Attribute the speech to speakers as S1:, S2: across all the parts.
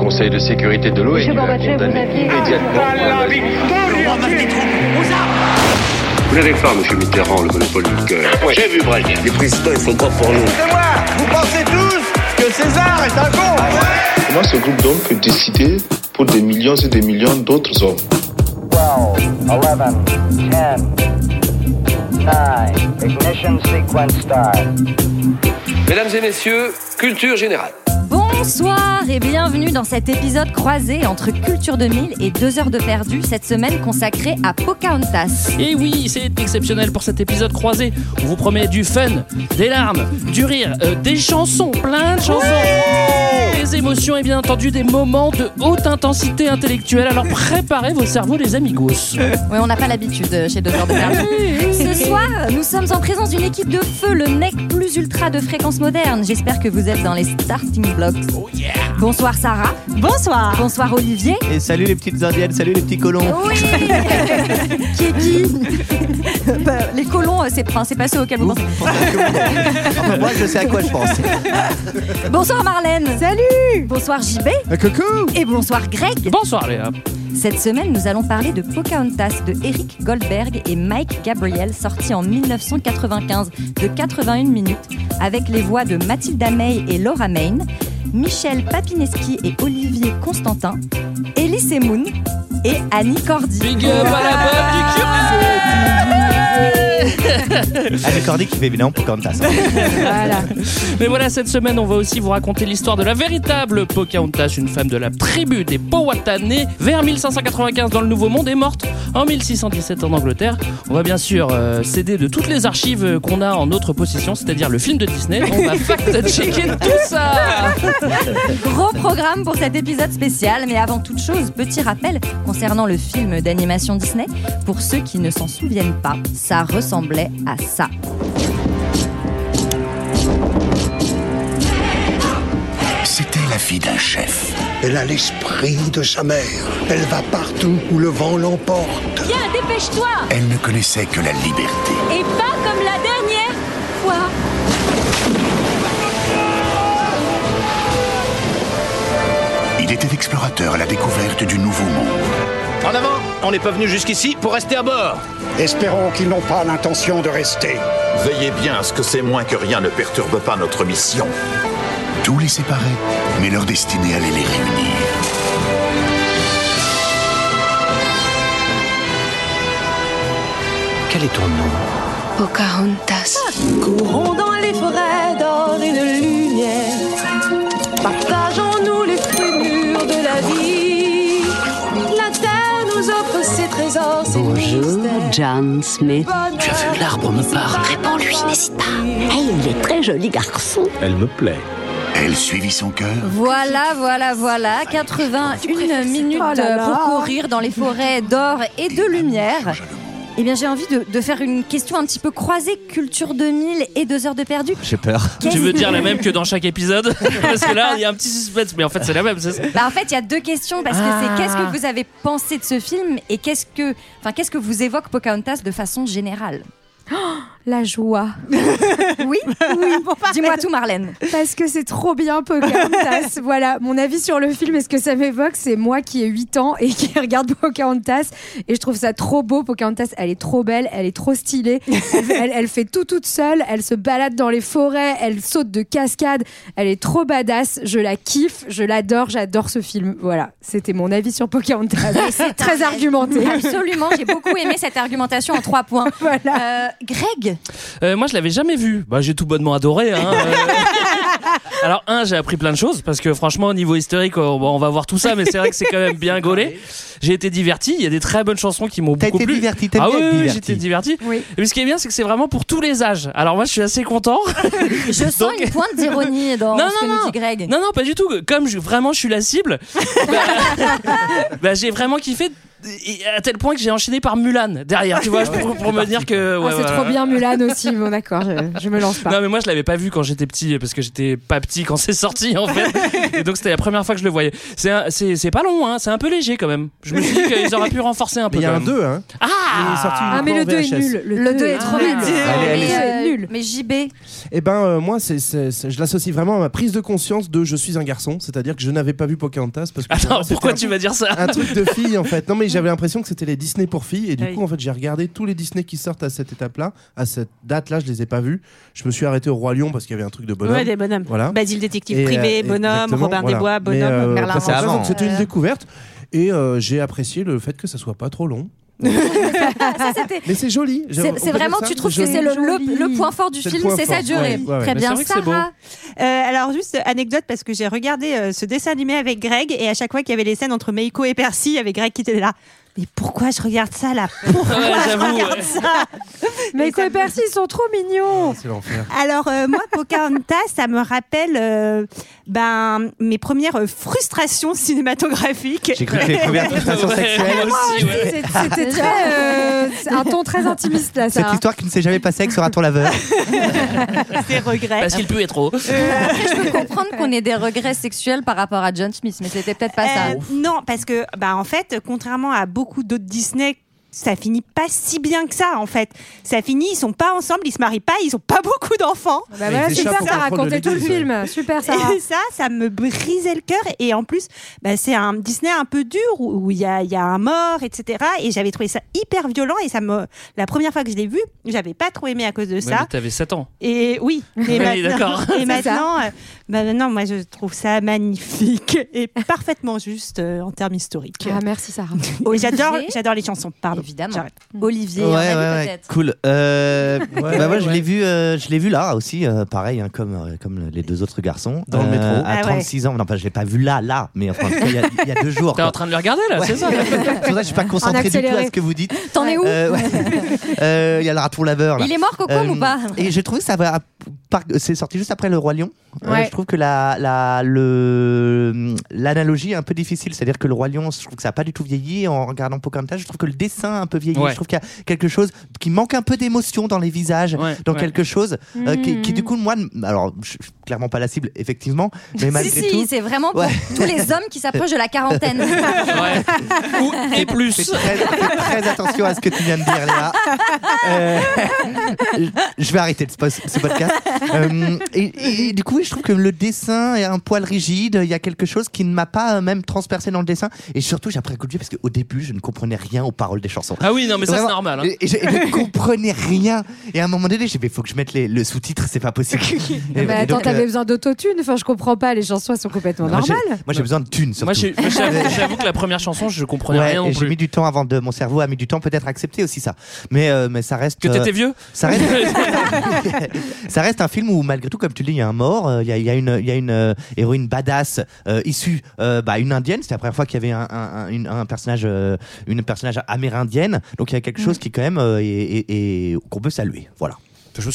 S1: Conseil de sécurité de l'ONU
S2: Monsieur
S1: a
S2: Gorbatchev, vous
S1: condamné
S2: aviez-
S1: immédiatement.
S3: Vous n'avez pas, monsieur Mitterrand, le monopole du cœur. J'ai vu Brel. Les présidents, ils sont pas pour nous.
S4: Comment ce groupe d'hommes peut décider pour des millions et des millions d'autres hommes
S5: 12, 11, 10, 9, ignition sequence start.
S6: Mesdames et messieurs, culture générale.
S7: Bonsoir et bienvenue dans cet épisode croisé entre Culture 2000 et 2 heures de perdu, cette semaine consacrée à Pocahontas.
S8: Et oui, c'est exceptionnel pour cet épisode croisé. On vous promet du fun, des larmes, du rire, euh, des chansons, plein de chansons, des émotions et bien entendu des moments de haute intensité intellectuelle. Alors préparez vos cerveaux, les amigos.
S7: Oui, on n'a pas l'habitude euh, chez 2 heures de perdu. Ce soir, nous sommes en présence d'une équipe de feu, le nec plus ultra de fréquence moderne. J'espère que vous êtes dans les starting blocks. Bonsoir Sarah. Bonsoir. Bonsoir Olivier.
S9: Et salut les petites indiennes, salut les petits colons.
S7: Oui Qui est qui Bah, Les colons, euh, c'est enfin, c'est pas ceux auxquels vous pensez.
S1: Oh.
S9: Enfin, moi, je sais à quoi je pense.
S7: Bonsoir Marlène Salut Bonsoir JB
S1: Ah,
S9: Coucou
S7: et bonsoir Greg
S8: Bonsoir Léa.
S7: Cette semaine, nous allons parler de Pocahontas de Eric Goldberg et Mike Gabriel, sorti en 1995 de 81 minutes, avec les voix de Mathilda May et Laura Main, Michel Papineski et Olivier Constantin, Ellie Semoun et Annie Cordy.
S8: Big up à la pop du
S9: Annie Cordy Ah, qui fait évidemment Pocahontas.
S7: Voilà.
S8: Mais voilà, cette semaine, on va aussi vous raconter l'histoire de la véritable Pocahontas, une femme de la tribu des Powhatan née vers 1595 dans le Nouveau Monde et morte en 1617 en Angleterre. On va bien sûr euh, s'aider de toutes les archives euh, qu'on a en notre possession, c'est-à-dire le film de Disney. On va fact-checker tout ça
S7: Gros programme pour cet épisode spécial, mais avant toute chose, petit rappel concernant le film d'animation Disney. Pour ceux qui ne s'en souviennent pas, ça ressemblait à ça.
S3: C'était la fille d'un chef.
S10: Elle a l'esprit de sa mère. Elle va partout où le vent l'emporte.
S2: Viens, dépêche-toi
S3: Elle ne connaissait que la liberté.
S2: Et pas comme la dernière fois
S3: Il était explorateur à la découverte du nouveau monde.
S6: En avant On n'est pas venu jusqu'ici pour rester à bord
S10: Espérons qu'ils n'ont pas l'intention de rester.
S3: Veillez bien à ce que ces moins que rien ne perturbe pas notre mission. Tous les séparait, mais leur destinée allait les réunir.
S6: Quel est ton nom
S2: Pocahontas.
S11: Courons dans les forêts d'or et de lumière. Partageons-nous les fruits mûrs de la vie. La terre nous offre ses trésors, ses mystères.
S5: John Smith.
S11: Bonheur,
S6: Tu as vu, l'arbre me parle.
S2: Réponds-lui, n'hésite pas.
S5: il est très joli garçon.
S3: Elle me plaît. Elle suivit son cœur.
S7: Voilà, voilà, voilà. 81 minutes
S11: Oh là là.
S7: pour courir dans les forêts d'or et de lumière. Eh bien, j'ai envie de, de faire une question un petit peu croisée, culture 2000 et deux heures de perdu.
S9: J'ai peur.
S7: Qu'est-ce
S8: Tu veux dire la même que dans chaque épisode Parce que là, il y a un petit suspense, mais en fait, c'est la même. c'est ça.
S7: Bah, en fait, il y a deux questions parce que
S8: Ah.
S7: c'est qu'est-ce que vous avez pensé de ce film et qu'est-ce que, enfin, qu'est-ce que vous évoque Pocahontas de façon générale
S2: La joie.
S7: Oui,
S2: Oui, pour parler-
S7: dis-moi tout, Marlène.
S2: Parce que c'est trop bien Pocahontas. voilà, mon avis sur le film et ce que ça m'évoque, c'est moi qui ai 8 ans et qui regarde Pocahontas. Et je trouve ça trop beau. Pocahontas, elle est trop belle, elle est trop stylée. Elle, elle- elle fait tout toute seule, elle se balade dans les forêts, elle saute de cascades. Elle est trop badass. Je la kiffe, je l'adore, j'adore ce film. Voilà, c'était mon avis sur Pocahontas. c'est très argumenté.
S7: Absolument, j'ai beaucoup aimé cette argumentation en trois points.
S2: voilà.
S7: Euh, Greg,
S8: Euh, moi, je l'avais jamais vu. Bah, j'ai tout bonnement adoré. hein, euh. Alors, un, j'ai appris plein de choses parce que franchement, au niveau historique, on, on va voir tout ça, mais c'est vrai que c'est quand même bien gaulé. J'ai été diverti. Il y a des très bonnes chansons qui m'ont
S9: T'as
S8: beaucoup
S9: été
S8: plu.
S9: diverti, t'aimes
S8: ah
S9: bien
S8: oui,
S9: être
S8: oui,
S9: diverti.
S8: j'étais diverti.
S2: Oui.
S8: Mais ce qui est bien, c'est que c'est vraiment pour tous les âges. Alors moi, je suis assez content.
S7: je sens
S8: Donc-
S7: une pointe d'ironie dans
S8: Non,
S7: ce que
S8: non,
S7: nous dit Greg.
S8: Non, non, pas du tout. Comme je, vraiment, je suis la cible, bah, bah, j'ai vraiment kiffé et à tel point que j'ai enchaîné par Mulan derrière, tu vois, pour, pour me dire que. ouais,
S2: Ah, c'est
S8: voilà.
S2: trop bien Mulan aussi. Bon, d'accord, je, je me lance pas.
S8: Non mais moi je l'avais pas vu quand j'étais petit parce que j'étais pas petit quand c'est sorti en fait et donc c'était la première fois que je le voyais. C'est un- c'est c'est pas long hein, c'est un peu léger quand même. Je me suis dit qu'ils auraient pu renforcer un peu.
S1: Mais il y a
S8: quand
S1: un
S8: même.
S1: 2, hein. Il est sorti
S8: Ah
S2: Ah, mais le
S1: uniquement
S2: 2
S1: en
S2: est
S1: VHS.
S2: nul.
S7: Le 2 est trop nul.
S1: Allez,
S7: Mais,
S2: allez.
S7: euh,
S2: Nul.
S7: Mais JB,
S1: Eh ben, euh, moi, c'est c'est- c'est- je l'associe vraiment à ma prise de conscience de je suis un garçon, c'est-à-dire que je n'avais pas vu Pocahontas parce que. pour
S8: Attends
S1: moi, c'était
S8: pourquoi
S1: un-
S8: tu vas dire ça
S1: un truc de fille en fait. Non mais j'avais l'impression que c'était les Disney pour filles et du
S7: Oui.
S1: coup en fait j'ai regardé tous les Disney qui sortent à cette étape-là, à cette date-là, je les ai pas vus. Je me suis arrêté au roi lion parce qu'il y avait un truc de bonhomme.
S12: Ouais, des bonhommes.
S1: Voilà.
S12: Basile détective
S1: Et, euh,
S12: privé,
S1: et-
S12: bonhomme,
S1: exactement,
S12: Robin
S1: voilà.
S12: des Bois,
S1: Mais,
S12: bonhomme.
S1: euh,
S12: Merlin
S1: Pocahontas,
S12: Manson.
S1: donc, C'était une
S7: Euh.
S1: découverte et euh, j'ai apprécié le fait que ça soit pas trop long.
S7: ça c'était.
S1: Mais c'est joli. J'ai- on
S7: C'est
S1: peut
S7: c'est
S1: dire
S7: vraiment,
S1: ça,
S7: tu trouves que
S1: joli.
S7: c'est le, le, le point fort du
S1: C'est le
S7: film,
S1: point
S7: c'est sa
S1: fort,
S7: durée.
S1: ouais, ouais, ouais.
S7: Très
S1: Mais
S7: bien,
S8: c'est vrai que c'est beau.
S7: Sarah.
S12: Euh, alors juste anecdote parce que j'ai regardé euh, ce dessin animé avec Greg et à chaque fois qu'il y avait les scènes entre Meiko et Percy, il y avait Greg qui était là. Mais pourquoi je regarde ça là Pourquoi
S8: Ouais,
S12: je
S8: j'avoue,
S12: regarde
S8: ouais.
S12: ça
S2: Mais
S12: Et ça
S2: quoi,
S12: me-
S2: Percy, ils sont trop mignons.
S1: C'est l'enfer.
S12: Alors euh, moi, Pocahontas, ça me rappelle euh, ben mes premières euh, frustrations cinématographiques.
S9: J'ai cru que les premières frustrations
S8: Ouais,
S9: sexuelles.
S8: moi aussi, ouais.
S2: C'est- C'était très, euh, c'est un ton très intimiste là,
S9: Cette
S2: ça.
S9: histoire qui ne s'est jamais passée avec ce raton laveur.
S12: Ces regrets. Euh,
S8: Parce qu'il pue trop.
S7: Après, je peux comprendre qu'on ait des regrets sexuels par rapport à John Smith, mais c'était peut-être pas ça.
S12: Euh, non, parce que bah en fait, contrairement à beaucoup d'autres Disney. Ça finit pas si bien que ça en fait. Ça finit, ils sont pas ensemble, ils se marient pas, ils ont pas beaucoup d'enfants.
S2: Bah
S1: Ils
S2: voilà,
S1: échappent
S2: super,
S1: au
S2: ça
S1: contrôle de
S2: racontait tout le
S1: l'Église.
S2: film. Super, Sarah.
S12: Et ça, ça me brisait le cœur. Et en plus, bah, c'est un Disney un peu dur où où il y a, il y a un mort, etc. Et j'avais trouvé ça hyper violent. Et ça me, la première fois que je l'ai vu, j'avais pas trop aimé à cause de
S8: Ouais, mais
S12: ça.
S8: T'avais 7 ans.
S12: Et oui.
S8: Oui,
S12: Et maintenant,
S8: d'accord.
S12: et maintenant, euh, bah, maintenant, moi, je trouve ça magnifique et parfaitement juste euh, en termes historiques.
S2: Ah, merci, Sarah.
S12: Et j'adore,
S7: Olivier
S12: j'adore les chansons. Pardon.
S7: Évidemment.
S12: J'arrête.
S7: Olivier, on a vu peut-être.
S9: cool. Euh,
S1: Ouais,
S9: bah moi, je
S1: ouais.
S9: l'ai vu, euh, je l'ai vu là aussi, euh, pareil, hein, comme euh, comme les deux autres garçons. Euh,
S1: Dans le métro.
S12: Ah
S9: À
S12: ouais.
S9: 36 ans, non pas, je l'ai pas vu là, là, mais enfin, en tout cas, il y a- il y, a deux jours.
S8: T'es
S9: quoi.
S8: en train de le regarder là,
S9: Ouais.
S8: c'est ça
S9: C'est pour ça que je suis pas concentré du tout
S2: accéléré.
S9: à ce que vous dites.
S7: T'en es où
S9: Euh, ouais. Euh, Il y a le raton laveur. Là.
S7: Il est mort, Cocom,
S9: Euh,
S7: ou pas
S9: Et j'ai trouvé ça va. par- C'est sorti juste après le roi lion. Euh,
S2: Ouais.
S9: je trouve que la la le l'analogie est un peu difficile. C'est-à-dire que le roi lion, je trouve que ça a pas du tout vieilli. En regardant Pocahontas, je trouve que le dessin a un peu vieilli.
S8: Ouais.
S9: Je trouve qu'il y a quelque chose qui manque un peu d'émotion dans les visages,
S8: Ouais,
S9: dans
S8: ouais.
S9: quelque chose euh, qui, qui,
S2: Mhm.
S7: Hmm.
S9: du coup moi, ne- alors je suis clairement pas la cible effectivement, mais
S7: Si,
S9: malgré tout.
S7: si, c'est vraiment pour
S9: Ouais.
S7: tous les hommes qui s'approchent de la quarantaine.
S8: Ouais. Ou, et
S9: Fais
S8: plus.
S9: très, fais très attention à ce que tu viens de dire, Léa. Euh, je vais arrêter le spo- ce podcast. Euh, et, et du coup, je trouve que le dessin est un poil rigide. Il y a quelque chose qui ne m'a pas euh, même transpercé dans le dessin. Et surtout, j'ai appris un coup de vieux parce qu'au début, je ne comprenais rien aux paroles des chansons.
S8: Ah oui, non, mais ça c'est
S9: Vraiment.
S8: normal. hein.
S9: Et, et je, et je ne comprenais rien. Et à un moment donné, j'ai dit, faut que je mette les- le sous-titre, c'est pas possible. Et-
S2: Mais
S9: et
S2: Ah bah attends,
S9: donc, euh,
S2: t'avais besoin d'autotune. Enfin, je comprends pas. Les chansons elles sont complètement
S9: moi, j'ai-
S2: normales.
S9: Moi, j'ai besoin de thunes, surtout.
S8: Moi j'ai- moi, j'avoue j'avoue que la première chanson, je comprenais
S9: Ouais,
S8: rien non
S9: et j'ai
S8: plus.
S9: mis du temps avant de mon cerveau a mis du temps peut-être à accepter aussi ça. Mais euh, mais ça reste
S8: Que
S9: euh,
S8: t'étais vieux
S9: ça reste ça reste un film où malgré tout comme tu le dis il y a un mort, euh, il y a, il y a une il y a une euh, héroïne badass euh, issue euh, bah, une indienne, c'était la première fois qu'il y avait un, un- un- une- un personnage euh, une personnage amérindienne. Donc il y a quelque chose qui quand même euh, est- est- est- qu'on peut saluer. Voilà.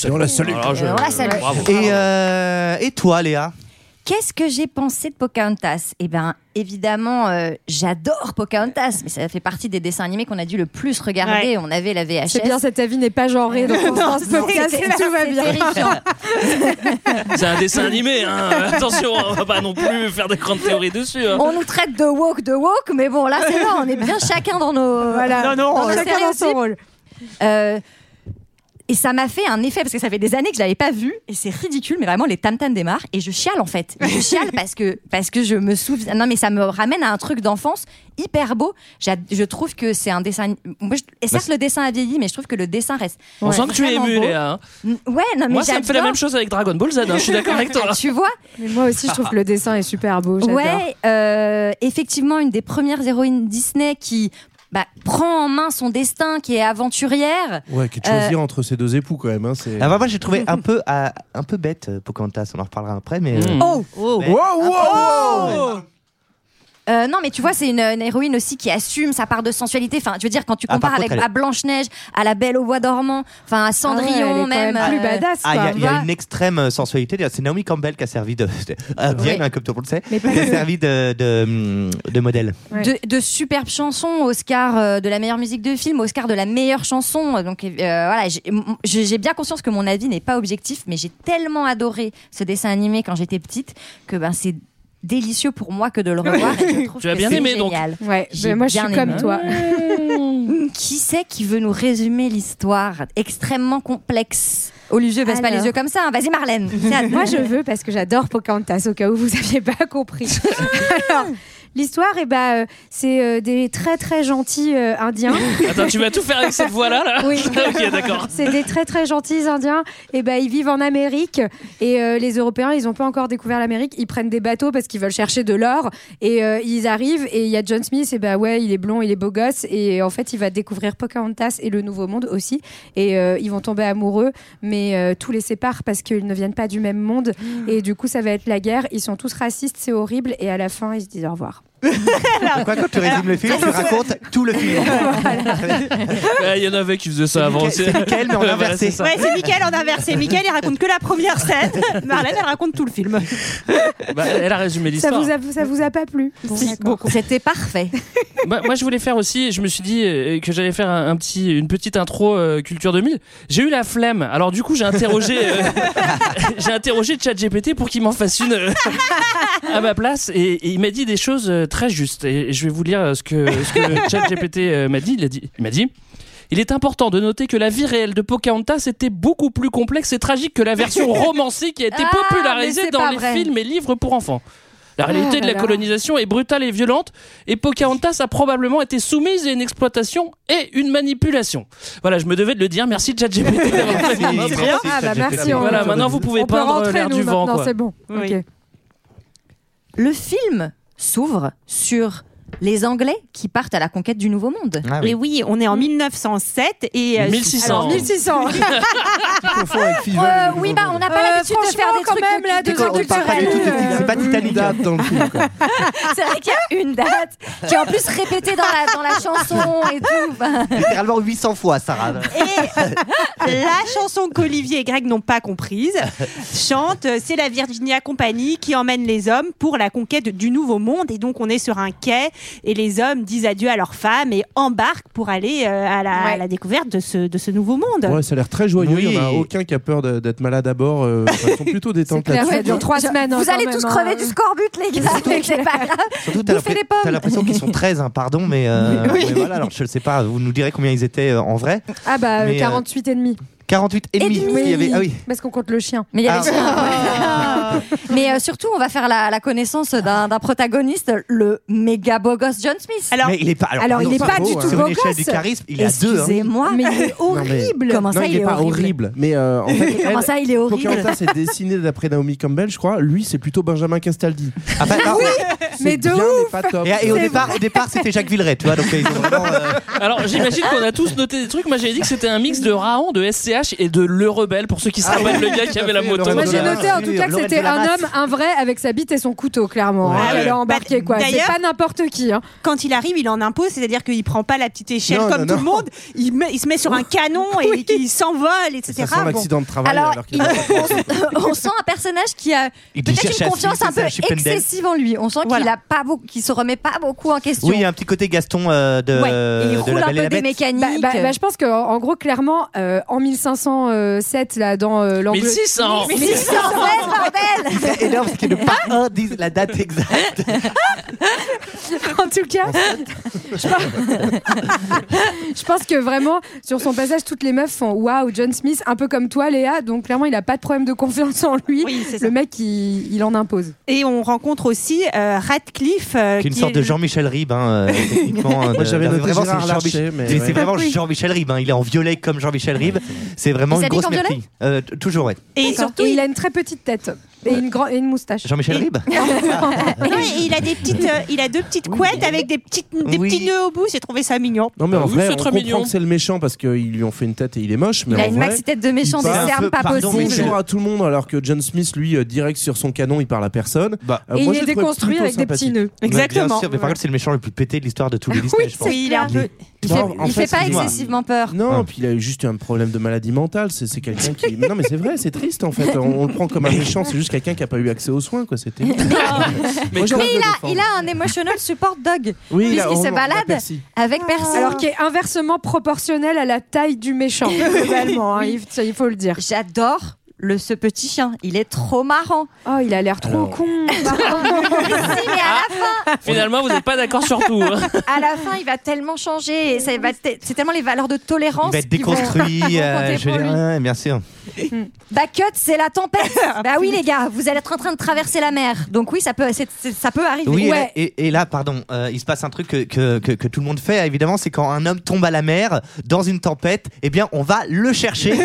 S1: Et on la salue.
S8: Alors, Ah, je-
S7: Et on la salue.
S8: Bravo.
S9: Et euh, et toi Léa
S7: Qu'est-ce que j'ai pensé de Pocahontas Eh bien, évidemment, euh, j'adore Pocahontas, mais ça fait partie des dessins animés qu'on a dû le plus regarder. On avait la VHS.
S2: C'est bien, cet avis n'est pas genré. Donc, on se
S7: Non,
S2: podcast,
S7: c'est-
S2: tout va
S7: c'est
S2: bien.
S7: terrifiant.
S8: C'est un dessin animé, hein. attention, on va pas non plus faire des grandes théories dessus. hein.
S7: On nous traite de woke, de woke, mais bon, là, c'est bon, on est bien chacun dans nos.
S2: Voilà.
S12: Non, non,
S7: on-
S2: chacun dans son
S7: stéréotypes.
S2: rôle.
S7: Euh, et ça m'a fait un effet parce que ça fait des années que je l'avais pas vu et c'est ridicule mais vraiment les tam tam démarrent et je chiale en fait je chiale parce que parce que je me souviens non mais ça me ramène à un truc d'enfance hyper beau J'ad- je trouve que c'est un dessin moi je- et certes le dessin a vieilli mais je trouve que le dessin reste
S8: Bah, On sent que tu es
S7: vraiment
S8: ému,
S7: beau.
S8: Léa. hein.
S7: N- ouais non mais
S8: Moi, ça me fait la
S7: j'adore.
S8: même chose avec Dragon Ball Z, hein, je suis d'accord avec toi.
S7: Ah, tu vois
S2: Mais moi aussi, je trouve que le dessin est super beau. j'adore.
S7: Ouais, euh, effectivement, une des premières héroïnes Disney qui bah, prend en main son destin, qui est aventurière. Euh,
S1: Ouais, qui est de choisir entre ces deux époux quand même. Hein, c'est.
S9: Ah, bah, moi j'ai trouvé un peu à- un peu euh,
S8: hein.
S9: bête euh, Pocahontas, on en reparlera après mais euh,
S8: Mm.
S9: mais-
S12: Oh
S9: un peu-
S7: Euh, non, mais tu vois, c'est une, une héroïne aussi qui assume sa part de sensualité. Enfin, je veux dire, quand tu
S9: Ah, par
S7: compares
S9: contre,
S7: avec
S9: elle est-
S7: à Blanche-Neige, à la Belle au Bois dormant, enfin à Cendrillon,
S2: Ah elle est quand
S7: même. euh,
S2: même plus badass,
S9: Ah, il y a- il y, a une extrême euh, sensualité. D'ailleurs, C'est Naomi Campbell qui a servi de. à Vienne,
S7: Ouais.
S9: hein, comme tout le monde le sait.
S7: Mais pas
S9: Qui a
S7: que.
S9: servi de, de, hum, de modèle.
S7: de, de superbes chansons, Oscar euh, de la meilleure musique de film, Oscar de la meilleure chanson. Donc euh, voilà, j'ai- m- j'ai j'ai bien conscience que mon avis n'est pas objectif, mais j'ai tellement adoré ce dessin animé quand j'étais petite que ben c'est délicieux pour moi que de le revoir. et je trouve
S8: Tu as
S7: que
S8: bien
S7: c'est
S8: aimé, donc.
S7: génial.
S2: Ouais,
S7: J'ai
S2: mais moi, je
S7: bien
S2: suis comme
S7: aimé.
S2: toi.
S7: qui c'est qui veut nous résumer l'histoire extrêmement complexe Au lieu, baisse pas les
S2: Alors.
S7: yeux comme ça. hein. Vas-y Marlène. C'est à-
S2: Moi, je veux parce que j'adore Pocahontas, au cas où vous n'aviez pas compris. Alors, l'histoire, eh ben, euh, c'est euh, des très très gentils euh, Indiens.
S8: Attends, tu vas tout faire avec cette voix-là là
S2: Oui.
S8: ok, d'accord.
S2: C'est des très très gentils Indiens. Et ben ils vivent en Amérique et euh, les Européens ils ont pas encore découvert l'Amérique. Ils prennent des bateaux parce qu'ils veulent chercher de l'or et euh, ils arrivent et il y a John Smith et ben ouais il est blond il est beau gosse et euh, en fait il va découvrir Pocahontas et le Nouveau Monde aussi et euh, ils vont tomber amoureux mais euh, tout les sépare parce qu'ils ne viennent pas du même monde et du coup ça va être la guerre. Ils sont tous racistes c'est horrible et à la fin ils se disent au revoir.
S9: Quoi, quand tu résumes le film, tu racontes tout le film.
S8: Eh, Il y en avait qui faisaient ça avant.
S9: Ah C'est Mickaël, mais en
S8: Voilà,
S9: inversé.
S8: c'est ça.
S12: Ouais, c'est Mickaël en inversé. Mickaël, il raconte que la première scène. Marlène, elle raconte tout le film.
S8: Bah, elle a résumé
S2: Ça
S8: l'histoire.
S2: vous a, ça vous a pas plu
S7: C'était parfait.
S8: Bah, moi, je voulais faire aussi, je me suis dit euh, que j'allais faire un, un petit, une petite intro euh, Culture 2000. J'ai eu la flemme. Alors, du coup, j'ai interrogé, euh, j'ai interrogé ChatGPT pour qu'il m'en fasse une euh, à ma place. Et, et il m'a dit des choses euh, très justes. Et, et je vais vous lire euh, ce que, ce que ChatGPT euh, m'a dit. Il a dit, il m'a dit. Il est important de noter que la vie réelle de Pocahontas était beaucoup plus complexe et tragique que la version romancée qui a été
S7: Ah, mais
S8: popularisée
S7: c'est
S8: dans
S7: pas
S8: les
S7: vrai.
S8: films et livres pour enfants. La réalité
S7: Ah
S8: de
S7: là
S8: la
S7: là.
S8: colonisation est brutale et violente, et Pocahontas a probablement été soumise à une exploitation et une manipulation. Voilà, je me devais de le dire. Merci ChatGPT d'avoir fait
S9: Merci,
S8: mon
S9: merci,
S8: intro.
S2: Ah bah
S9: ChatGPT.
S2: merci. on-
S8: Voilà, maintenant vous pouvez
S2: on peut
S8: peindre euh,
S2: rentrer
S8: l'air
S2: nous
S8: du vent.
S2: maintenant
S8: Quoi.
S2: c'est bon.
S12: Oui.
S2: Ok.
S7: Le film s'ouvre sur les Anglais qui partent à la conquête du Nouveau Monde.
S9: Ah
S12: Mais oui, on est en 1907 et. euh,
S8: 1600.
S12: alors,
S2: 1600.
S7: Euh, oui, bah on n'a pas
S2: Euh,
S7: l'habitude de faire
S2: franchement,
S7: des
S2: quand
S7: trucs
S2: même,
S7: de-
S2: là,
S7: de-
S2: deux ans
S9: On parle pas du tout de Titanic.
S7: euh,
S9: C'est pas
S1: Une
S9: Titanic.
S1: date dans le film. quoi.
S7: C'est vrai qu'il y a une date qui est en plus répétée dans la, dans la chanson et tout. Bah,
S9: Littéralement 800 fois, Sarah.
S12: la chanson qu'Olivier et Greg n'ont pas comprise chante euh, c'est la Virginia Company qui emmène les hommes pour la conquête du nouveau monde et donc on est sur un quai et les hommes disent adieu à leurs femmes et embarquent pour aller euh, à, la,
S2: Ouais.
S12: à la découverte de ce, de ce nouveau monde.
S1: Ouais, ça a l'air très joyeux. Il n'y en a
S9: Oui.
S1: aucun qui a peur de- d'être malade à bord. euh, enfin, ils sont plutôt détentes
S2: C'est clair,
S1: là-dessus.
S2: ça dure trois semaines. hein,
S7: vous
S2: quand
S7: allez
S2: même,
S7: tous
S2: hein.
S7: crever du scorbut, les gars. mais C'est pas grave.
S9: Surtout, t'as
S7: Bouffez
S9: l'impres-
S7: des pommes.
S9: t'as l'impression qu'ils sont 13, hein, pardon, mais, euh,
S12: Oui.
S9: mais voilà, alors je ne sais pas, vous nous direz combien ils étaient euh, en vrai.
S2: Ah bah
S9: Mais, euh,
S2: 48 et demi.
S9: 48 et demi.
S7: Et demi.
S9: parce qu'il y avait- ah oui.
S2: Parce qu'on compte le chien.
S7: Mais, il y
S9: Ah.
S7: avait- mais euh, surtout, on va faire la, la connaissance d'un d'un protagoniste, le méga beau gosse John Smith.
S12: Alors,
S9: mais il est pas.
S2: Alors, il
S9: pardon,
S2: est pas
S9: beau,
S2: du
S9: hein.
S2: tout
S9: Sur une
S2: beau
S9: échelle du
S2: gosse.
S9: charisme, il a deux. hein.
S7: Excusez-moi, mais il est horrible. Comment
S1: Non,
S7: ça,
S1: il
S7: il
S1: n'est
S7: est
S1: pas
S7: horrible
S1: horrible. Mais euh, en fait,
S7: Comment
S1: elle,
S7: ça, il est horrible
S1: Pocahontas est dessiné d'après Naomi Campbell, je crois. Lui, c'est plutôt Benjamin Castaldi.
S9: Ah, bah, alors,
S1: C'est
S2: Mais de
S1: bien,
S2: ouf
S1: mais pas top.
S9: Et, et au départ, au départ, c'était Jacques Villeray, tu vois. Donc euh, ils ont vraiment. euh,
S8: Alors, j'imagine qu'on a tous noté des trucs. Moi, j'avais dit que c'était un mix de Raon, de SCH et de Le Rebelle, pour ceux qui se
S1: Ah
S8: rappellent
S1: oui,
S8: le gars
S1: tout
S8: qui
S1: à
S8: avait
S1: fait,
S8: la
S1: le
S8: moto.
S1: Rebelle.
S2: Moi j'ai
S9: Lorraine
S2: noté en tout
S9: Bellamy,
S2: cas que
S9: Lorraine
S2: c'était un
S9: Bellamy.
S2: homme, un vrai, avec sa bite et son couteau, clairement.
S9: Ouais.
S2: hein.
S12: Ouais.
S2: Il a embarqué quoi. C'est
S12: D'ailleurs-
S2: pas n'importe qui. hein.
S12: quand il arrive, il en impose, c'est-à-dire qu'il prend pas la petite échelle
S1: Non,
S12: comme
S1: non,
S12: tout
S1: non.
S12: le monde, il, met- il se met sur un canon et il s'envole,
S1: Ça
S12: etc.
S1: sent
S12: Bon.
S1: l'accident de travail.
S7: Alors,
S1: alors qu'il
S7: il-
S1: a-
S7: on sent un personnage qui a
S9: Il dit
S7: peut-être
S9: cherche
S7: une
S9: à
S7: confiance
S9: suivre,
S7: un
S9: c'est
S7: peu
S9: ça, Chippendale.
S7: excessive en lui. On sent qu'il
S12: Voilà.
S7: a pas beaucoup, qu'il se remet pas beaucoup en question.
S9: Oui, il y a un petit côté Gaston euh, de,
S7: Ouais, et il
S9: de
S7: roule
S9: la
S7: un
S9: Belle et
S7: peu
S9: la
S7: des
S9: Bête.
S7: mécaniques.
S2: Bah, bah, bah, je pense qu'en en gros, clairement, euh, en 1507, là, dans euh, l'angle.
S8: 1600
S7: mais si, c'est en fait, bordel
S9: C'est énorme parce qu'ils ne pas un disent la date exacte.
S2: En tout cas, je pense- je pense que vraiment, sur son passage, toutes les meufs font Waouh, John Smith, un peu comme toi, Léa. Donc clairement, il a pas de problème de confiance en lui.
S12: Oui, c'est ça.
S2: Le mec, il, il en impose.
S12: Et on rencontre aussi euh, Radcliffe. euh,
S9: Qui est une
S12: qui
S9: sorte
S12: est
S9: de
S12: le-
S9: Jean-Michel Ribes, hein, euh, techniquement. hein,
S1: Moi,
S9: de-
S1: j'avais
S9: non, mais
S1: noté
S9: vraiment,
S1: Gérard
S9: c'est Jean-Michel-
S1: Larcher, mais
S9: mais
S1: ouais.
S9: c'est vraiment Jean-Michel Ribes. hein, Il est en violet comme Jean-Michel Ribes. C'est vraiment une
S7: Il s'habille
S9: grosse
S7: en violet
S9: merquille. Euh, t- Toujours, ouais.
S12: Et surtout,
S2: Et
S12: il
S2: il a une très petite tête. Et une, grand- et une moustache.
S9: Jean-Michel Ribes
S12: Ah, Non, et il a des petites, euh, il a deux petites couettes avec des petites, des
S1: Oui.
S12: petits nœuds au bout. J'ai trouvé ça mignon.
S1: Non, mais en vrai, on comprend que c'est le méchant parce qu'ils lui ont fait une tête et il est moche. Mais
S12: Il a
S1: en
S12: une
S1: vrai,
S12: maxi-tête de méchant,
S1: il
S9: Bah,
S12: des
S1: parle-
S12: cernes pas
S1: pardon,
S12: possibles.
S1: mais Il à tout le monde alors que John Smith, lui, euh, direct sur son canon, il parle à personne. Euh, moi, je
S2: Et il est
S1: le trouvais
S2: déconstruit
S1: plutôt
S2: avec des petits
S1: sympathique.
S2: nœuds.
S9: Mais Bien sûr, mais par contre, c'est le méchant le plus pété de l'histoire de tous les Disney, je pense.
S7: il est Ah un peu- Il fait,
S1: Non, en
S7: il fait pas
S1: excuse-moi.
S7: excessivement peur.
S1: Non, puis il a eu juste un problème de maladie mentale. C'est c'est quelqu'un qui. Mais non, mais c'est vrai, c'est triste en fait. On, on le prend comme un méchant. C'est juste quelqu'un qui a pas eu accès aux soins, quoi. C'était.
S7: Mais,
S1: j'arrête de
S7: il, a,
S1: défendre.
S7: il a un emotional support dog.
S1: Oui, il a-
S7: puisqu'il
S1: on-
S7: se
S1: on
S7: balade
S1: l'a perçu.
S7: avec Percy.
S2: Alors qui est inversement proportionnel à la taille du méchant, globalement, hein, il, ça, il faut le dire.
S7: J'adore le, ce petit chien. Il est trop marrant.
S2: Oh, il a l'air trop
S7: Alors-
S2: con.
S8: Finalement, vous n'êtes pas d'accord sur tout. hein.
S7: à la fin, il va tellement changer. et ça va te- C'est tellement les valeurs de
S9: Il
S7: tolérance.
S9: va être
S7: qui vont-
S9: déconstruit,
S7: qui vont
S9: euh,
S7: compter
S9: je veux
S7: pour
S9: dire,
S7: lui.
S9: ouais, bien sûr.
S7: Bah cut, c'est la tempête. bah oui les gars, vous allez être en train de traverser la mer. Donc oui, ça peut, c'est- c'est- ça peut arriver.
S9: Oui, et là- et, et là, pardon, euh, il se passe un truc que, que, que- que tout le monde fait, évidemment, c'est quand un homme tombe à la mer, dans une tempête, eh bien, on va le chercher.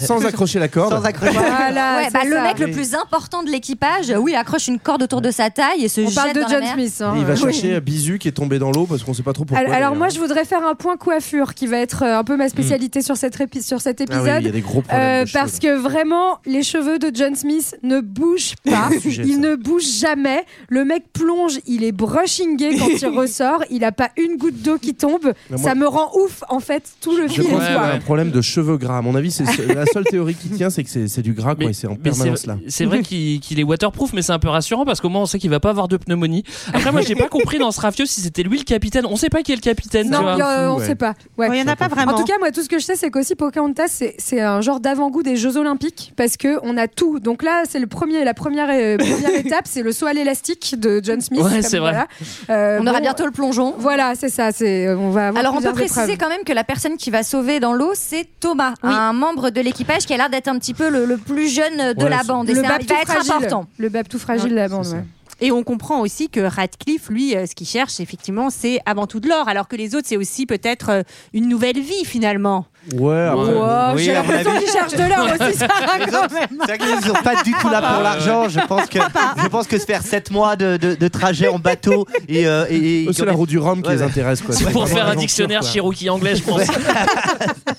S1: Sans accrocher la corde.
S9: Sans accrocher
S2: Voilà,
S7: Ouais,
S2: c'est
S7: bah, le
S2: ça.
S7: mec le
S1: Oui.
S7: plus important de l'équipage, euh, oui, accroche une corde autour de sa taille et se
S2: On
S7: jette
S2: parle de
S7: dans la
S2: John
S7: mer.
S2: Smith. hein.
S1: Et il va
S2: Oui.
S1: chercher Bisu qui est tombé dans l'eau parce qu'on sait pas trop pourquoi.
S2: Alors, alors
S1: d'ailleurs. Hmm.
S2: moi, je voudrais faire un point coiffure qui va être euh, un peu ma spécialité sur, cette répi- sur cet
S1: Ah oui,
S2: épisode. euh,
S1: il y a des gros problèmes de cheveux,
S2: parce que vraiment, les cheveux de John Smith ne bougent pas.
S1: C'est le sujet,
S2: ils
S1: ça.
S2: ne bougent jamais. Le mec plonge, il est brushingé quand il ressort. Il n'a pas une goutte d'eau qui tombe.
S1: Mais moi-
S2: Ça me rend ouf, en fait, tout le
S1: Je
S2: film.
S1: pense qu'il y a
S2: quoi.
S1: un problème de cheveux gras. À mon avis, c'est c'est- la seule théorie qui tient, c'est que c'est c'est du gras, quoi. et C'est en
S8: Mais c'est-
S1: permanence là.
S8: C'est vrai qu'il qu'il est waterproof, mais c'est un peu rassurant parce qu'au moins on sait qu'il va pas avoir de pneumonie. Après, moi j'ai pas compris dans ce rafieux si c'était lui le capitaine. On sait pas qui est le capitaine.
S2: Non,
S8: tu vois.
S2: y a- on sait pas. Ouais.
S12: Il y en a pas vraiment.
S2: En tout cas, moi, tout ce que je sais, c'est qu'aussi Pocahontas, c'est- c'est un genre d'avant-goût des Jeux Olympiques parce que on a tout. Donc là, c'est le premier, la première, euh, première étape, c'est le saut à l'élastique de John Smith.
S7: Ouais,
S2: Comme
S7: c'est vrai.
S2: Euh,
S7: On aura bientôt le plongeon.
S2: Voilà, c'est ça. C'est euh, on va. avoir
S7: Alors on peut
S2: plusieurs
S7: préciser
S2: épreuves.
S7: quand même que la personne qui va sauver dans l'eau, c'est Thomas, un membre de l'équipage qui a l'air d'être un petit peu le, le plus jeune de
S2: Ouais,
S7: la
S2: c'est-
S7: bande. Et
S2: Le
S7: c'est un- il
S2: Babtou
S7: va être
S2: fragile.
S7: important.
S2: Le bab tout fragile de la bande. ouais.
S12: Et on comprend aussi que Radcliffe, lui, euh, ce qu'il cherche, effectivement, c'est avant tout de l'or, alors que les autres, c'est aussi peut-être euh, une nouvelle vie, finalement.
S1: Ouais, après-
S2: Oh,
S12: Wow, j'ai
S1: à mon
S12: l'impression
S1: avis.
S12: qu'il cherche de l'or aussi, ça,
S9: Les autres, C'est vrai qu'ils sont pas du tout là pour l'argent. Je pense que je pense que se faire 7 mois de, de, de trajet en bateau et, euh, et,
S1: Eux, c'est la roue du Rhum qui les intéresse, quoi.
S8: C'est pour
S1: vraiment
S8: faire un
S1: l'aventure,
S8: dictionnaire
S1: quoi.
S8: Cherokee anglais, je pense.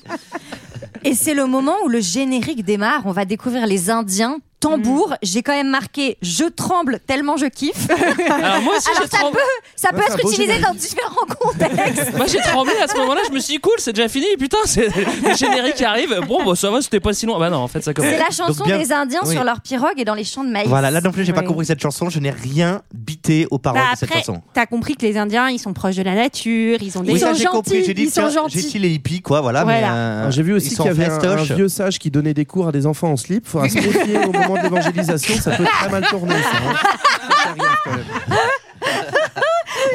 S7: Et c'est le moment où le générique démarre. On va découvrir les Indiens. Tambour,
S2: Mm.
S7: j'ai quand même marqué je tremble tellement je kiffe.
S8: Alors, moi aussi, je
S7: ça
S8: tremble.
S7: peut, ça peut
S8: Ouais, c'est un
S7: être
S8: beau
S7: utilisé
S8: générique.
S7: dans différents contextes.
S8: Moi j'ai tremblé à ce moment-là, je me suis dit cool, c'est déjà fini, putain, c'est le générique qui arrive. Bon, bah, ça va, c'était pas si long. Ah Bah non, en fait, ça commence.
S7: C'est la chanson des Indiens sur leur pirogue et dans les champs de maïs.
S9: Voilà, là non plus, j'ai pas compris cette chanson. Je n'ai rien bité aux paroles
S12: Bah,
S9: de cette
S12: après,
S9: chanson.
S12: t'as compris que les Indiens, ils sont proches de la nature, ils ont des
S9: Oui, ça, j'ai compris. J'ai dit, tiens, j'ai dit les hippies, quoi, voilà. mais, euh,
S1: Alors, J'ai vu aussi
S9: ils sont
S1: qu'il y avait un, un
S9: festoches.
S1: vieux sage qui donnait des cours à des enfants en slip. Faudra se méfier au moment de l'évangélisation, ça peut très mal tourner. ça, hein.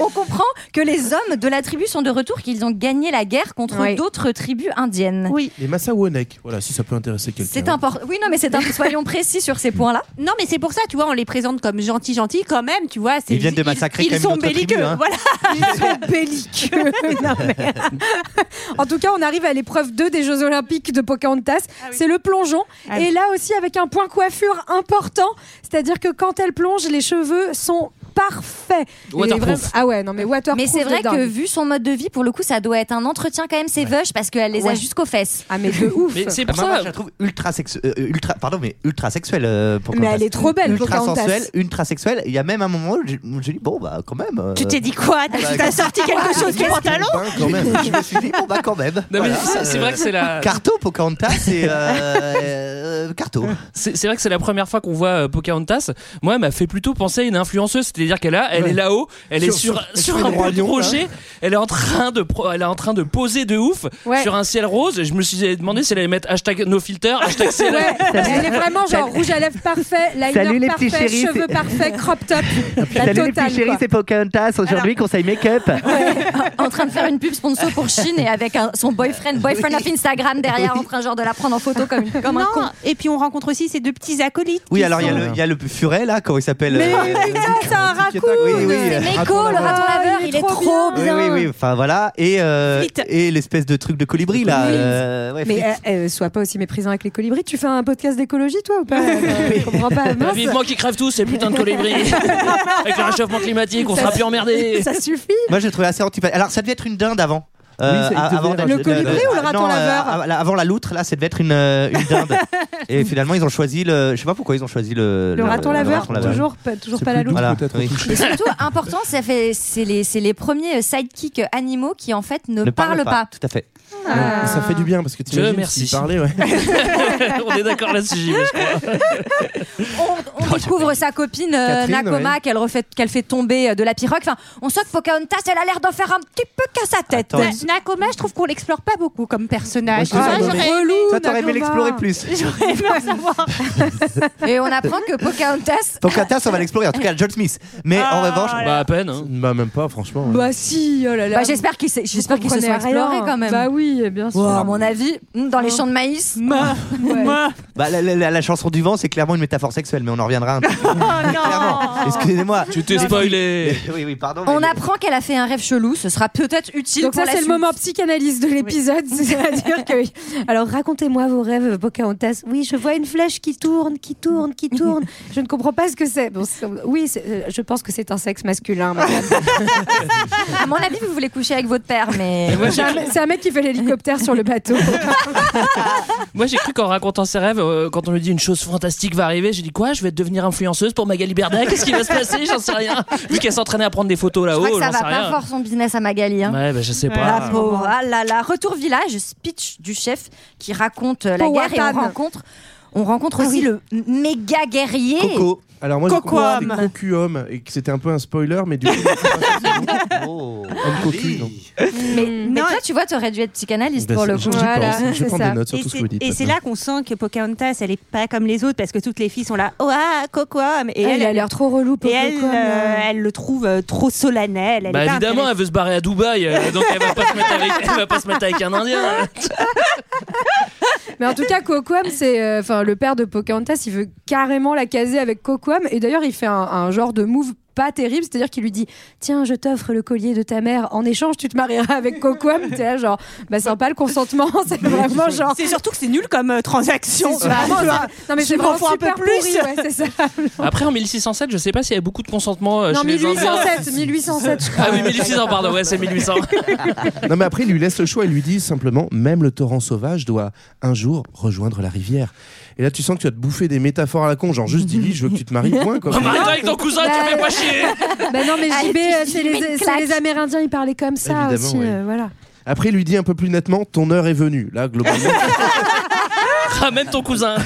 S7: On comprend que les hommes de la tribu sont de retour, qu'ils ont gagné la guerre contre
S1: Oui.
S7: d'autres tribus indiennes.
S12: Oui.
S1: Les Massawanek, voilà, si ça peut intéresser quelqu'un.
S7: C'est important. Oui, non, mais c'est un... soyons précis sur ces points-là.
S12: Non, mais c'est pour ça, tu vois, on les présente comme gentils, gentils quand même, tu vois. c'est-
S9: Ils viennent de massacrer
S12: Ils,
S9: quand
S12: ils
S9: même
S12: sont
S9: une autre tribu,
S12: belliqueux,
S9: hein.
S12: voilà.
S2: Ils sont belliqueux. Non, mais- en tout cas, on arrive à l'épreuve 2 des Jeux Olympiques de Pocahontas. C'est le plongeon.
S12: Ah oui.
S2: Et là aussi, avec un point coiffure important. C'est-à-dire que quand elle plonge, les cheveux sont parfaits. Et
S7: Waterproof.
S2: vraiment- Ah ouais, non, mais waterproof.
S7: Mais c'est vrai
S2: de dingue.
S7: que vu son mode de vie, pour le coup, ça doit être un entretien quand même sévère parce qu'elle les a
S2: Ouais.
S7: jusqu'aux fesses.
S2: Ah mais de ouf.
S8: c'est
S9: Ah,
S8: pour
S9: moi, moi,
S8: ça.
S9: je la trouve ultra sexu- euh, ultra pardon mais ultra sexuelle euh, pour
S2: Mais
S9: Pocahontas.
S2: elle est trop belle,
S9: ultra
S2: Pocahontas.
S9: sensuelle ultra sexuelle il y a même un moment où j'ai où j'ai dit bon bah quand même euh,
S12: Tu t'es dit quoi T'as
S9: bah,
S12: t'as sorti quelque chose du
S9: qu'est-ce
S12: pantalon
S9: Ben, quand même. je me suis dit bon bah quand même
S8: Non, mais c'est- c'est vrai que c'est la-
S9: carto Pocahontas c'est euh, euh, carto
S8: C'est c'est vrai que c'est la première fois qu'on voit euh, Pocahontas. Moi, elle m'a fait plutôt penser à une influenceuse, c'est-à-dire qu'elle a, elle est là-haut, elle est
S1: Sur-
S8: sur,
S1: sur-
S8: sur
S1: sur
S8: un
S1: le
S8: bout de
S1: Roi Lion,
S8: rocher,
S1: là.
S8: elle est en train de, pro- elle est en train de poser de ouf
S2: Ouais.
S8: sur un ciel rose. Et je me suis demandé si elle allait mettre hashtag no filter, hashtag c'est là.
S2: Ouais, elle est vraiment genre rouge à lèvres parfait, liner
S9: Salut les
S2: parfait,
S9: petits chéris,
S2: cheveux
S9: c'est-
S2: parfait, crop top. La totale, quoi.
S9: Pocahontas aujourd'hui conseil make-up
S7: en train de faire une pub sponsor pour Chine et avec un- son boyfriend, boyfriend of Instagram derrière, en train genre de la prendre en photo comme, comme un
S12: Non,
S7: con.
S12: et puis on rencontre aussi ces deux petits acolytes.
S9: Oui,
S12: qui
S9: alors il y, a
S12: sont-
S9: le- il y a le furet là, comment il s'appelle
S12: Mais
S9: euh,
S12: putain, c'est un raccoon
S9: Oui, oui,
S12: C'est
S9: euh,
S12: Meko,
S9: raton
S12: le
S9: laveur.
S12: raton
S7: Ah,
S12: laveur, il est trop
S9: Oui,
S12: bien.
S9: oui, oui, enfin voilà. Et, euh,
S2: Frites.
S9: et l'espèce de truc de colibri là. euh, ouais,
S2: mais
S9: frites.
S2: euh, euh, sois pas aussi méprisant avec les colibris. Tu fais un podcast d'écologie, toi, ou pas Euh, Je comprends pas.
S8: Bah,
S2: Mince.
S8: vivement qu'ils crèvent tous, ces putains de colibris. Avec le réchauffement climatique, on
S2: Ça
S8: sera
S2: su-
S8: plus emmerdés.
S2: Ça suffit.
S9: Moi, j'ai trouvé assez antipathique. Alors, ça devait être une dinde avant. Euh,
S1: Oui, ça, il devait
S9: avant
S1: être- Le colibri
S2: ou le raton
S9: non, euh,
S2: laveur
S9: av- avant la loutre, là, ça devait être une, euh, une dinde. Et finalement, ils ont choisi le. Je sais pas pourquoi ils ont choisi le.
S2: Le raton laveur,
S9: raton
S2: toujours pas, toujours
S9: C'est
S2: pas la
S9: plus
S2: loupe.
S9: doux, Voilà, peut-être, oui.
S7: Et surtout, important, ça fait, c'est les, c'est les premiers euh, sidekicks animaux qui en fait ne,
S9: Ne
S7: parlent
S9: parle
S7: pas.
S9: Tout à fait.
S1: Ouais, Ça fait du bien parce que tu
S8: Dieu
S1: imagines
S8: merci.
S1: s'il parlait, ouais.
S8: on est d'accord là-dessus, j'imagine, je crois.
S7: On découvre sa copine euh,
S8: Catherine,
S7: Nakoma
S8: ouais.
S7: qu'elle refait, qu'elle fait tomber euh, de la pirogue. Enfin, on sent que Pocahontas, elle a l'air d'en faire un petit peu qu'à sa tête.
S12: Na- Nakoma, je trouve qu'on l'explore pas beaucoup comme personnage.
S9: Moi, je trouve ça
S12: Ah, j'aurais
S9: relou,
S12: aimé-
S9: Toi, t'aurais aimé l'explorer plus.
S12: J'aurais aimé en savoir.
S7: Et on apprend que Pocahontas.
S9: Pocahontas, on va l'explorer, en tout cas, John Smith. Mais en
S2: Ah,
S9: revanche.
S8: Bah, à peine.
S1: Bah, même pas, franchement. ouais.
S2: Bah si, oh là là.
S7: Bah, j'espère qu'il s'est- j'espère
S2: Vous
S7: qu'il se
S2: comprenez
S7: soit exploré
S2: rien.
S7: quand même.
S2: Bah oui, bien sûr.
S7: Wow, à mon avis, hmm, dans les champs de maïs.
S2: Ouais.
S9: Bah, la, la- la- la chanson du vent, c'est clairement une métaphore sexuelle, mais on en reviendra un peu. Clairement.
S12: Oh.
S9: Excusez-moi.
S8: Tu t'es spoilé.
S9: Oui, oui, pardon. mais-
S7: On apprend qu'elle a fait un rêve chelou, ce sera peut-être utile
S2: Donc
S7: pour
S2: ça
S7: la
S2: c'est le
S7: suite.
S2: moment psychanalyse de l'épisode, c'est-à-dire que alors racontez-moi vos rêves Pocahontas. Oui, je vois une flèche qui tourne, qui tourne, qui tourne. Je ne comprends pas ce que c'est. Bon, c'est- oui, c'est- euh, je pense que c'est un sexe masculin. madame.
S7: À mon avis, vous voulez coucher avec votre père, mais
S2: C'est un, c'est un mec qui fait l'hélicoptère sur le bateau.
S8: Moi, j'ai cru qu'en racontant ses rêves, euh, quand on lui dit une chose fantastique va arriver, j'ai dit quoi Je vais devenir influenceuse pour Magali Berda Qu'est-ce qui va se passer J'en sais rien. Vu qu'elle s'entraînait à prendre des photos
S9: Bah oh,
S7: je crois
S8: là-haut,
S7: que ça
S8: j'en
S7: va
S8: sais
S7: pas
S8: rien.
S7: fort son business à Magali. hein.
S8: Ouais, bah, je sais pas.
S9: euh,
S7: La pauvre. Ah là là. Retour village, speech du chef qui raconte euh, la guerre et on
S2: Powhatan.
S7: rencontre, on rencontre
S2: Ah
S7: aussi
S2: oui.
S7: le m- méga guerrier.
S9: Coco.
S1: Alors moi, j'ai
S7: Coco
S1: compris des
S7: homme.
S1: cocu homme et que c'était un peu un spoiler, mais du coup,
S9: Oh.
S1: homme cocu, non.
S7: Mais,
S2: Mm.
S7: mais toi, tu vois, t'aurais dû être psychanalyste
S9: Bah,
S1: Ben,
S7: pour
S1: c'est-
S7: le
S1: j'y
S7: coup.
S1: pense.
S12: Voilà,
S1: je vais
S12: c'est
S1: prendre
S12: ça.
S1: des notes sur
S12: Et
S1: tout ce que
S12: c'est-
S1: vous dites.
S12: Et c'est là qu'on sent que Pocahontas, elle est pas comme les autres parce que toutes les filles sont là, oh ah, Coco homme. Et
S2: Ah,
S12: elle,
S2: il a l'air trop relou.
S12: et
S2: Coco,
S12: elle,
S2: comme,
S12: euh,
S2: euh,
S12: elle le trouve euh, trop solennel. Elle
S8: Bah
S12: est pas
S8: évidemment, elle veut se barrer à Dubaï, euh, donc elle va pas se mettre avec, elle va pas se mettre avec un Indien.
S2: Mais en tout cas, Coquam, c'est euh, enfin le père de Pocahontas, il veut carrément la caser avec Coquam. Et d'ailleurs, il fait un, un genre de move pas terrible, c'est-à-dire qu'il lui dit Tiens, je t'offre le collier de ta mère, en échange, tu te marieras avec Coquam. T'es là, genre, bah, sympa le consentement, c'est vraiment genre.
S12: C'est surtout que c'est nul comme euh, transaction.
S2: C'est vraiment-
S12: Tu vois,
S2: Non, mais
S12: je
S2: c'est
S12: m'en
S2: vraiment
S12: fous un peu
S2: super
S12: plus.
S2: pourri, ouais, c'est ça.
S8: Après, en 1607, je sais pas s'il y avait beaucoup de consentement euh,
S2: Non,
S8: chez les Indiens.
S2: 1807, 1807, je crois.
S8: Ah oui, 1800, pardon, ouais, c'est 1800.
S1: Non mais après il lui laisse le choix, il lui dit simplement même le torrent sauvage doit un jour rejoindre la rivière. Et là tu sens que tu vas te bouffer des métaphores à la con, genre juste dis-lui je veux que tu te maries point quoi.
S8: Oh, bah, attends, avec ton cousin, tu fais pas chier.
S2: Bah non, mais JB, euh, c'est
S7: mets une
S2: les, c'est
S7: claque.
S2: les Amérindiens, ils parlaient comme ça
S1: Évidemment,
S2: aussi.
S1: ouais.
S2: euh, voilà.
S1: Après il lui dit un peu plus nettement ton heure est venue. Là globalement
S8: Ramène ton cousin.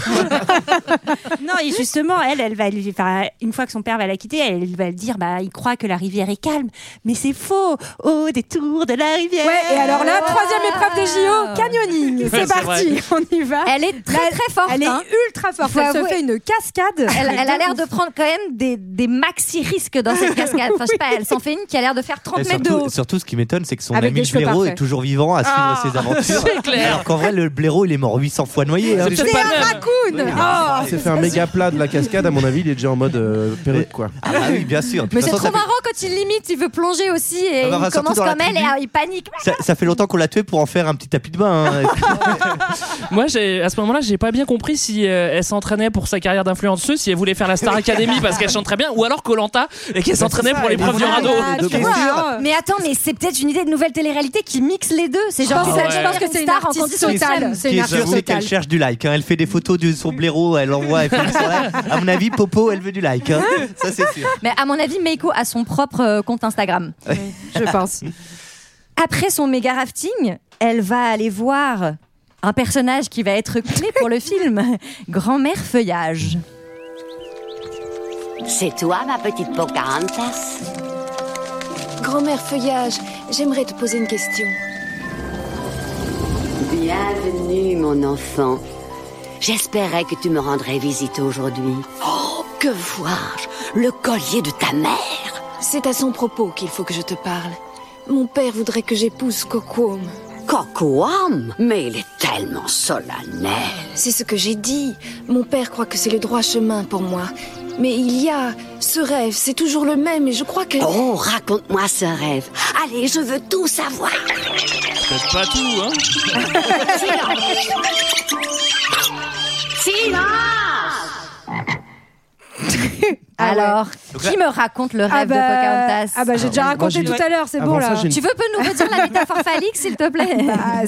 S12: Non, et justement, elle, elle va lui, enfin, une fois que son père va la quitter, elle, va lui dire, bah, il croit que la rivière est calme, mais c'est faux. Au détour de la rivière.
S2: Ouais, et alors là, troisième épreuve des JO, canyoning.
S8: Ouais,
S2: C'est
S8: c'est
S2: parti, on y va.
S7: Elle est très très forte.
S2: Bah, Elle est
S7: hein.
S2: ultra forte.
S7: Faut
S2: Elle se
S7: avouer.
S2: fait une cascade.
S7: Elle, elle a l'air de prendre quand même des, des maxi risques dans cette cascade. Enfin, je sais pas, elle s'en fait une qui a l'air de faire 30
S9: Et
S7: mètres de haut.
S9: surtout, surtout, ce qui m'étonne, c'est que son
S2: Avec
S9: ami
S2: des cheveux
S9: blaireau
S2: parfaits. Ah.
S9: est toujours vivant à suivre ses aventures.
S8: C'est clair.
S9: Alors qu'en vrai, le blaireau, il est mort 800 fois noyé. hein.
S8: C'est peut-être pas le même.
S2: Raccoon Oh.
S1: il s'est fait un méga plat de la cascade à mon avis il est déjà en mode euh, perruque quoi.
S9: Ah bah oui, bien sûr. De toute
S7: Mais c'est
S9: façon,
S7: trop
S9: ça fait-
S7: marrant quand il limite, il veut plonger aussi et
S9: Ah bah,
S7: il
S9: surtout
S7: commence
S9: dans la
S7: comme elle et
S9: tribu.
S7: ah, il panique.
S9: ça, ça fait longtemps qu'on l'a tué pour en faire un petit tapis de bain. hein.
S8: Moi, j'ai- à ce moment-là, j'ai pas bien compris si euh, elle s'entraînait pour sa carrière d'influenceuse, si elle voulait faire la Star Academy parce qu'elle chante très bien, ou alors Colanta et qu'elle s'entraînait
S9: ça,
S8: pour
S9: elle
S8: l'épreuve
S9: est
S8: du
S9: vraiment
S8: radeau.
S9: là. deux
S7: Tu
S9: bons
S7: vois,
S9: tirs.
S7: hein. Mais attends, mais c'est peut-être une idée de nouvelle télé-réalité qui mixe les deux. C'est genre,
S2: pense
S7: qui
S2: que-
S7: va
S2: je
S7: devenir
S2: pense que c'est une
S7: star en
S2: artiste
S7: condition de
S2: totale.
S7: femme.
S9: Ce
S2: C'est une
S9: qui est
S2: artiste
S9: sûr, c'est qu'elle
S2: totale.
S9: cherche du like. hein. Elle fait des photos de son blaireau, elle envoie, elle filme sur elle. À mon avis, Popo, elle veut du like. hein. Ça, c'est sûr.
S7: Mais à mon avis, Meiko a son propre euh, compte Instagram.
S2: Je pense.
S7: Après son méga rafting, elle va aller voir un personnage qui va être clé pour le film, Grand-mère Feuillage.
S5: C'est toi, ma petite Pocahontas
S11: Grand-mère Feuillage, j'aimerais te poser une question.
S5: Bienvenue, mon enfant. J'espérais que tu me rendrais visite aujourd'hui. Oh, que vois-je Le collier de ta mère
S11: C'est à son propos qu'il faut que je te parle. Mon père voudrait que j'épouse Coquome.
S5: Cocoam Mais il est tellement solennel.
S13: C'est ce que j'ai dit. Mon père croit que c'est le droit chemin pour moi. Mais il y a ce rêve, c'est toujours le même et je crois que...
S5: Oh, raconte-moi ce rêve. Allez, je veux tout savoir.
S8: Peut-être pas tout, hein
S7: Alors, qui me raconte le rêve
S2: Ah bah-
S7: de Pocahontas
S2: ah bah, j'ai Ah, déjà moi, raconté j'ai- tout à l'heure, c'est avant bon, ça, là. j'ai une-
S7: Tu veux peut nous redire la métaphore phallique, s'il te plaît
S2: Bah,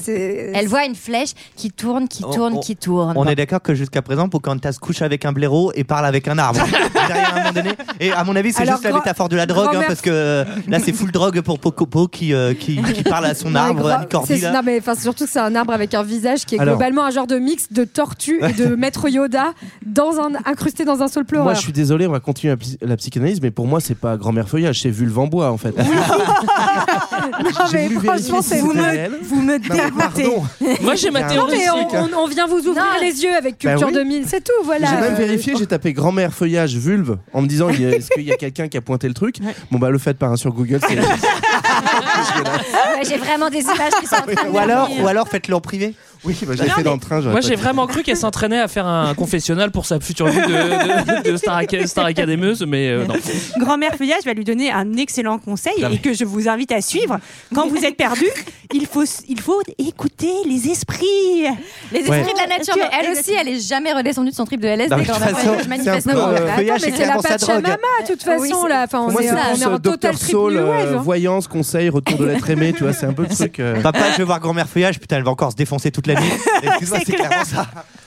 S7: Elle voit une flèche qui tourne, qui tourne,
S9: on-
S7: qui tourne.
S9: On est d'accord que jusqu'à présent, Pocahontas couche avec un blaireau et parle avec un arbre. Derrière, à un moment donné. Et à mon avis, c'est
S2: Alors,
S9: juste la
S2: grand-
S9: métaphore de la drogue, hein,
S2: grand-mère-
S9: parce que euh, là, c'est full drogue pour Pocopo qui, euh, qui, qui parle à son
S2: Non,
S9: arbre,
S2: gros-
S9: à une
S2: c'est-
S9: corville. là.
S2: Non, mais enfin, surtout que c'est un arbre avec un visage qui est
S1: Alors.
S2: globalement un genre de mix de tortue et de maître Yoda dans un, incrusté dans un seul pleureur.
S1: Moi, je suis désolé, on va continuer la, psy- la psychanalyse, mais pour moi, c'est pas grand-mère feuillage, c'est vulve en bois, en fait.
S2: non, mais
S1: voulu
S2: franchement,
S1: vérifier si
S2: c'est vous
S1: c'était
S2: me,
S1: réel.
S2: vous me dégoûtez.
S1: pardon. Moi, j'ai ma
S2: Non,
S1: théorie
S2: mais on,
S1: aussi,
S2: on- on vient vous ouvrir les yeux avec
S1: Bah
S2: Culture
S1: oui.
S2: 2000, c'est tout, voilà.
S1: J'ai même
S2: Euh,
S1: vérifié, j'ai tapé grand-mère feuillage vulve en me disant il y a- est-ce qu'il y a quelqu'un qui a pointé le truc Bon, bah, le fait par un sur Google, c'est.
S7: Ouais, J'ai vraiment des images qui sont en train de
S9: Ou alors,
S7: venir.
S9: ou alors faites-le en privé.
S1: Oui, bah, je l'ai
S8: Non,
S1: fait
S8: mais
S1: dans le train. j'aurais
S8: Moi,
S1: pas
S8: j'ai
S1: dû.
S8: vraiment cru qu'elle s'entraînait à faire un confessionnal pour sa future vie de, de- de Star, Aca- Star Académeuse, mais euh, non.
S12: Grand-mère Feuillage va lui donner un excellent conseil
S8: Non, mais-
S12: et que je vous invite à suivre. Quand vous êtes perdu, il faut, il faut écouter les esprits.
S7: Les esprits
S9: Ouais.
S7: de la nature. mais elle aussi, elle est jamais redescendue de son trip de LSD.
S9: Non, mais de
S7: quand
S9: toute
S7: même. Bah,
S9: façon,
S7: Ouais, je
S9: c'est
S7: manifeste
S9: un peu,
S7: non,
S9: euh,
S7: mais
S9: Feuillage,
S7: attends,
S9: c'est
S7: mais
S9: qui a
S7: la
S9: inventé la
S7: Pachamama,
S9: drogue.
S2: de toute façon, là, enfin, on
S1: Moi,
S2: est,
S1: c'est
S2: on est
S1: plus
S2: en
S1: euh,
S2: total
S1: Dr
S2: trip new
S1: Saul,
S2: wave,
S1: euh,
S2: hein.
S1: voyance, conseil, retour de l'être aimé, tu vois, c'est un peu le truc. euh.
S9: Papa, je vais voir grand-mère feuillage, putain, elle va encore se défoncer toute la nuit. Excuse-moi, c'est clairement ça.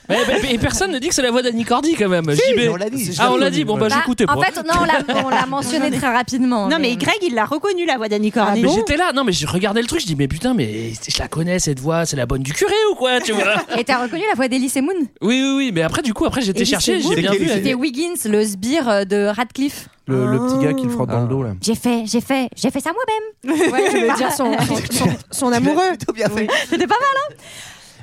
S8: Mais, mais- mais personne ne dit que c'est la voix d'Annie Cordy quand même.
S9: Si,
S8: JB.
S9: on l'a dit.
S8: Ah, on l'a dit. Bon, bah,
S7: Bah,
S8: j'écoutais pas.
S7: En fait, non, on l'a- on l'a mentionné très rapidement.
S12: Non, mais Greg, il l'a reconnu, la voix d'Annie
S8: Ah,
S12: Cordy.
S8: mais j'étais là, non mais je regardais le truc, je dis mais putain mais je la connais cette voix, c'est la bonne du curé ou quoi tu vois
S7: Et t'as reconnu la voix d'Elysée Moon
S8: Oui oui oui mais après du coup après j'étais
S7: Elise
S8: cherché,
S7: Moon,
S8: j'ai bien vu.
S7: C'était Wiggins, le sbire euh, de Radcliffe.
S1: Le, le petit gars qui le frotte dans le dos, là.
S7: J'ai fait, j'ai fait, j'ai fait ça moi-même.
S2: Ouais, tu veux dire son, son, son- son amoureux.
S7: C'était pas mal, hein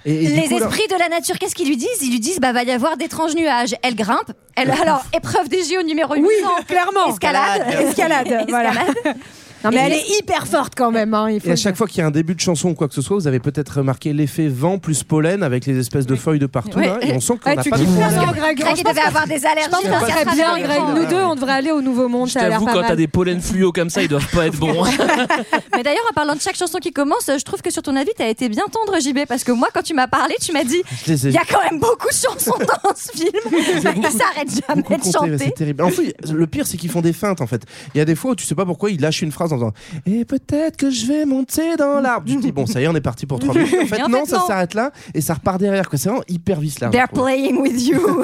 S1: Et, et du
S7: Les
S1: coup, là-
S7: esprits de la nature, qu'est-ce qu'ils lui disent Ils lui disent, bah, va y avoir d'étranges nuages. Elle grimpe. Elle, alors, épreuve des JO numéro 800.
S2: Oui, clairement.
S7: Escalade.
S2: Escalade, voilà. Non, mais elle est hyper forte quand même. hein, il faut
S1: Et à
S2: le
S1: chaque fois qu'il y a un début de chanson ou quoi que ce soit, vous avez peut-être remarqué l'effet vent plus pollen avec les espèces de feuilles de partout.
S7: Ouais.
S1: là, et on sent qu'on
S12: Eh,
S2: Ah,
S1: n'a
S2: tu
S1: pas de
S2: kiffes la
S1: monde.
S2: langue, Greg.
S7: Greg,
S2: Je
S7: il
S2: pense
S7: devait avoir des allergies.
S2: Je pense que ça serait bien, Greg. Nous deux, on devrait aller au Nouveau Monde.
S8: Je
S2: Ça a l'air
S8: t'avoue
S2: pas
S8: quand t'as
S2: mal.
S8: des pollens fluo comme ça ils doivent pas être bons.
S7: Mais d'ailleurs, en parlant de chaque chanson qui commence, je trouve que sur ton avis, t'as été bien tendre, JB, parce que moi, quand tu m'as parlé, tu m'as dit,
S1: Je les ai-
S7: il y a quand même beaucoup de chansons dans ce film. Ils s'arrêtent
S1: Beaucoup
S7: jamais de
S1: compté, ouais,
S7: chanter.
S1: c'est terrible. En fait, le pire, c'est qu'ils font des feintes, en fait. Il y a des fois où tu sais pas pourquoi ils lâchent une phrase en disant Et peut-être que je vais monter dans l'arbre. Tu te dis Bon, ça y est, on est parti pour 3 minutes. En fait,
S7: Et en
S1: non,
S7: fait,
S1: ça
S7: non.
S1: s'arrête là et ça repart derrière. quoi. C'est vraiment hyper vice là.
S7: They're playing with you.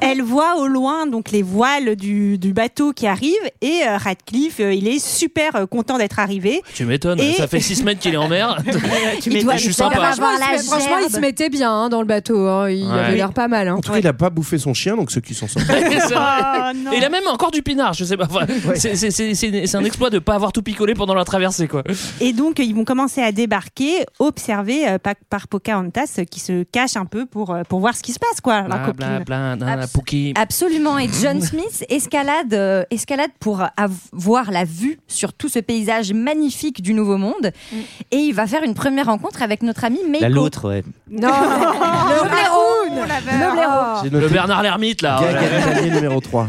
S12: Elle voit au loin donc les voiles du, du bateau qui arrivent et euh, Radcliffe, euh, il est super euh, content d'être arrivé.
S8: tu m'étonnes,
S12: Et-
S8: ça fait 6 semaines qu'il est en mer.
S12: Tu
S7: Il doit
S8: je suis
S7: faire
S8: sympa.
S7: avoir
S2: Franchement,
S7: la
S2: il se met- franchement, il
S7: gerbe.
S2: se mettait bien hein, dans le bateau. hein. Il
S8: Ouais.
S2: avait l'air pas mal. hein.
S1: En tout cas, il a pas bouffé son chien, donc ceux qui s'en sortent.
S8: C'est vrai.
S12: Oh, non.
S8: Et il a même encore du pinard, je sais pas. Enfin, c'est- c'est- C'est c'est- c'est un exploit de pas avoir tout picolé pendant la traversée, quoi.
S12: Et donc, ils vont commencer à débarquer, observés euh, par, par Pocahontas euh, qui se cache un peu pour, euh, pour voir ce qui se passe, quoi, la
S8: Bla,
S12: copine.
S8: bla, bla, na, na,
S7: Abs-
S8: pouki.
S7: Absolument. Et John Smith escalade, euh, escalade pour avoir la vue sur tout ce paysage magnifique du Nouveau Monde. Et il va faire une première rencontre avec notre ami Meiko.
S9: La l'autre, ouais.
S2: Non, le blaireau Le blaireau
S1: J'ai
S8: Le
S1: noté
S8: Bernard l'ermite, là.
S1: Gag
S8: Ah, ouais.
S1: Alexandrier numéro 3.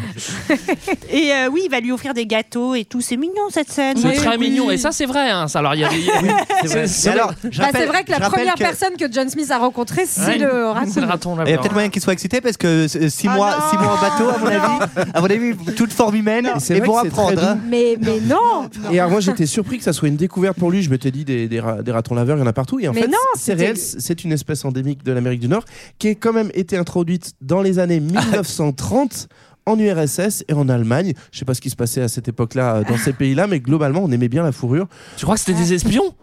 S12: Et euh, oui, il va lui offrir des gâteaux et tout. C'est mignon cette scène.
S8: C'est
S12: Oui,
S8: très
S12: oui.
S8: mignon. Et ça, c'est vrai. Hein. Ça, Alors, il y a des. c'est-
S9: Et
S8: c'est-
S9: alors, je
S2: Bah, C'est
S9: rappelle-
S2: vrai que la
S9: je rappelle
S2: première
S9: que-
S2: personne que John Smith a rencontrée, c'est
S8: Ouais.
S2: le
S8: C'est
S2: raton.
S8: le raton, là.
S9: Il y a peut-être moyen qu'il soit excité parce que 6
S12: Ah
S9: mois,
S12: non
S9: six mois en bateau, à mon avis, à mon avis, toute forme humaine
S1: C'est
S9: est
S1: vrai
S9: bon
S1: que
S9: à
S1: c'est très
S9: prendre. hein.
S2: Mais, mais non
S1: Et alors moi j'étais surpris que ça soit une découverte pour lui. Je m'étais dit des, des ra- des ratons laveurs, il y en a partout. Et en
S2: Mais
S1: fait,
S2: non,
S1: c'est
S2: c'était-
S1: réel, c- c'est une espèce endémique de l'Amérique du Nord qui a quand même été introduite dans les années
S7: Ah.
S1: 1930 en URSS et en Allemagne. Je sais pas ce qui se passait à cette époque-là euh, dans ces pays-là, mais globalement on aimait bien la fourrure.
S8: Tu crois que c'était des espions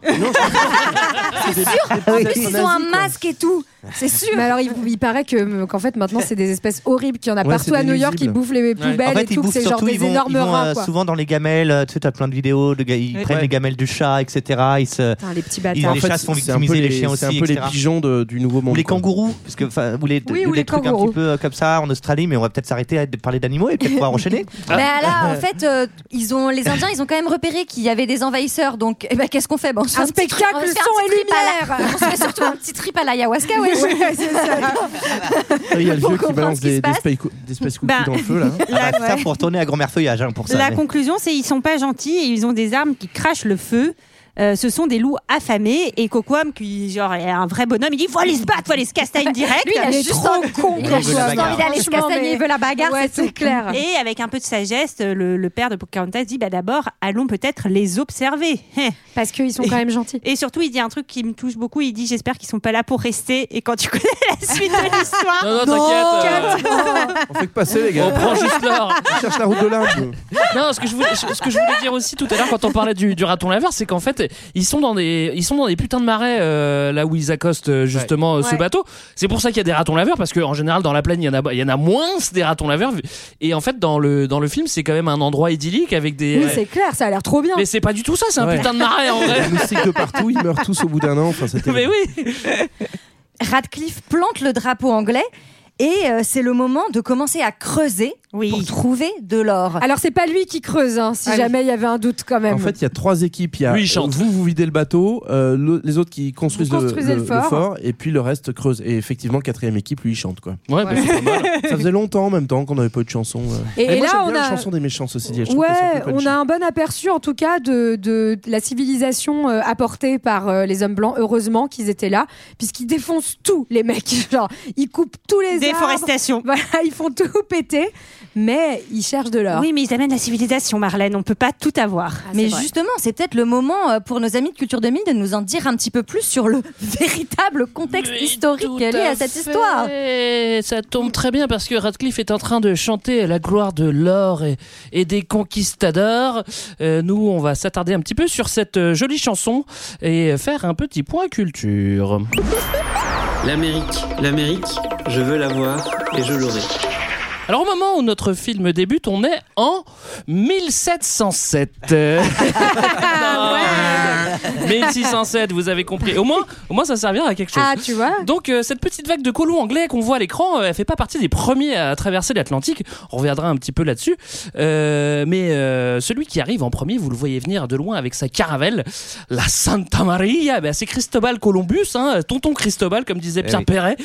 S1: C'est
S2: Ah,
S9: Ah,
S7: En plus, ils ont un masque et tout. C'est sûr.
S2: Mais alors, il, il paraît que euh, qu'en fait maintenant c'est des espèces horribles qu'il y en a
S1: Ouais,
S2: partout
S1: c'est
S2: à New York qui
S1: nuisible.
S2: bouffent les poubelles
S9: En
S2: et
S9: fait, ils
S2: tout. que
S9: bouffent
S2: C'est genre
S9: surtout,
S2: des
S9: ils vont,
S2: énormes
S9: ils vont,
S2: rats
S9: euh,
S2: quoi.
S9: souvent dans les gamelles, euh, tu sais, t'as plein de vidéos, de gars, ils
S12: Ouais.
S9: prennent
S1: Ouais.
S9: les gamelles du chat, etc. Ils se...
S2: Putain, les petits
S9: Ils
S2: bâtards.
S9: en les chats font
S1: c'est un peu
S9: victimiser les
S1: les-
S9: chiens
S1: c'est
S9: aussi,
S1: un peu les
S9: etc.
S1: pigeons de- du Nouveau
S9: Ou
S1: Monde.
S9: les
S1: quoi.
S9: kangourous, parce que, enfin, ou les,
S2: Oui,
S9: ou
S2: ou
S9: les
S2: les
S9: trucs un
S2: kangourous.
S9: petit peu euh, comme ça en Australie, mais on va peut-être s'arrêter à parler d'animaux et peut-être pouvoir enchaîner.
S7: Mais là, en fait, euh, ils ont, les Indiens, ils ont quand même repéré qu'il y avait des envahisseurs. Donc, eh ben, qu'est-ce qu'on fait Bon, on se fait
S2: Un
S7: petit truc- on
S2: spectacle
S7: se fait un
S2: son
S7: petit
S2: et
S7: trip
S2: galère.
S7: On se fait surtout un petit trip à l'ayahuasca, ouais.
S2: Ouais, c'est ça.
S1: Il y a le
S7: Pour
S1: vieux qui
S7: comprendre
S1: balance
S7: ce qui se
S1: des, des
S7: passe. Bah.
S1: space cou- des space cookies
S12: Ben,
S1: dans le feu, là.
S12: la-
S9: Ah, Ça, faut retourner à grand-mère feuillage hein, pour ça.
S12: La
S9: mais-
S12: conclusion, c'est ils sont pas gentils et ils ont des armes qui crachent le feu. Euh, ce sont des loups affamés et Coquam qui genre est un vrai bonhomme il dit faut aller se battre faut aller se castagner direct
S2: Lui, il a
S12: Mais
S2: juste
S12: trop
S2: envie-
S12: con
S2: il
S12: quoi.
S2: a juste Il veut la envie bagarre. d'aller se
S12: Franchement,
S2: castagner,
S12: mais-
S2: il veut la bagarre,
S12: Ouais,
S2: c'est tout. clair.
S12: et avec un peu de sagesse le, le père de Pocahontas dit bah d'abord allons peut-être les observer Hein.
S2: parce qu'ils sont quand même gentils
S12: et surtout il dit un truc qui me touche beaucoup il dit j'espère qu'ils sont pas là pour rester et quand tu connais la suite de l'histoire
S8: Non, non, t'inquiète, euh,
S1: On fait que passer, les gars.
S8: On prend juste l'or.
S1: On cherche la route de l'Inde.
S8: Non, ce que je voulais, ce que je voulais dire aussi tout à l'heure quand on parlait du, du raton laveur, c'est qu'en fait, ils sont dans des, ils sont dans des putains de marais euh, là où ils accostent euh, justement euh, ce
S14: Ouais.
S8: bateau. C'est pour ça qu'il y a des ratons laveurs parce que en général dans la plaine il y en a, il y en a moins des ratons laveurs. Et en fait dans le dans le film c'est quand même un endroit idyllique avec des.
S2: Oui, c'est clair, ça a l'air trop bien.
S8: Mais c'est pas du tout ça, c'est un
S1: Ouais.
S8: putain de marais en vrai.
S1: Ils nous signent de partout, ils meurent tous au bout d'un an. Enfin, c'était.
S8: Mais oui.
S7: Radcliffe plante le drapeau anglais et euh, c'est le moment de commencer à creuser pour trouver de l'or. Ah
S2: Alors, c'est pas lui qui creuse, hein, si jamais il y avait un doute quand même.
S1: En fait, il y a trois équipes. Il y a
S8: Lui, il chante.
S1: vous, vous videz le bateau, euh, le- les autres qui construisent
S2: Vous
S1: le,
S2: construisez le fort.
S1: et puis le reste creuse. Et effectivement, quatrième équipe, lui, il chante quoi.
S8: Ouais,
S2: bah, c'est pas mal.
S1: Ça faisait longtemps en même temps qu'on n'avait pas eu de chanson. euh.
S2: Et-
S1: Mais
S2: et
S1: moi,
S2: là,
S1: j'aime
S2: on
S1: bien
S2: a-
S1: les chansons des méchants ceci dit. je trouve qu'elles sont
S2: Ouais,
S1: plus
S2: on
S1: punchy.
S2: a un bon aperçu en tout cas de, de, de la civilisation euh, apportée par euh, les hommes blancs. Heureusement qu'ils étaient là, puisqu'ils défoncent tout, les mecs. Genre, ils coupent tous les arbres.
S12: Déforestation.
S2: Voilà, ils font tout péter, mais ils cherchent de l'or. Ah,
S12: oui mais ils amènent la civilisation Marlène on peut pas tout avoir
S7: Mais justement, c'est peut-être le moment euh, pour nos amis de Culture 2000 de nous en dire un petit peu plus sur le véritable contexte historique lié à cette histoire.
S8: Et ça tombe très bien parce que Radcliffe est en train de chanter la gloire de l'or et, et des conquistadors. Euh, nous, on va s'attarder un petit peu sur cette euh, jolie chanson et faire un petit point culture.
S14: L'Amérique, l'Amérique, je veux la voir et je l'aurai.
S8: Alors au moment où notre film débute, on est en 1707. Euh,
S7: Ah,
S8: non. 1607, vous avez compris. Au moins, au moins ça servira à quelque chose.
S2: Ah, tu vois.
S8: Donc euh, cette petite vague de colons anglais qu'on voit à l'écran, euh, elle fait pas partie des premiers à traverser l'Atlantique. On reviendra un petit peu là-dessus. Euh, mais euh, celui qui arrive en premier, vous le voyez venir de loin avec sa caravelle, la Santa Maria. Ben, c'est Cristobal Columbus, hein, tonton Cristobal comme disait
S2: Eh
S8: Pierre
S14: oui.
S8: Perret.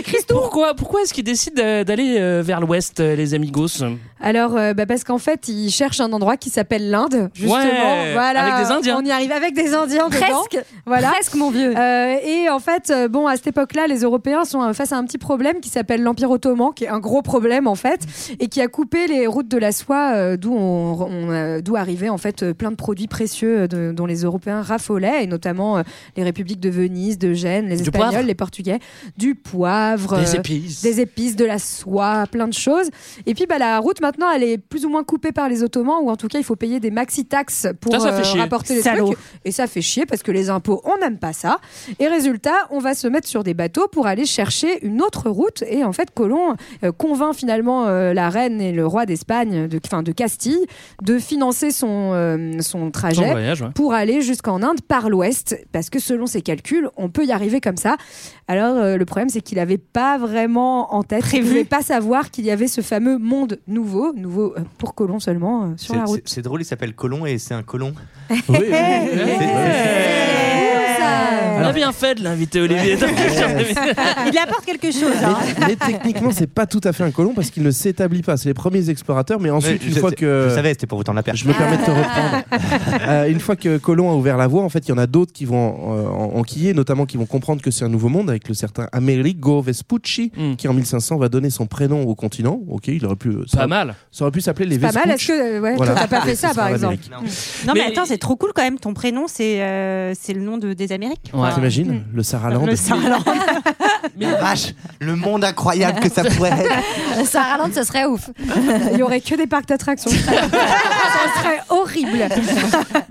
S8: pourquoi pourquoi est-ce qu'il décide euh, d'aller euh, vers l'ouest, euh, les amigos
S2: Alors, euh, bah, parce qu'en fait, ils cherchent un endroit qui s'appelle l'Inde, justement.
S8: Ouais,
S2: voilà,
S8: avec des Indiens.
S2: On y arrive avec des Indiens dedans.
S7: Presque.
S2: Voilà.
S7: Presque, mon vieux.
S2: Euh, et en fait, euh, bon, à cette époque-là, les Européens sont euh, face à un petit problème qui s'appelle l'Empire ottoman, qui est un gros problème en fait, et qui a coupé les routes de la soie, euh, d'où on, on, euh, d'où arrivaient en fait euh, plein de produits précieux euh, de- dont les Européens raffolaient, et notamment euh, les républiques de Venise, de Gênes, les
S8: Du
S2: Espagnols,
S8: poivre.
S2: les Portugais, du poivre,
S8: Des
S2: euh,
S8: épices.
S2: des épices, de la soie, plein de choses. Et puis, bah, la route maintenant, elle est plus ou moins coupée par les Ottomans, ou en tout cas, il faut payer des maxi taxes pour
S8: Ça, ça
S2: euh,
S8: fait chier.
S2: rapporter des
S12: Salaud.
S2: trucs. Et ça fait chier parce que les impôts, on n'aime pas ça. Et résultat, on va se mettre sur des bateaux pour aller chercher une autre route. Et en fait, Colomb euh, convainc finalement euh, la reine et le roi d'Espagne, de, enfin de Castille, de financer son, euh, son trajet
S8: Son voyage, ouais.
S2: pour aller jusqu'en Inde par l'ouest. Parce que selon ses calculs, on peut y arriver comme ça. Alors, euh, le problème, c'est qu'il n'avait pas vraiment en tête, il ne pouvait pas savoir qu'il y avait ce fameux monde nouveau, nouveau euh, pour Colomb seulement, euh, sur
S9: C'est-
S2: la route.
S9: c'est- C'est drôle, il s'appelle Colon et c'est un colon.
S1: Oui,
S9: oui, oui.
S2: euh, Eh
S8: On a bien fait de l'inviter Olivier.
S12: il apporte quelque chose hein.
S1: Mais techniquement, c'est pas tout à fait un colon parce qu'il ne s'établit pas. C'est les premiers explorateurs, mais ensuite,
S9: Mais
S1: une
S9: je-
S1: fois que.
S9: Je savais, c'était pour vous tendre la perche.
S1: Je me permets de te reprendre. Euh, une fois que Colomb a ouvert la voie, en fait, il y en a d'autres qui vont euh, en- enquiller, notamment qui vont comprendre que c'est un nouveau monde avec le certain Amerigo Vespucci,
S8: Hmm.
S1: qui en 1500 va donner son prénom au continent. Ok, il aurait pu. ça-
S8: Pas mal.
S1: Ça aurait pu s'appeler les
S2: Pas
S1: Vespucci.
S2: mal, est-ce que euh, ouais,
S1: Voilà.
S2: toi, t'as pas fait
S1: Et ce
S2: ça par
S1: sera
S2: exemple
S1: l'Amérique.
S12: non mais,
S8: Mais-
S12: attends c'est trop cool quand même ton prénom c'est euh, c'est le nom de, des Amériques
S1: Ouais. T'imagines
S2: Hmm.
S1: le Saraland.
S12: Le Saarland.
S9: Vache, le monde incroyable que ça pourrait être.
S7: Ça ralente, ce serait ouf.
S2: Il y aurait que des parcs d'attractions. ça serait horrible.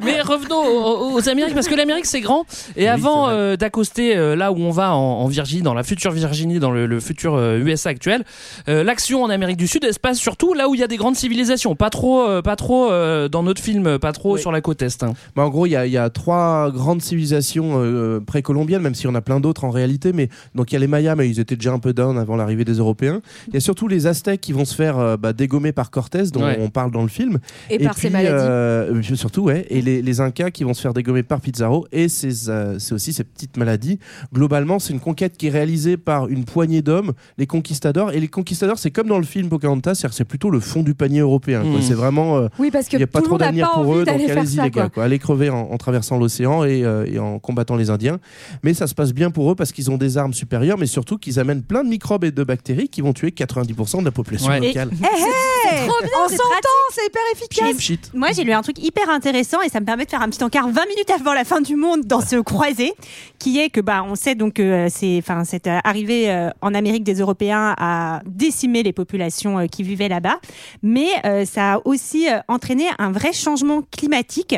S8: Mais revenons aux, aux- aux Amériques parce que l'Amérique c'est grand. Et avant euh, d'accoster euh, là où on va en, en Virginie, dans la future Virginie, dans le, le futur euh, USA actuel, euh, l'action en Amérique du Sud elle se passe surtout là où il y a des grandes civilisations. Pas trop, euh, pas trop euh, dans notre film, pas trop sur la côte est. hein.
S1: Bah, en gros, il y, a- il y a trois grandes civilisations euh, précolombiennes, même s'il y en a plein d'autres en réalité. Mais donc, il y a les Mayas, mais ils étaient déjà un peu down avant l'arrivée des Européens. Il y a surtout les Aztèques qui vont se faire euh, bah, dégommer par Cortés, dont
S8: Ouais.
S1: on parle dans le film.
S2: Et par ces
S1: puis,
S2: maladies.
S1: euh, je- surtout, ouais. Et les, les Incas qui vont se faire dégommer par Pizarro et ses, euh, c'est aussi ces petites maladies. Globalement, c'est une conquête qui est réalisée par une poignée d'hommes, les conquistadors. Et les conquistadors, c'est comme dans le film Pocahontas, c'est-à-dire que c'est plutôt le fond du panier européen. quoi.
S2: Mm.
S1: C'est vraiment. euh,
S2: Oui, parce que
S1: il n'y a pas
S2: tout le
S1: trop
S2: monde n'a
S1: d'avenir
S2: pas
S1: pour
S2: envie
S1: eux, donc
S2: d'aller faire
S1: allez-y
S2: ça,
S1: les gars,
S2: quoi.
S1: quoi. allez crever en, en traversant l'océan et, euh, et en combattant les Indiens. Mais ça se passe bien pour eux parce qu'ils ont des armes supérieures, mais surtout qu'ils amènent plein de microbes et de bactéries qui vont tuer 90% de la population
S8: Ouais.
S1: locale.
S2: Eh,
S12: c'est trop bien, c'est pratique.
S11: c'est hyper
S1: Chip,
S12: efficace.
S1: shit.
S12: Moi, j'ai lu un truc hyper intéressant et ça me permet de faire un petit encart 20 minutes avant la fin du monde dans ce croisé, qui est que bah on sait donc que euh, c'est enfin cette euh, arrivée euh, en Amérique des Européens a décimé les populations euh, qui vivaient là-bas, mais euh, ça a aussi euh, entraîné un vrai changement climatique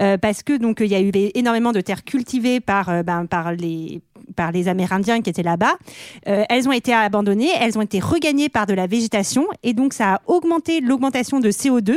S12: euh, parce que donc il y a eu les- énormément de terres cultivées par euh, ben, par les par les Amérindiens qui étaient là-bas. Euh, elles ont été abandonnées, elles ont été regagnées par de la végétation et donc ça a augmenté l'augmentation de CO2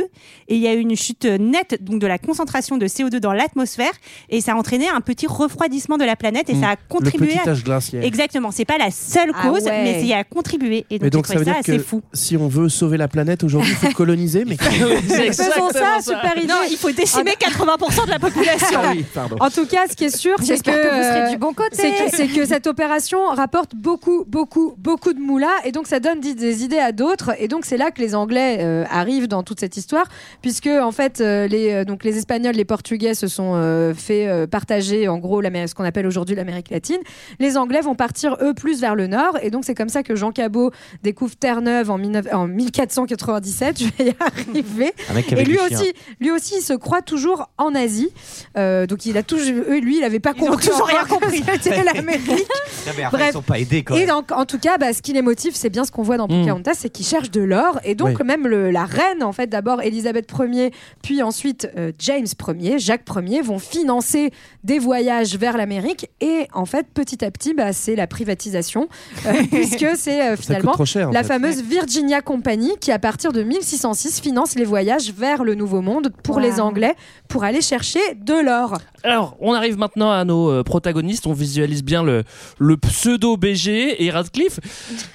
S12: et il y a eu une chute nette donc de la concentration de CO2 dans l'atmosphère et ça a entraîné un petit refroidissement de la planète et
S1: Mm.
S12: ça a
S1: Le
S12: contribué
S1: petit
S12: à...
S1: âge glaciaire.
S12: Exactement, c'est pas la seule
S2: Ah
S12: cause
S2: ouais.
S12: mais c'est- il y a contribué et
S1: Mais
S12: donc, j'ai trouvé ça assez fou.
S1: si on veut sauver la planète aujourd'hui, il faut coloniser. Mais
S2: Faisons ça, Ah, super idée.
S12: Non, il faut décimer 80% de la population.
S1: Ah oui, pardon.
S7: Oh,
S2: En tout cas, ce qui est sûr, c'est que,
S7: J'espère que vous serez
S2: euh,
S7: du bon côté.
S2: C'est que, c'est que cette opération rapporte beaucoup, beaucoup, beaucoup de moulas, et donc ça donne des, des idées à d'autres. Et donc c'est là que les Anglais euh, arrivent dans toute cette histoire, puisque en fait euh, les euh, donc les Espagnols, les Portugais se sont euh, fait euh, partager en gros l'Amérique- ce qu'on appelle aujourd'hui l'Amérique latine. Les Anglais vont partir eux plus vers le nord, et donc c'est comme ça que Jean Cabot découvre Terre-Neuve en, 19 en 1497. Je vais y arriver.
S9: Un mec
S2: Et
S9: avec
S2: lui
S9: du chien.
S2: aussi, lui aussi, il se croit toujours en Asie. Euh, donc il a toujours, eux, lui, il avait pas
S12: ont
S2: compris.
S12: toujours rien
S2: encore que
S12: compris.
S2: C'était l'Amérique.
S9: Non, mais après,
S2: Bref.
S9: ils sont pas aidés quand
S2: Et
S9: même.
S2: donc, en tout cas, bah, ce qui les motive, c'est bien ce qu'on voit dans Pocahontas, c'est qu'ils cherchent de l'or. Et donc,
S9: Hmm. Oui.
S2: même le- la reine, en fait, d'abord Elisabeth Ier, puis ensuite euh, James Ier, Jacques Ier, vont financer des voyages vers l'Amérique. Et en fait, petit à petit, bah, c'est la privatisation, euh, puisque c'est euh,
S1: coûte
S2: finalement
S1: trop cher, en
S2: la
S1: fait.
S2: fameuse Virginia Company qui, à partir de 1606, finance les voyages vers le Nouveau Monde pour les Anglais pour aller chercher de l'or.
S8: Alors, on arrive maintenant à nos euh, protagonistes. On visualise bien le, le pseudo BG et Radcliffe.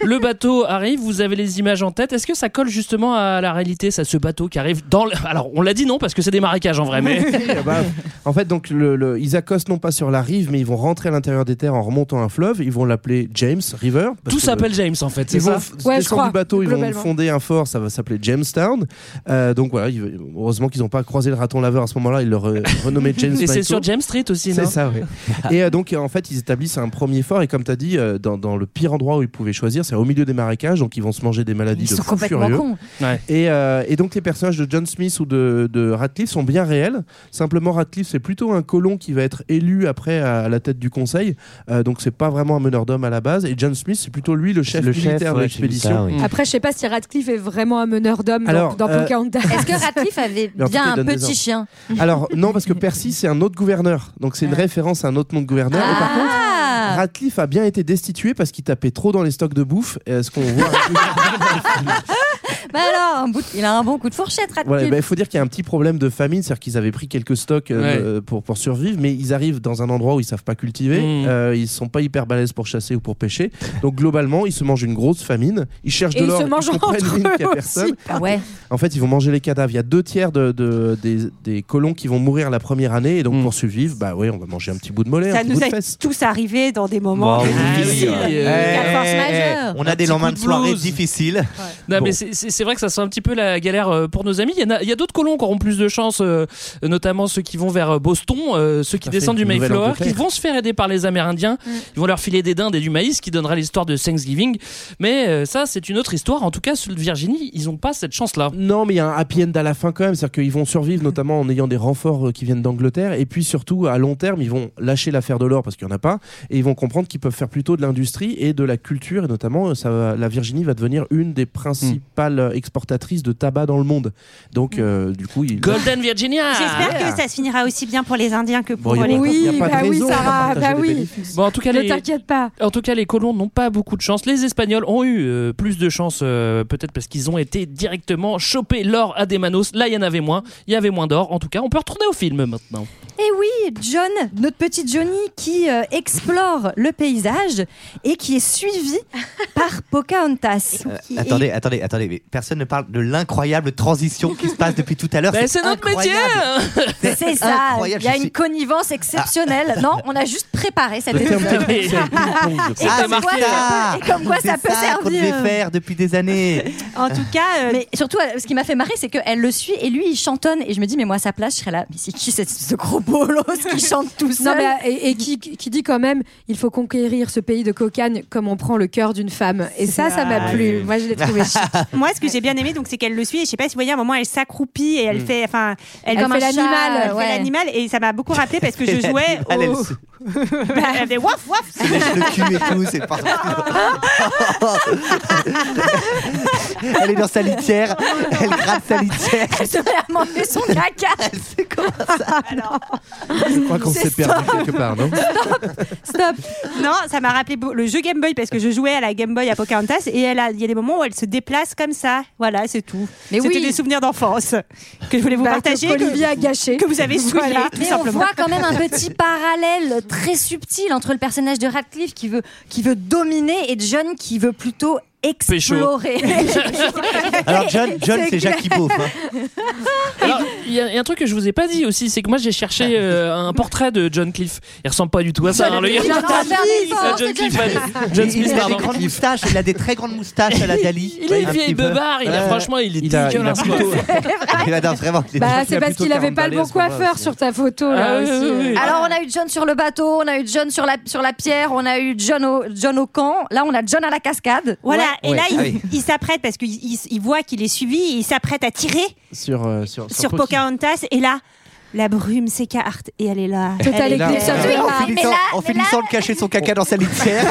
S8: Le bateau arrive, vous avez les images en tête. Est-ce que ça colle justement à la réalité, ça, ce bateau qui arrive dans le... Alors, on l'a dit non, parce que c'est des marécages en vrai, mais...
S1: Ah bah, en fait, donc, le, le- ils accostent non pas sur la rive, mais ils vont rentrer à l'intérieur des terres en remontant un fleuve. Ils vont l'appeler James River. parce
S8: Tout
S1: que-
S8: s'appelle James en fait, c'est
S1: Ils vont
S8: ça
S1: f- descendre du bateau, ils vont fonder un fort, ça va s'appeler Jamestown. Euh, donc voilà, ils- heureusement qu'ils n'ont pas croisé le raton laveur à ce moment-là, ils l'ont re- renommé James
S8: Et c'est
S1: Michael.
S8: sur James Street aussi, non
S1: C'est ça, oui. et euh, donc, euh, en fait, ils établissent un premier fort. Et comme tu as dit, euh, dans, dans le pire endroit où ils pouvaient choisir, c'est au milieu des marécages. Donc, ils vont se manger des maladies
S7: Ils
S1: de
S7: sont
S1: fous
S7: complètement
S1: furieux.
S7: cons.
S1: Et, euh, et donc, les personnages de John Smith ou de, de Ratcliffe sont bien réels. Simplement, Ratcliffe, c'est plutôt un colon qui va être élu après à, à la tête du conseil. Euh, donc, c'est pas vraiment un meneur d'hommes à la base. Et John Smith, c'est plutôt lui, le chef
S9: Le chef,
S1: militaire de
S9: ouais,
S1: l'expédition.
S9: j'ai vu ça, oui.
S2: Après, je sais pas si Radcliffe est vraiment un meneur d'hommes dans,
S1: Alors,
S2: dans
S1: euh,
S2: Pocahontas.
S7: Est-ce que Radcliffe avait
S1: Mais en fait,
S7: bien
S1: il
S7: un
S1: donne des ordres.
S7: petit chien
S1: Alors non parce que Percy c'est un autre gouverneur donc c'est une
S2: Ah.
S1: référence à un autre nom de gouverneur. Et par contre Ratcliffe a bien été destitué parce qu'il tapait trop dans les stocks de bouffe. Et ce qu'on voit.
S7: Bah alors, un bout de- il a un bon coup de fourchette, Radcliffe.
S1: Voilà, bah, il faut dire qu'il y a un petit problème de famine, c'est-à-dire qu'ils avaient pris quelques stocks euh, pour pour survivre, mais ils arrivent dans un endroit où ils savent pas cultiver, euh, ils sont pas hyper balèzes pour chasser ou pour pêcher. Donc globalement, ils se mangent une grosse famine. Ils cherchent
S2: Et
S1: de
S2: ils
S1: l'or.
S2: se mangent
S1: comprennent
S2: entre
S1: bien qu'il y a
S2: eux
S1: personne.
S2: aussi. Ah ouais.
S1: En fait, ils vont manger les cadavres. Il y a deux tiers de, de- des, des colons qui vont mourir la première année, et donc pour survivre, bah ouais, on va manger un petit bout de mollet, un
S12: Ça
S1: petit bout
S12: nous
S1: de
S12: est
S1: fesse.
S12: tous arrivé dans des moments difficiles.
S9: Eh, On a
S8: Un
S9: des
S8: petit
S9: lendemains
S8: coup
S9: de
S8: de
S9: soirée
S8: blues.
S9: difficiles.
S8: Non,
S9: Bon.
S8: mais c'est- c'est c'est vrai que ça sent un petit peu la galère euh, pour nos amis. Il y en a, il y a d'autres colons qui auront plus de chance, euh, notamment ceux qui vont vers euh, Boston, euh, ceux qui
S1: à fait,
S8: descendent du Mayflower,
S1: Nouvelle-Angleterre.
S8: qui vont se faire aider par les Amérindiens. Ils vont leur filer des dindes et du maïs, qui donnera l'histoire de Thanksgiving. Mais euh, ça, c'est une autre histoire. En tout cas, ceux de Virginie, ils n'ont pas cette chance-là.
S1: Non, mais il y a un happy end à la fin quand même. C'est-à-dire qu'ils vont survivre, notamment en ayant des renforts euh, qui viennent d'Angleterre. Et puis surtout, à long terme, ils vont lâcher l'affaire de l'or parce qu'il n'y en a pas. Et ils vont comprendre qu'ils peuvent faire plutôt de l'industrie et de la culture. Et notamment, euh, ça va- la Virginie va devenir une des principales euh, exportatrices de tabac dans le monde. Donc, euh, du coup, ils.
S8: Golden Virginia
S1: Bah.
S12: J'espère
S2: Ah.
S1: Yeah.
S12: que ça se finira aussi bien pour les Indiens que
S1: Bon,
S12: pour
S1: y a
S12: les
S1: pas- y a pas de
S12: bah oui,
S1: raison, on va
S12: Sarah,
S1: partager
S12: bah
S1: les
S12: oui.
S1: bénéfices.
S8: Bon, en tout cas,
S2: Ne
S8: les...
S2: t'inquiète pas.
S8: En tout cas, les colons n'ont pas beaucoup de chance. Les Espagnols ont eu euh, plus de chance, euh, peut-être parce qu'ils ont été directement choper l'or à des manos. Là, il y en avait moins. Il y avait moins d'or. En tout cas, on peut retourner au film maintenant.
S7: Et Eh oui, John, notre petit Johnny qui euh, explore le paysage et qui est suivi par Pocahontas.
S1: Euh,
S7: Et-
S9: Attendez, attendez, attendez, mais personne ne parle de l'incroyable transition qui se passe depuis tout à l'heure.
S7: Ben, c'est notre
S9: incroyable.
S7: C'est ça,
S9: incroyable,
S7: il y a
S9: je
S7: une
S9: suis-
S7: connivence exceptionnelle.
S9: Ah.
S7: Non, on a juste préparé cette
S9: Le terme
S7: épisode.
S9: technique, c'est le ping-pong, je
S7: Et
S9: crois.
S7: comme quoi, ça peut- et comme quoi
S9: Ah, C'est
S7: ça peut
S9: qu'on
S7: servir.
S9: devait faire depuis des années.
S7: En tout cas, mais surtout, euh, ce qui m'a fait marrer, c'est qu'elle le suit et lui, il chantonne. Et je me dis, mais moi, à sa place, je serais là. Mais c'est qui cette- ce gros bolos qui chante tout
S2: Non,
S7: seul
S2: mais, et, et qui, qui dit quand même il faut conquérir ce pays de cocagne comme on prend le cœur d'une femme. Et ça, ça m'a plu. Moi, je l'ai trouvé chic.
S12: Ah. Moi, ce que j'ai bien aimé, donc, c'est qu'elle le suit. Et je sais pas si vous voyez, à un moment, elle s'accroupit et elle
S2: Mm.
S12: fait, enfin, elle,
S2: Comme
S12: fait
S2: un chat,
S12: l'animal, elle fait
S2: ouais.
S12: l'animal. Et ça m'a beaucoup rappelé parce que je jouais.
S9: Elle, elle
S12: au-
S9: se-
S12: elle fait waf waf.
S9: se lèche le cul et tout, c'est partout. elle est dans sa litière, elle gratte sa litière.
S2: euh,
S7: Elle se met à manger son caca. Elle
S9: sait comment ça.
S1: Je crois qu'on s'est perdu quelque part, non
S12: Stop. Non, ça m'a rappelé beau- le jeu Game Boy parce que je jouais à la Game Boy à Pocahontas et elle a- il y a des moments où elle se déplace comme ça. Voilà, c'est tout.
S7: Mais
S12: C'était
S7: oui.
S12: des souvenirs d'enfance que je voulais vous
S2: Bah, que
S12: partager.
S2: Olivier a gâché.
S12: Que vous avez souillé,
S7: Voilà.
S12: tout
S7: Mais on
S12: simplement.
S7: voit quand même un petit parallèle très subtil entre le personnage de Radcliffe qui veut, qui veut dominer et John qui veut plutôt explorer.
S9: Alors, John, John c'est Jackie Beauf. hein.
S8: Alors, il y, a- il y a un truc que je vous ai pas dit aussi, c'est que moi j'ai cherché euh, un portrait de John Cliff. Il ressemble pas du tout à ça. hein, le gars.
S7: Il a un
S8: Smith,
S7: effort,
S8: John
S7: c'est
S8: Cliff,
S7: John
S8: ouais,
S7: Smith.
S8: John
S9: il,
S8: Smith,
S9: il a des
S8: pardon.
S9: grandes moustaches, il a des très grandes moustaches à la Dali.
S8: Il est
S9: Un
S8: vieil
S9: petit peu.
S8: bebard, il a-
S9: Ouais.
S8: franchement, il est
S9: Il a- il a
S8: dégueulasse,
S9: plutôt-
S8: quoi.
S9: Il a vraiment. il est-
S2: Bah, c'est parce qu'il avait pas le bon coiffeur sur ta photo.
S8: Ah
S2: Là,
S8: oui,
S2: aussi.
S8: oui, oui.
S7: Alors on a eu John sur le bateau, on a eu John sur la, sur la pierre, on a eu John au, John au camp, là on a John à la cascade.
S12: Voilà, et là, il,
S1: Ah oui.
S12: il s'apprête parce qu'il il- il voit qu'il est suivi, il s'apprête à tirer
S1: Sur, euh, sur,
S12: sur Pocahontas et là, la brume s'écarte et elle est là.
S2: Total
S12: Elle est là.
S2: Eclipse of the
S9: en
S2: Heart.
S9: finissant, en finissant de cacher son caca dans sa litière.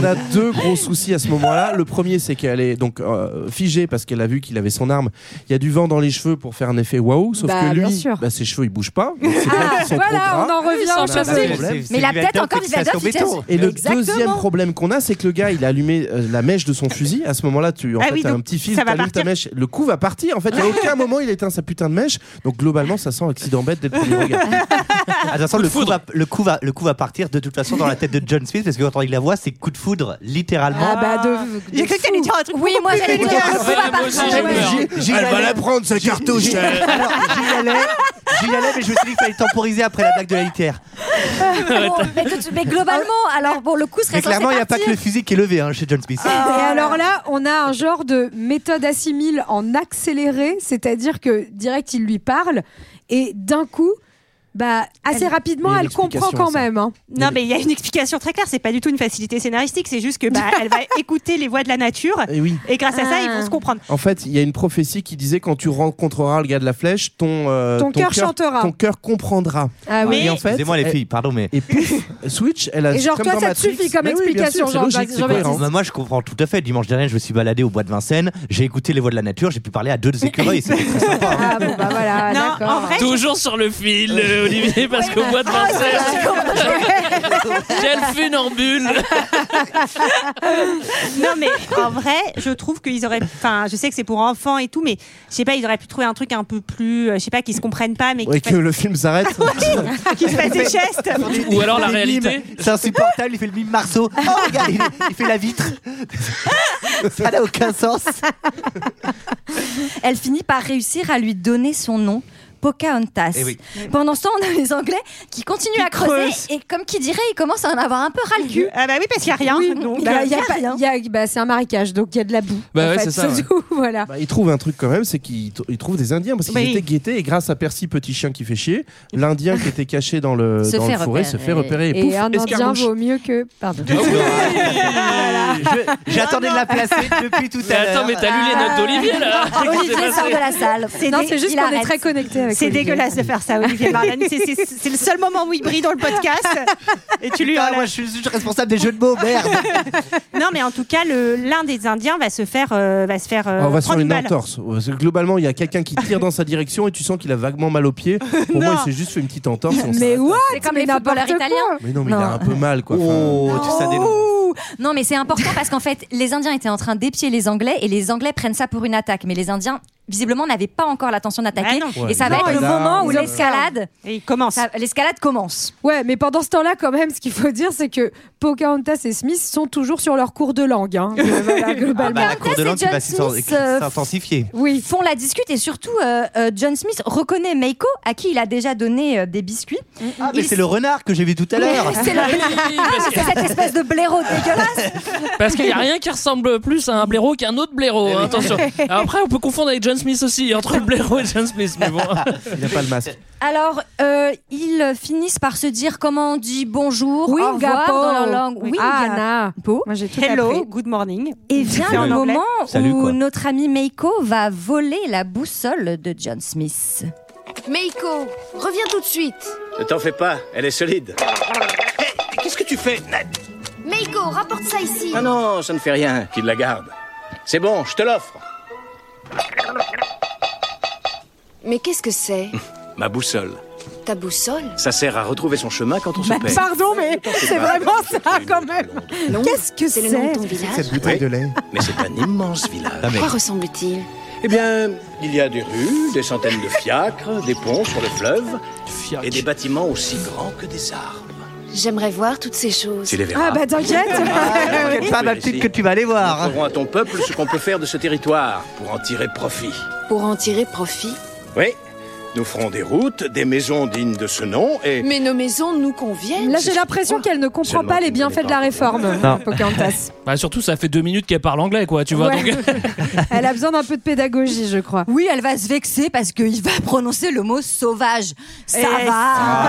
S1: On a deux gros soucis à ce moment-là. Le premier, c'est qu'elle est donc euh, figée parce qu'elle a vu qu'il avait son arme. Il y a du vent dans les cheveux pour faire un effet waouh, sauf
S2: Bah,
S1: que
S2: bien
S1: lui,
S2: sûr. Ah,
S1: bah, ses cheveux ils bougent pas. Donc, c'est bien qu'ils sont trop
S2: Voilà,
S1: gras.
S2: on en revient
S1: Ah,
S2: aux
S1: bah,
S2: cheveux.
S1: c'est le problème.
S7: Mais il a peut-être encore du Velvet Fixation.
S1: Et le
S7: Exactement.
S1: deuxième problème qu'on a, c'est que le gars, il a allumé euh, la mèche de son fusil. À ce moment-là, tu en
S12: Ah
S1: fait,
S12: oui,
S1: t'as
S12: donc
S1: un petit fil,
S12: ça va
S1: t'allumes ta
S12: partir.
S1: mèche. Le coup va partir. En fait, à aucun moment, il éteint sa putain de mèche. Donc globalement, ça sent accident bête dès le premier regard.
S9: Attention, le coup, va, le, coup va, le coup va partir de toute façon dans la tête de John Smith parce que quand il la voit, c'est coup de foudre, littéralement.
S2: Ah bah de.
S12: Il a cru que t'allais dire un truc.
S7: Oui, moi Ah, j'allais dire le coup va partir.
S9: Elle va la prendre, sa cartouche. J'y allais, j'y allais, mais je me suis dit qu'il fallait temporiser après la blague de la litière.
S7: Bon, mais, tout- mais globalement, alors bon, le coup serait
S9: Mais clairement, il
S7: censé
S9: n'y a pas
S7: partir. Ah.
S9: que le fusil qui est levé hein, chez John Smith.
S2: Et
S12: Ah.
S2: alors là, on a un genre de méthode assimile en accéléré, c'est-à-dire que direct il lui parle et d'un coup, bah assez rapidement,
S1: Il y a une
S2: elle comprend
S1: explication à
S2: quand
S1: ça.
S2: même. hein.
S12: Non, mais il y a une explication très claire. C'est pas du tout une facilité scénaristique. C'est juste que bah, elle va écouter les voix de la nature
S1: Et oui.
S12: et grâce à ça,
S2: Ah.
S12: ils vont se comprendre.
S1: En fait, il y a une prophétie qui disait quand tu rencontreras le gars de la flèche, ton euh,
S2: Ton cœur chantera.
S1: ton cœur comprendra.
S2: Ah oui.
S1: Et en fait,
S9: Excusez-moi
S8: Eh.
S9: les
S1: elle-
S9: filles, pardon, mais.
S1: Et pouf, Switch, elle a
S2: Et genre,
S1: comme
S2: toi,
S1: dans
S2: ça te
S1: Matrix.
S2: suffit comme
S1: Mais oui, bien
S2: explication,
S1: sûr,
S2: genre,
S1: c'est logique, c'est
S2: Jean-Baptiste.
S1: cohérent.
S9: Bah, moi, je comprends tout à fait. Dimanche dernier, je me suis baladé au bois de Vincennes, j'ai écouté les voix de la nature, j'ai pu parler à deux des écureuils. c'était très sympa. hein.
S2: Ah bon bah voilà.
S12: Non,
S2: d'accord.
S12: en vrai,
S8: Toujours sur le fil, euh, Olivier, parce qu'au bois de Vincennes, quel funambule
S12: non, mais en vrai, je trouve qu'ils auraient. Enfin, je sais que c'est pour enfants et tout, mais je sais pas, ils auraient pu trouver un truc un peu plus. euh, Je sais pas, qu'ils se comprennent pas, mais
S1: Ouais,
S12: qu'ils
S1: que le film s'arrête.
S12: fassent- qu'ils se fassent des gestes.
S8: Ou alors la
S9: Il fait des
S8: réalité.
S9: mimes. C'est insupportable, il fait le mime Marceau. Oh, regarde, il, il fait la vitre. Ça n'a aucun sens.
S7: Elle finit par réussir à lui donner son nom. Pocahontas.
S9: Eh oui.
S7: Pendant ce temps, on a les Anglais qui continuent
S12: Qui
S7: à creuser
S12: creusent.
S7: et comme qui dirait, ils commencent à en avoir un peu ras le cul.
S12: Ah bah oui, parce qu'il y a rien. donc,
S2: Il y a-
S12: bah,
S2: il y a
S7: y a
S2: pas-
S7: rien.
S2: il y a- bah, c'est un marécage, donc il y a de la boue.
S8: Bah
S2: en
S8: ouais,
S2: fait,
S8: c'est ça, ouais.
S2: tout, voilà.
S1: Bah, ils trouvent un truc quand même, c'est qu'ils t- ils trouvent des Indiens parce qu'ils
S12: Oui.
S1: étaient guettés et grâce à Percy, petit chien qui fait chier, l'Indien qui était caché dans le,
S7: Se
S1: dans le
S7: fait
S1: forêt se fait repérer.
S2: Et
S1: pouf,
S2: un Indien
S1: escarmouche.
S2: vaut mieux que. Pardon.
S9: Je- J'attendais de la placer depuis tout
S8: Mais
S9: à l'heure.
S8: attends, mais t'as lu les notes d'Olivier là
S2: Ah,
S7: Olivier sort de la salle.
S2: Non, c'est juste
S7: il
S2: qu'on est
S7: arrête.
S2: très connecté avec.
S12: C'est
S2: Olivier.
S12: dégueulasse de faire ça, Olivier Marlène. C'est- C'est c'est le seul moment où il brille dans le podcast. Et tu lui
S9: Ah,
S12: enlèves.
S9: moi, je suis juste responsable des jeux de mots, merde.
S12: Non, mais en tout cas, le- l'un des Indiens va se faire, euh, va se faire euh,
S1: Ah, on va sur
S12: prendre une
S1: une
S12: balle.
S1: entorse. Parce que Globalement, il y a quelqu'un qui tire dans sa direction et tu sens qu'il a vaguement mal au pied. Pour moi,
S12: Non.
S1: il s'est juste fait une petite entorse. on
S2: Mais
S1: s'arrête.
S2: what
S7: C'est comme
S2: Mais
S7: les
S2: n'importe
S7: footballeurs
S2: quoi.
S7: italiens.
S1: Mais non, mais il a
S7: Non.
S1: un peu mal quoi. Enfin,
S9: Oh, tu sais, des-
S7: Ouh Non, mais c'est important parce qu'en fait, les Indiens étaient en train d'épier les Anglais et les Anglais prennent ça pour une attaque. Mais les Indiens visiblement n'avaient pas encore l'intention d'attaquer.
S2: Bah
S12: Ah non.
S7: et ça va
S12: Ouais,
S7: être le
S12: ils
S7: moment
S12: observent.
S7: où
S12: Ils
S7: l'escalade
S12: commence.
S7: ça- L'escalade commence.
S2: Ouais, mais pendant ce temps-là, quand même, ce qu'il faut dire, c'est que Pocahontas et Smith sont toujours sur leur cours de langue. hein. Voilà,
S9: Ah
S2: globalement.
S9: bah, la cour de
S7: Pocahontas
S9: langue
S7: et
S9: qui va
S7: John
S9: s'inten-
S7: Smith,
S9: qui va
S7: euh,
S9: s'intensifier.
S7: Oui, font la discute et surtout euh, euh, John Smith reconnaît Meiko à qui il a déjà donné euh, des biscuits.
S9: Ah, mais
S7: Il-
S9: c'est le renard que j'ai vu tout à l'heure.
S7: C'est le- Ah, c'est cette espèce de blaireau dégueulasse.
S8: Parce qu'il n'y a rien qui ressemble plus à un blaireau qu'un autre blaireau. hein, attention. Après, on peut confondre avec John Smith aussi, entre le blaireau et John Smith. Mais bon.
S1: Il n'a pas le masque.
S7: Alors, euh, ils finissent par se dire comment on dit bonjour, au revoir
S2: Wingapo.
S7: dans leur langue. Ah,
S2: Oui,
S7: Wingapo.
S2: Anna. Moi, j'ai tout appris.
S12: Hello, good morning.
S7: Et vient
S12: C'est en
S7: le
S12: anglais.
S7: moment
S9: Salut,
S7: où
S9: quoi.
S7: notre ami Meiko va voler la boussole de John Smith.
S13: Meiko, reviens tout de suite.
S15: Ne t'en fais pas, elle est solide. Qu'est-ce que tu fais
S13: Meiko, rapporte ça ici.
S15: Ah non, ça ne fait rien, qu'il la garde. C'est bon, je te l'offre.
S13: Mais qu'est-ce que c'est
S15: Ma boussole.
S13: Ta boussole
S15: Ça sert à retrouver son chemin quand on se perd.
S13: Bah, Pardon, mais
S15: c'est vraiment
S13: ça quand même. Qu'est-ce que c'est C'est le nom de ton village
S15: bouteille de lait. Mais c'est un immense village.
S13: À quoi ressemble-t-il
S15: Ah, Eh bien, il y a des rues, des centaines de fiacres, des ponts sur le fleuve et des bâtiments aussi grands que des arbres.
S13: J'aimerais voir toutes ces choses.
S15: Tu les verras. Ah, bah,
S13: t'inquiète.
S9: T'inquiète pas, ma petite, que tu vas aller
S15: Nous
S9: voir.
S15: montrerons à ton peuple ce qu'on peut faire de ce territoire pour en tirer profit.
S13: Pour en tirer profit.
S15: Oui, nous ferons des routes, des maisons dignes de ce nom et...
S13: Mais nos maisons nous conviennent. Oh.
S2: Là, j'ai l'impression qu'elle ne comprend
S15: Seulement
S2: pas les
S15: qu'il ne
S2: bienfaits de la réforme,
S8: Non.
S2: Pocahontas.
S8: Bah, surtout, ça fait deux minutes qu'elle parle anglais, quoi, tu vois.
S2: Ouais.
S8: donc-
S2: Elle a besoin d'un peu de pédagogie, je crois.
S7: Oui, elle va se vexer parce qu'il va prononcer le mot sauvage. Ça
S2: Eh,
S7: va.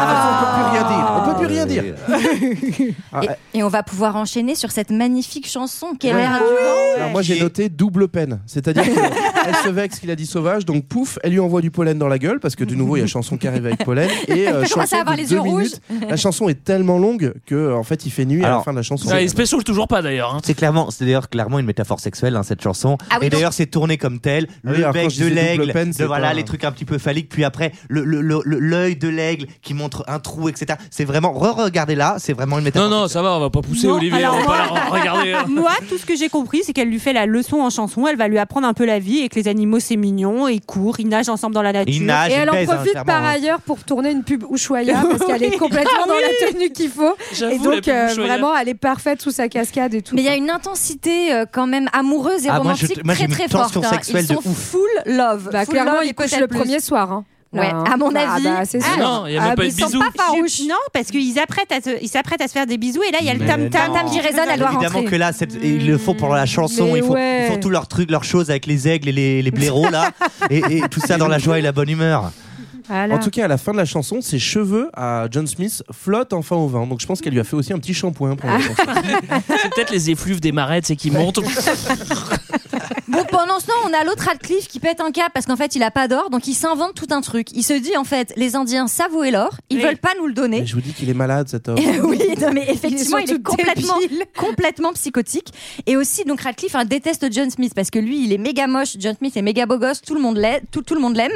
S1: Ah, on peut plus rien dire. On peut plus rien dire.
S2: Ah,
S7: Et, et on va pouvoir enchaîner sur cette magnifique chanson qui est l'air du
S1: Alors moi j'ai noté double peine, c'est-à-dire qu'elle se vexe qu'il a dit sauvage, donc pouf, elle lui envoie du pollen dans la gueule parce que de nouveau il y a chanson qui arrive avec pollen et euh,
S7: Elle commence
S1: chanson
S7: à avoir
S1: de
S7: les
S1: deux
S7: yeux
S1: minutes.
S7: rouges.
S1: La chanson est tellement longue que en fait il fait nuit à la
S9: Alors,
S1: fin de la chanson.
S8: Ah, et spécial, toujours pas d'ailleurs. hein.
S9: C'est clairement, c'est d'ailleurs clairement une métaphore sexuelle hein, cette chanson.
S8: Ah oui,
S9: et
S8: donc-
S9: d'ailleurs c'est tourné comme tel,
S1: Ah oui,
S9: le
S1: alors quand
S9: bec
S1: je
S9: de
S1: disais
S9: l'aigle,
S1: double peine,
S9: de
S1: c'est
S9: voilà
S1: pas-
S9: les trucs un petit peu phalliques, puis après le le- le- le- l'œil de l'aigle qui montre un trou, etc. C'est vraiment re-regardez là, c'est vraiment une métaphore.
S8: Non, non, ça va, on va pas pousser
S9: Non,
S8: Olivier,
S9: alors
S8: on va pas
S9: moi-
S8: la re- regarder. hein.
S12: Ah, Moi, tout ce que j'ai compris, c'est qu'elle lui fait la leçon en chanson. Elle va lui apprendre un peu la vie et que les animaux, c'est mignon. Ils courent, ils nagent ensemble dans la nature.
S9: Ils nagent,
S2: Et elle en
S9: baise, hein,
S2: profite
S9: clairement,
S2: par
S9: hein.
S2: ailleurs pour tourner une pub Ushuaïa parce qu'elle est
S12: Oui.
S2: complètement
S12: Ah
S2: dans la
S12: oui.
S2: tenue qu'il faut.
S12: J'avoue,
S2: Et donc,
S12: la pub
S2: euh,
S12: Ushuaïa.
S2: vraiment, elle est parfaite sous sa cascade et tout.
S7: Mais il y a une intensité euh, quand même amoureuse et
S9: Ah, moi, je-
S7: romantique
S9: moi, j'ai
S7: très
S9: une
S7: très
S9: tension
S7: forte. hein.
S9: sexuelle
S7: Ils sont
S9: de ouf.
S7: full love.
S2: Bah,
S7: Full
S2: clairement,
S7: love
S2: ils
S7: et
S2: couchent
S7: peut-être
S2: le
S7: plus.
S2: premier soir, hein. Là,
S7: Ouais,
S2: hein.
S7: à mon
S2: Ah,
S7: avis.
S2: bah, c'est sûr.
S8: Non, il y a même pas eu
S7: mais
S8: de
S7: ils sont
S8: bisous.
S7: pas farouches.
S12: Non, parce qu'ils s'apprêtent à, se- ils s'apprêtent à se faire des bisous et là il y a le
S9: Mais
S12: tam tam
S9: non.
S7: tam qui résonne, elle doit
S9: Évidemment
S7: rentrer.
S9: que là, cette- ils le font pour la chanson,
S2: Mais
S9: ils font,
S2: ouais.
S9: ils font tous leurs trucs, leurs choses avec les aigles et les, les blaireaux là, et, et tout ça dans la joie et la bonne humeur.
S2: Voilà.
S1: En tout cas, à la fin de la chanson, ses cheveux à John Smith flottent enfin au vent. Donc je pense qu'elle lui a fait aussi un petit shampoing. pour la chanson.
S8: C'est peut-être les effluves des marettes, c'est qui Bah, montent.
S7: Bon, pendant ce temps, on a l'autre Radcliffe qui pète un câble parce qu'en fait, il a pas d'or, donc il s'invente tout un truc. Il se dit en fait, les Indiens savouaient l'or, ils
S2: Oui.
S7: veulent pas nous le donner.
S1: Mais je vous dis qu'il est malade cet homme.
S7: oui, non, mais effectivement, il est,
S2: surtout
S7: complètement,
S2: débile.
S7: complètement psychotique. Et aussi, donc Radcliffe hein, déteste John Smith parce que lui, il est méga moche. John Smith est méga beau gosse. Tout le monde l'aime. Tout, tout le monde l'aime.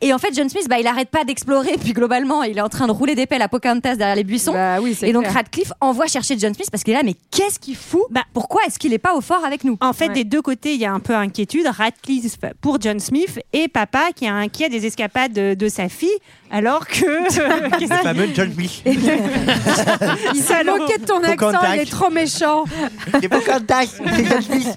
S7: Et en fait, John Smith, bah, il arrête pas d'explorer. Puis globalement, il est en train de rouler des pelles à Pocahontas derrière les buissons.
S2: Bah oui, c'est
S7: et donc
S2: clair.
S7: Radcliffe envoie chercher John Smith parce qu'il est là, mais qu'est-ce qu'il fout
S12: Bah,
S7: Pourquoi est-ce qu'il est pas au fort avec nous
S12: En fait, des deux côtés, il y a un peu inquiétude. Radcliffe pour John Smith et papa qui est inquiet des escapades de, de sa fille, alors que.
S9: Le fameux John Smith.
S2: Il s'est
S12: Salaud.
S2: moqué de ton
S9: Faut qu'on
S2: accent, il
S9: tacle.
S2: est trop méchant.
S9: Il est pas contact, c'est John Smith.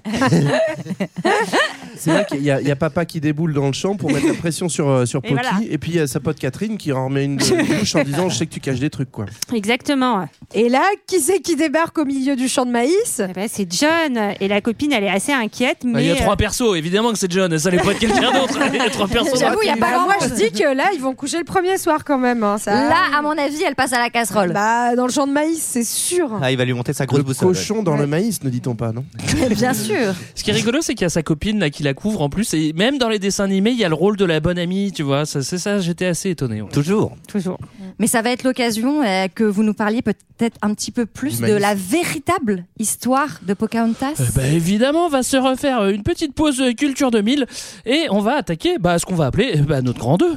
S1: C'est vrai qu'il y, a- il y a papa qui déboule dans le champ pour mettre la pression sur, euh, sur
S12: Et
S1: Pocky. Et,
S12: voilà.
S1: puis il y a sa pote Catherine qui en remet une de bouche en disant Je sais que tu caches des trucs, quoi.
S12: Exactement.
S2: Et là, qui c'est qui débarque au milieu du champ de maïs
S12: Eh ben, c'est John et la copine, elle est assez inquiète.
S8: Bah,
S12: Mais
S8: Il y a
S12: euh,
S8: trois persos, évidemment que c'est John, ça n'est pas de quelqu'un d'autre. Ah Il y a trois persos.
S7: J'avoue, il y a pas
S2: Bah,
S7: grand
S2: moi,
S7: monde.
S2: je dis que là, ils vont coucher le premier soir quand même. hein, ça...
S7: Là, à mon avis, elle passe à la casserole.
S2: Bah, dans le champ de maïs, c'est sûr.
S9: Ah, il va lui monter sa grosse
S1: Le
S9: boussole. ouais.
S1: cochon dans le maïs, ne dit-on pas, non
S7: Bien sûr.
S8: Ce qui est rigolo, c'est qu'il y a sa copine là qui la couvre en plus, et même dans les dessins animés, il y a le rôle de la bonne amie, tu vois. Ça, c'est ça, j'étais assez étonné. ouais.
S9: Toujours.
S12: Toujours.
S7: Mais ça va être l'occasion euh, que vous nous parliez peut-être un petit peu plus
S1: Du
S7: de
S1: maïs.
S7: la véritable histoire de Pocahontas.
S8: Euh, bah, évidemment, on va se refaire euh, une petite pause euh, culture 2000 et on va attaquer bah, ce qu'on va appeler euh, bah, notre grand 2.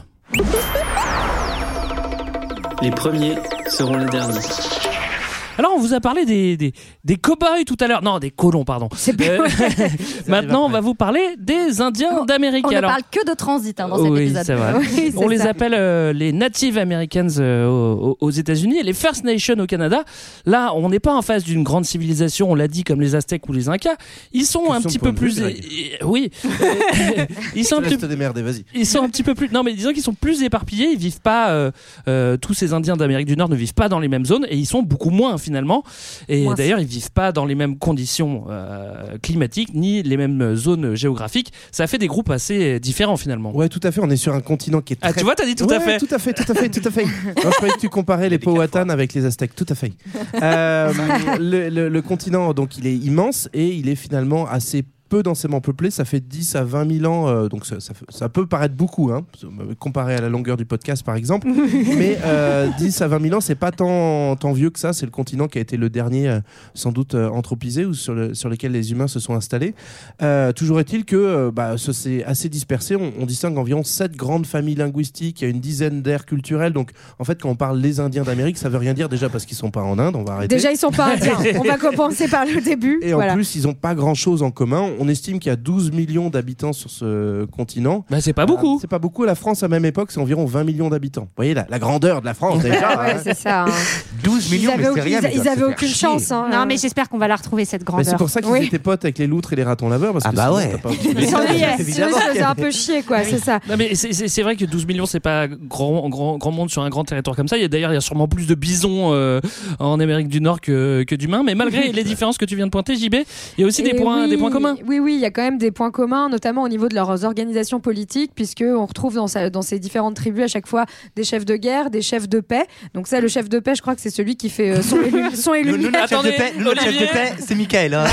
S14: Les premiers seront les derniers.
S8: Alors, on vous a parlé des, des, des cow-boys tout à l'heure. Non, des colons, pardon. Euh, maintenant, on va vous parler des Indiens d'Amérique.
S7: On ne
S8: Alors,
S7: parle que de transit hein, dans cet
S8: oui,
S7: épisode.
S8: c'est vrai.
S7: Oui,
S8: on
S7: c'est
S8: les
S7: ça.
S8: appelle euh, les Native Americans euh, aux, aux États-Unis et les First Nations au Canada. Là, on n'est pas en face d'une grande civilisation, on l'a dit, comme les Aztèques ou les Incas. Ils sont un petit peu plus. é- Oui. ils sont un petit
S1: vas-y.
S8: ils sont un petit peu plus. Non, mais disons qu'ils sont plus éparpillés. Ils vivent pas. euh, euh, tous ces Indiens d'Amérique du Nord ne vivent pas dans les mêmes zones et ils sont beaucoup moins finalement. Et
S16: Moins.
S8: d'ailleurs, ils vivent pas dans les mêmes conditions euh, climatiques ni les mêmes zones géographiques. Ça fait des groupes assez différents finalement.
S1: Ouais, tout à fait. On est sur un continent qui est
S8: Ah,
S1: très-
S8: tu vois, t'as dit tout à
S1: Ouais,
S8: fait.
S1: Tout à fait, tout à fait, tout à fait. Alors, je croyais que tu comparais les Powhatan avec les Aztèques. Tout à fait. Euh, le, le- le continent, donc, il est immense et il est finalement assez peu densément peuplé. Ça fait 10 à 20 000 ans, euh, donc ça, ça fait- ça peut paraître beaucoup, hein, comparé à la longueur du podcast, par exemple. Mais euh, 10 à 20 000 ans, c'est pas tant, tant vieux que ça. C'est le continent qui a été le dernier, euh, sans doute, euh, anthropisé ou sur, le- sur lequel les humains se sont installés. Euh, toujours est-il que euh, bah, ce- c'est assez dispersé. On, on distingue environ sept grandes familles linguistiques. Il y a une dizaine d'aires culturelles. Donc, en fait, quand on parle les Indiens d'Amérique, ça veut rien dire déjà parce qu'ils sont pas en Inde. On va arrêter.
S2: Déjà, ils sont pas indiens. On va commencer par le début.
S1: Et
S2: voilà.
S1: en plus, ils n'ont pas grand-chose en commun. On estime qu'il y a 12 millions d'habitants sur ce continent.
S8: Bah,
S1: Euh,
S8: c'est pas beaucoup.
S1: c'est pas beaucoup. La France, à même époque, c'est environ 20 millions d'habitants. Vous voyez la, la grandeur de la France déjà.
S2: Ouais,
S1: hein.
S2: c'est ça. hein.
S1: 12 millions, mais c'est rien. doivent se faire chier.
S12: Non, mais j'espère qu'on va la retrouver cette
S1: hein. Mais
S12: grandeur.
S1: c'est pour ça qu'ils
S12: Oui.
S1: étaient potes avec les loutres et les ratons laveurs. Parce ah
S9: bah ouais.
S2: Ils s'ennuyaient. Sinon, ils se faisaient un peu chier, quoi. C'est ça.
S8: Non, mais c'est- c'est c'est vrai que 12 millions, c'est pas grand, grand, grand monde sur un grand territoire comme ça. Il y a D'ailleurs, il y a sûrement plus de bisons euh, en Amérique du Nord que, que d'humains. Mais malgré les différences que tu viens de pointer, JB, il y a aussi
S9: Eh
S8: des
S2: Et
S8: points,
S2: oui,
S8: des points communs.
S2: Oui, oui, il y a quand même des points communs, notamment au niveau de leurs organisations politiques, puisque on retrouve dans, sa- dans ces différentes tribus à chaque fois des chefs de guerre, des chefs de paix. Donc ça, le chef de paix, je crois que c'est celui qui fait euh, son élu. Son élu-
S9: Nous, nous, notre chef de paix, nous, notre chef de paix, c'est Michael. hein.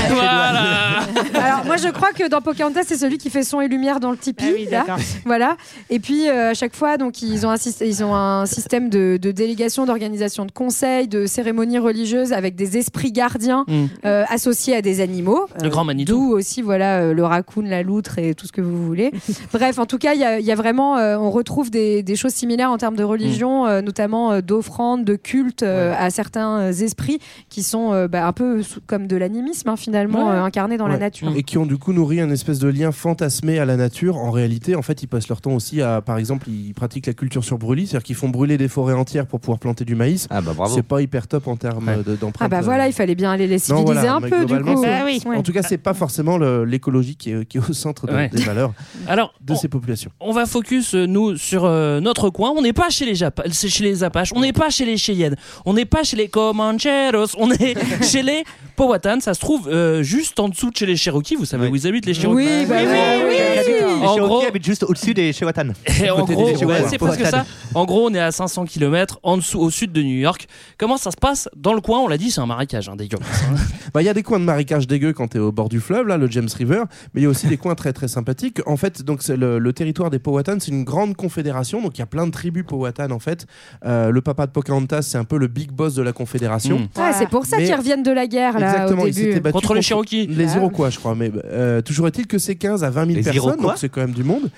S2: Alors moi, je crois que dans Pocahontas, c'est celui qui fait son et lumière dans le Tipeee. là. Voilà. Et puis euh, à chaque fois, donc ils ont un, syst- ils ont un système de, de délégation, d'organisation de conseils, de cérémonies religieuses avec des esprits gardiens
S8: Mm.
S2: euh, associés à des animaux. Euh,
S8: Le grand Manitou.
S2: D'où aussi voilà euh, le raccoon, la loutre et tout ce que vous voulez. Bref, en tout cas, il y a, il y a vraiment, euh, on retrouve des, des choses similaires en termes de religion,
S8: Mm.
S2: euh, notamment euh, d'offrandes, de cultes euh, à certains euh, esprits qui sont euh, bah, un peu sous- comme de l'animisme hein, finalement
S1: Ouais.
S2: euh, incarné dans la
S1: Ouais.
S2: nature.
S1: Et qui ont du coup nourri un espèce de lien fantasmé à la nature. En réalité, en fait, ils passent leur temps aussi à, par exemple, ils pratiquent la culture sur brûlis, c'est-à-dire qu'ils font brûler des forêts entières pour pouvoir planter du maïs.
S9: Ah, bah,
S1: C'est pas hyper top en termes euh, de- d'empreinte.
S2: Ah bah voilà, il fallait bien aller les
S1: Non,
S2: civiliser
S1: voilà,
S2: un
S1: mais
S2: peu du
S1: globalement,
S2: coup.
S12: Bah
S1: c'est- Bah En tout cas, c'est pas forcément le- l'écologie qui, est- qui est au centre de-
S8: Ouais.
S1: des valeurs
S8: Alors,
S1: de ces populations.
S8: on va focus euh, nous sur euh, notre coin. On n'est pas chez les Japa- c'est chez les Apaches, on n'est pas chez les Cheyennes, on n'est pas chez les Comancheros, on est chez les Powhatan. Ça se trouve euh, juste en dessous de chez les Cherokees. Vous savez où ils habitent les Cherokees
S9: Oui, bah oui, oui, oui. Les
S8: En gros,
S9: Cherokees habitent juste au-dessus des Chewatan.
S8: Et en
S9: Côté des
S8: gros,
S9: Chewatan.
S8: ouais, c'est presque ça. En gros, on est à 500 km en dessous, au sud de New York. Comment ça se passe dans le coin On l'a dit, c'est un marécage, hein, dégueulasse. hein.
S1: Bah, il y a des coins de marécage dégueu quand t'es au bord du fleuve, là, le James River, mais il y a aussi des coins très très sympathiques. En fait, donc c'est le, le territoire des Powhatan, c'est une grande confédération, donc il y a plein de tribus Powhatan en fait. Euh, le papa de Pocahontas, c'est un peu le big boss de la confédération.
S2: Ah, c'est pour ça
S1: Mais-
S2: qu'ils reviennent de la guerre là
S1: Exactement,
S2: au
S1: ils
S2: début.
S1: s'étaient battus Les Iroquois, je crois. Mais euh, toujours est-il que c'est 15 à 20 000
S9: Les
S1: personnes,
S9: Iroquois
S1: donc c'est quand même du monde.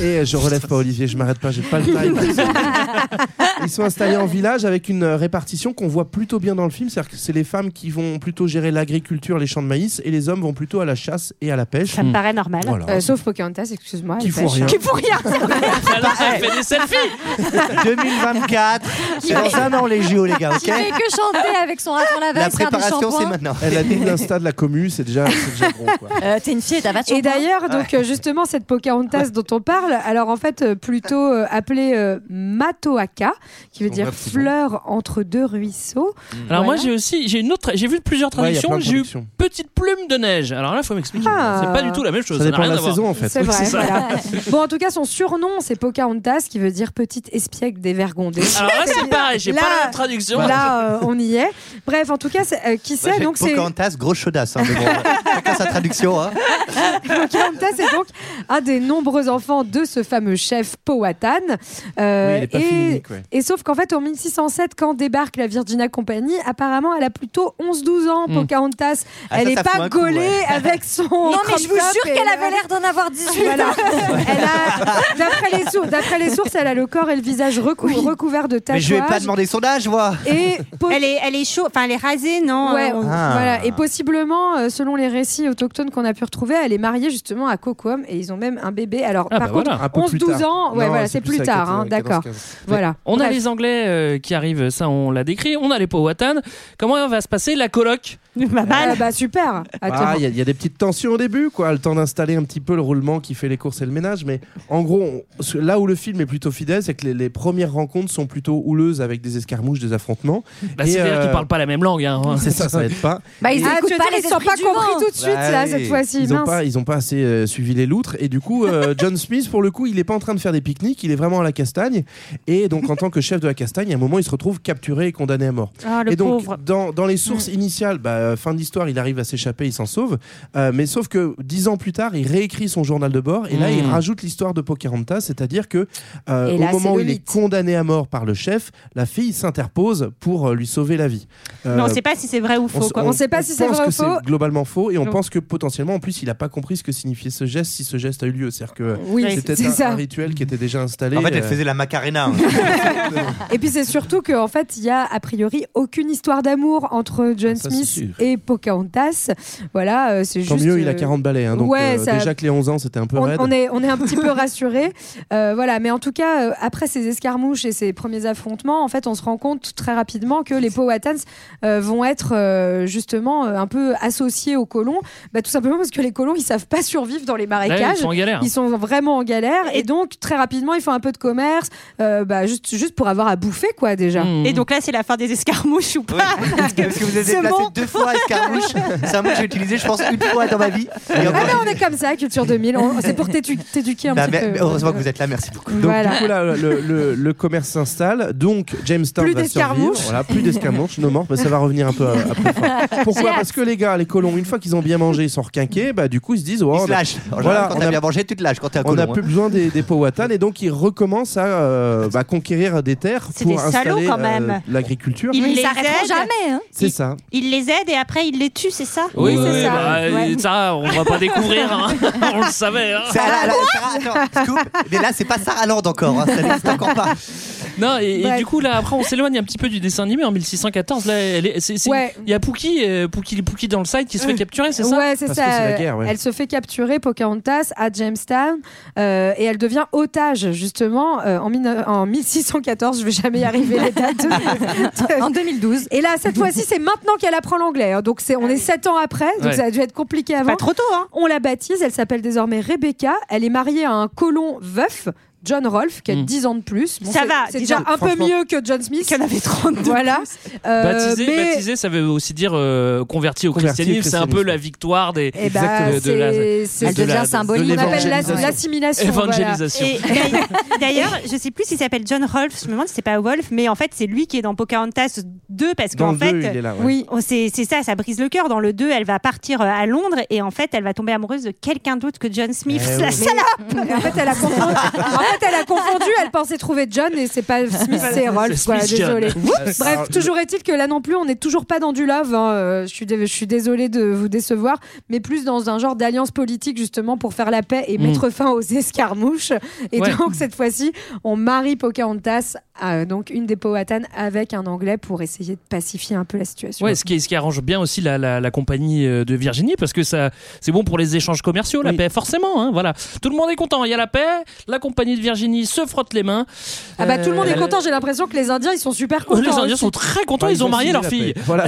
S1: Et euh, je relève pas Olivier, je m'arrête pas, j'ai pas le time. Ils sont installés en village avec une euh, répartition qu'on voit plutôt bien dans le film, c'est-à-dire que c'est les femmes qui vont plutôt gérer l'agriculture, les champs de maïs, et les hommes vont plutôt à la chasse et à la pêche.
S12: Ça me paraît normal.
S1: Voilà.
S2: Euh, sauf Pocahontas, excuse-moi.
S1: Qui
S2: elle hein.
S1: fout
S2: pêche.
S1: rien.
S2: Qui fout rien.
S8: Alors, elle fait des selfies
S9: 2024, c'est dans un an les JO, les gars,
S7: Qui
S9: ok
S7: fait que chanter avec son raton laveur,
S9: La
S7: se faire du
S9: préparation, c'est
S7: shampoing.
S9: maintenant.
S1: Elle a dit l'insta de la commu, c'est déjà, c'est déjà gros. Quoi.
S7: Euh, T'es une fille et t'as pas de
S2: Et
S7: shampoing.
S2: d'ailleurs, donc euh, justement, cette Pocahontas dont on parle, alors en fait, euh, plutôt euh, appelée euh, Matoaka, qui veut dire
S8: bah, c'est bon.
S2: fleur entre deux ruisseaux.
S8: Alors moi
S2: Voilà.
S8: j'ai aussi j'ai une autre j'ai vu plusieurs
S1: Ouais, il y a
S8: traductions
S1: plein de
S8: j'ai eu
S1: traductions.
S8: petite plume de neige alors là faut m'expliquer
S2: Ah.
S8: c'est pas du tout la même chose
S1: Ça
S8: n'a
S1: dépend de
S8: rien
S1: la
S8: à voir.
S1: saison, en fait.
S2: C'est vrai, voilà. Bon, en tout cas, son surnom, c'est Pocahontas, qui veut dire petite espiègle dévergondée.
S1: Ah,
S8: alors là c'est pareil j'ai pas
S2: Là-
S8: la même traduction Ah,
S2: Là, euh, on y est. Bref, en tout cas, c'est- euh, qui
S9: Moi,
S2: sait
S9: j'ai
S1: Bah,
S2: donc c'est
S9: Pocahontas, grosse chaudasse. hein, mais bon, chacun à sa traduction. hein.
S2: Pocahontas est donc un des nombreux enfants de ce fameux chef Powhatan. Euh,
S16: Oui, il est pas
S2: et,
S16: philonique, ouais.
S2: et sauf qu'en fait, en 1607, quand débarque la Virginia Company, apparemment, elle a plutôt 11-12 ans,
S16: Mm.
S2: Pocahontas.
S16: Ah, ça,
S2: elle n'est
S16: ça fout un
S2: pas
S16: coup,
S2: gaulée
S16: ouais.
S2: avec son.
S7: Non, mais je vous jure qu'elle avait l'air
S2: d'en avoir 18. D'après les, sou- d'après les sources, elle a le corps et le visage recou- recouvert de tatouages.
S9: Mais je vais pas demander son âge, moi.
S2: Et
S12: elle est, elle est chaude, enfin elle est rasée, non
S2: Ouais,
S12: Euh,
S9: Ah.
S2: voilà. Et possiblement, euh, selon les récits autochtones qu'on a pu retrouver, elle est mariée justement à Cocom et ils ont même un bébé. Alors,
S8: Ah,
S2: par
S8: bah
S2: contre,
S8: voilà. Un peu plus
S2: 11-12
S8: tard.
S2: ans, ouais,
S8: Non,
S2: voilà,
S8: c'est
S2: c'est
S8: plus
S2: plus
S8: à
S2: tard,
S8: 14,
S2: hein, d'accord.
S8: 15.
S2: Voilà.
S8: On a
S2: Bref.
S8: les Anglais euh, qui arrivent, ça on l'a décrit. On a les Powhatan. Comment va se passer la coloc
S2: Ah, bah, super. Attends.
S1: Ah, Il y, a- il y a des petites tensions au début, quoi. Le temps d'installer un petit peu le roulement qui fait les courses et le ménage. Mais en gros, on- ce- là où le film est plutôt fidèle, c'est que les, les premières rencontres sont plutôt houleuses avec des escarmouches, des affrontements.
S8: Bah, C'est-à-dire
S1: euh,
S8: qu'ils parlent pas la même langue. hein.
S1: C'est ça, ça aide pas.
S2: Bah, ils
S1: Et-
S12: Ah,
S2: écoutent
S7: tu
S2: pas
S7: vois,
S2: les
S7: ils sont
S2: esprits
S7: pas
S2: du
S7: compris
S2: vent. tout de suite,
S1: Bah
S2: là,
S1: oui.
S2: cette fois-ci.
S1: Ils ont
S2: mince.
S1: pas, ils ont pas assez euh, suivi les loutres. Et du coup, euh, John Smith, pour le coup, il est pas en train de faire des pique-niques, il est vraiment à la castagne. Et donc, en tant que chef de la castagne, à un moment, il se retrouve capturé et condamné à mort.
S12: Ah, le
S1: et donc, euh,
S12: pauvre.
S1: Dans, dans les
S2: Mm.
S1: sources initiales, bah, euh, fin d'histoire, il arrive à s'échapper, il s'en sauve. Euh, mais sauf que dix ans plus tard, il réécrit son journal de bord. Et là, il
S8: Mm.
S1: rajoute l'histoire de Pocahontas, c'est-à-dire que euh,
S2: Et
S1: au
S2: là, c'est
S1: moment où
S2: le
S1: il est
S2: mythe.
S1: condamné à mort par le chef, la fille s'interpose pour euh, lui sauver la vie.
S12: Non,
S1: Euh,
S12: on sait pas si c'est vrai ou faux.
S1: s-
S12: quoi.
S1: pense que c'est globalement faux et on
S12: Non.
S1: pense que potentiellement, en plus, il n'a pas compris ce que signifiait ce geste si ce geste a eu lieu. C'est-à-dire que
S2: Oui,
S1: c'est
S2: c'est-
S1: peut-être
S2: c'est
S1: un,
S2: ça.
S1: un rituel qui était déjà installé.
S9: En fait,
S1: euh,
S9: elle faisait la macarena.
S2: Et puis c'est surtout qu'en fait, il y a a priori aucune histoire d'amour entre John
S1: Ah, Ça, c'est sûr.
S2: Smith et Pocahontas. Voilà, euh, c'est
S1: Tant
S2: juste.
S1: mieux, il a
S2: euh,
S1: 40 balais. hein, donc
S2: ouais,
S1: euh,
S2: ça-
S1: déjà que les 11 ans, c'était un peu
S2: on,
S1: raide.
S2: on est, on est un petit peu rassuré. voilà, mais en tout cas, euh, après ces escarmouches et ces premiers affrontements, en fait, on se rend compte très rapidement que les Powhatans euh, vont être euh, justement euh, un peu associés aux colons, Bah, tout simplement parce que les colons, ils savent pas survivre dans les marécages.
S8: Ouais, ils sont en galère.
S2: Ils sont vraiment en galère, et, donc très rapidement, ils font un peu de commerce, euh, bah, juste, juste pour avoir à bouffer, quoi, déjà.
S1: Hmm.
S12: Et donc là, c'est la fin des escarmouches ou pas
S9: Parce que vous avez
S12: C'est
S9: déplacé
S12: bon.
S9: deux fois escarmouche. C'est un mot que j'ai utilisé, je pense, une fois dans ma vie. Et
S2: Ah,
S9: encore,
S2: mais on est comme ça, Culture 2000. on- C'est pour t'édu- t'éduquer un
S9: Bah,
S2: petit
S9: mais-
S2: peu.
S9: mais heureusement que vous êtes là, merci beaucoup.
S1: Donc, du coup, là, le, le- le commerce s'installe. Donc, Jamestown
S2: Plus
S1: va survivre.
S2: d'escarmouches.
S1: Voilà, plus d'escarmouches, nos morts, mais ça va revenir un peu euh, après. fort. Pourquoi Parce que les gars, les colons, une fois qu'ils ont bien mangé, ils sont requinqués, bah, du coup, ils se disent oh,
S9: Ils
S1: on
S9: se
S1: a-
S9: lâchent. En général,
S1: Voilà,
S9: quand
S1: on
S9: t'as
S1: a-
S9: bien mangé, tu te lâches quand t'es un
S1: on n'a
S9: colon,
S1: plus
S9: hein.
S1: besoin des, des Powhatan et donc ils recommencent à euh, bah, conquérir des terres
S12: C'est
S1: pour
S12: des
S1: installer
S12: salauds, quand
S1: euh,
S12: même.
S1: l'agriculture.
S12: Ils les
S7: s'arrêteront
S12: aident.
S7: jamais, hein.
S1: C'est ça.
S12: Ils les aident et après ils les tuent, c'est ça
S1: Oui,
S8: Oui, oui,
S1: c'est
S8: ça.
S1: ça.
S12: Ouais.
S8: euh, bah, ça, on va pas découvrir. hein. on le savait. hein.
S9: C'est à la- la- Sarah, attends, scoop. Mais là, c'est pas Sarah Land encore. hein, Ça n'existe encore pas.
S8: Non, et, et
S2: Bah,
S9: Ouais.
S8: du coup, là, après, on s'éloigne un petit peu du dessin animé en 1614. Là, elle est- c'est- c'est- il
S2: Ouais.
S8: y a Pookie, euh, Pookie, Pookie dans le side qui se fait capturer, c'est ça
S2: Ouais, c'est ça. Euh, Elle se fait capturer, Pocahontas, à Jamestown, euh, et elle devient otage, justement, euh, en, mille- en 1614. Je vais jamais y arriver, les dates. en 2012. Et là, cette fois-ci, c'est maintenant qu'elle apprend l'anglais. hein. Donc, c'est, on est sept ans après, donc
S12: Ouais.
S2: ça a dû être compliqué avant.
S12: pas trop tôt, hein.
S2: On la baptise, elle s'appelle désormais Rebecca. Elle est mariée à un colon veuf. John Rolfe, qui a
S12: Mm.
S2: 10 ans de plus.
S12: Ça
S2: c'est-
S12: va,
S2: C'est
S12: 10
S2: déjà
S12: ans,
S2: un peu
S12: franchement.
S2: mieux que John Smith. Qui en avait 30 Voilà. Euh,
S8: Baptisé,
S2: mais-
S8: baptisé, ça veut aussi dire euh, converti
S1: Converti
S8: au
S1: au
S8: christianisme. C'est un peu
S1: christianisme.
S8: la victoire des.
S2: Eh ben,
S8: de- de la-
S2: c'est- c'est-
S8: de
S2: Elle devient
S8: la- de
S2: symbolique. On appelle la-
S8: l'évangélisation.
S2: l'assimilation,
S8: Évangélisation.
S12: Et d'ailleurs- D'ailleurs, je sais plus s'il s'appelle John Rolfe, je me demande si c'est pas Wolf, mais en fait, c'est lui qui est dans Pocahontas 2 parce
S8: Dans
S12: qu'en
S8: le
S12: fait,
S8: deux, il est là, ouais.
S12: oui, on- c'est c'est ça, ça brise le cœur. Dans le 2, elle va partir euh, à Londres et en fait, elle va tomber amoureuse de quelqu'un d'autre que John Smith.
S2: Eh
S12: la
S2: oui.
S12: salope
S2: En fait, elle a confondu. En fait, elle a confondu. Elle pensait trouver John et c'est pas Smith, c'est Rolf. Quoi,
S8: Smith John.
S2: désolé.
S8: Oups. Alors,
S2: Bref, toujours est-il que là non plus, on n'est toujours pas dans du love. hein, euh, Je suis, dé- je suis désolée de vous décevoir, mais plus dans un genre d'alliance politique justement pour faire la paix et
S12: Mm.
S2: mettre fin aux escarmouches. Et
S12: Ouais.
S2: donc cette fois-ci, on marie Pocahontas, à, donc une des Powhatan, avec un Anglais pour essayer de pacifier un peu la situation.
S8: Ouais, ce qui, ce qui arrange bien aussi la, la, la compagnie euh, de Virginie, parce que ça, c'est bon pour les échanges commerciaux, la paix, forcément. hein, voilà. Tout le monde est content, il y a la paix, la compagnie de Virginie se frotte les mains.
S2: Ah bah tout le monde est
S8: Euh,
S2: content. J'ai l'impression que les Indiens ils sont super
S8: Oh,
S2: contents.
S8: les Indiens
S2: aussi.
S8: sont très contents,
S1: Enfin,
S8: ils ont
S1: signé
S8: marié leur
S1: la
S8: fille.
S1: paix. Voilà.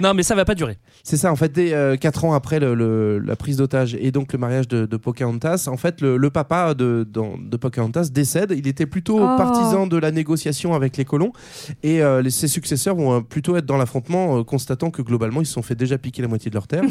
S8: non, mais ça va pas durer.
S1: C'est ça, en fait, dès 4 ans après le- le- la prise d'otage et donc le mariage de, de Pocahontas, en fait, le, le papa de, dans- de Pocahontas décède. Il était plutôt
S9: Oh.
S1: partisan de la négociation avec les colons et euh, les- ses successeurs vont euh, plutôt être dans l'affrontement, euh, constatant que globalement, ils se sont fait déjà piquer la moitié de leur terre.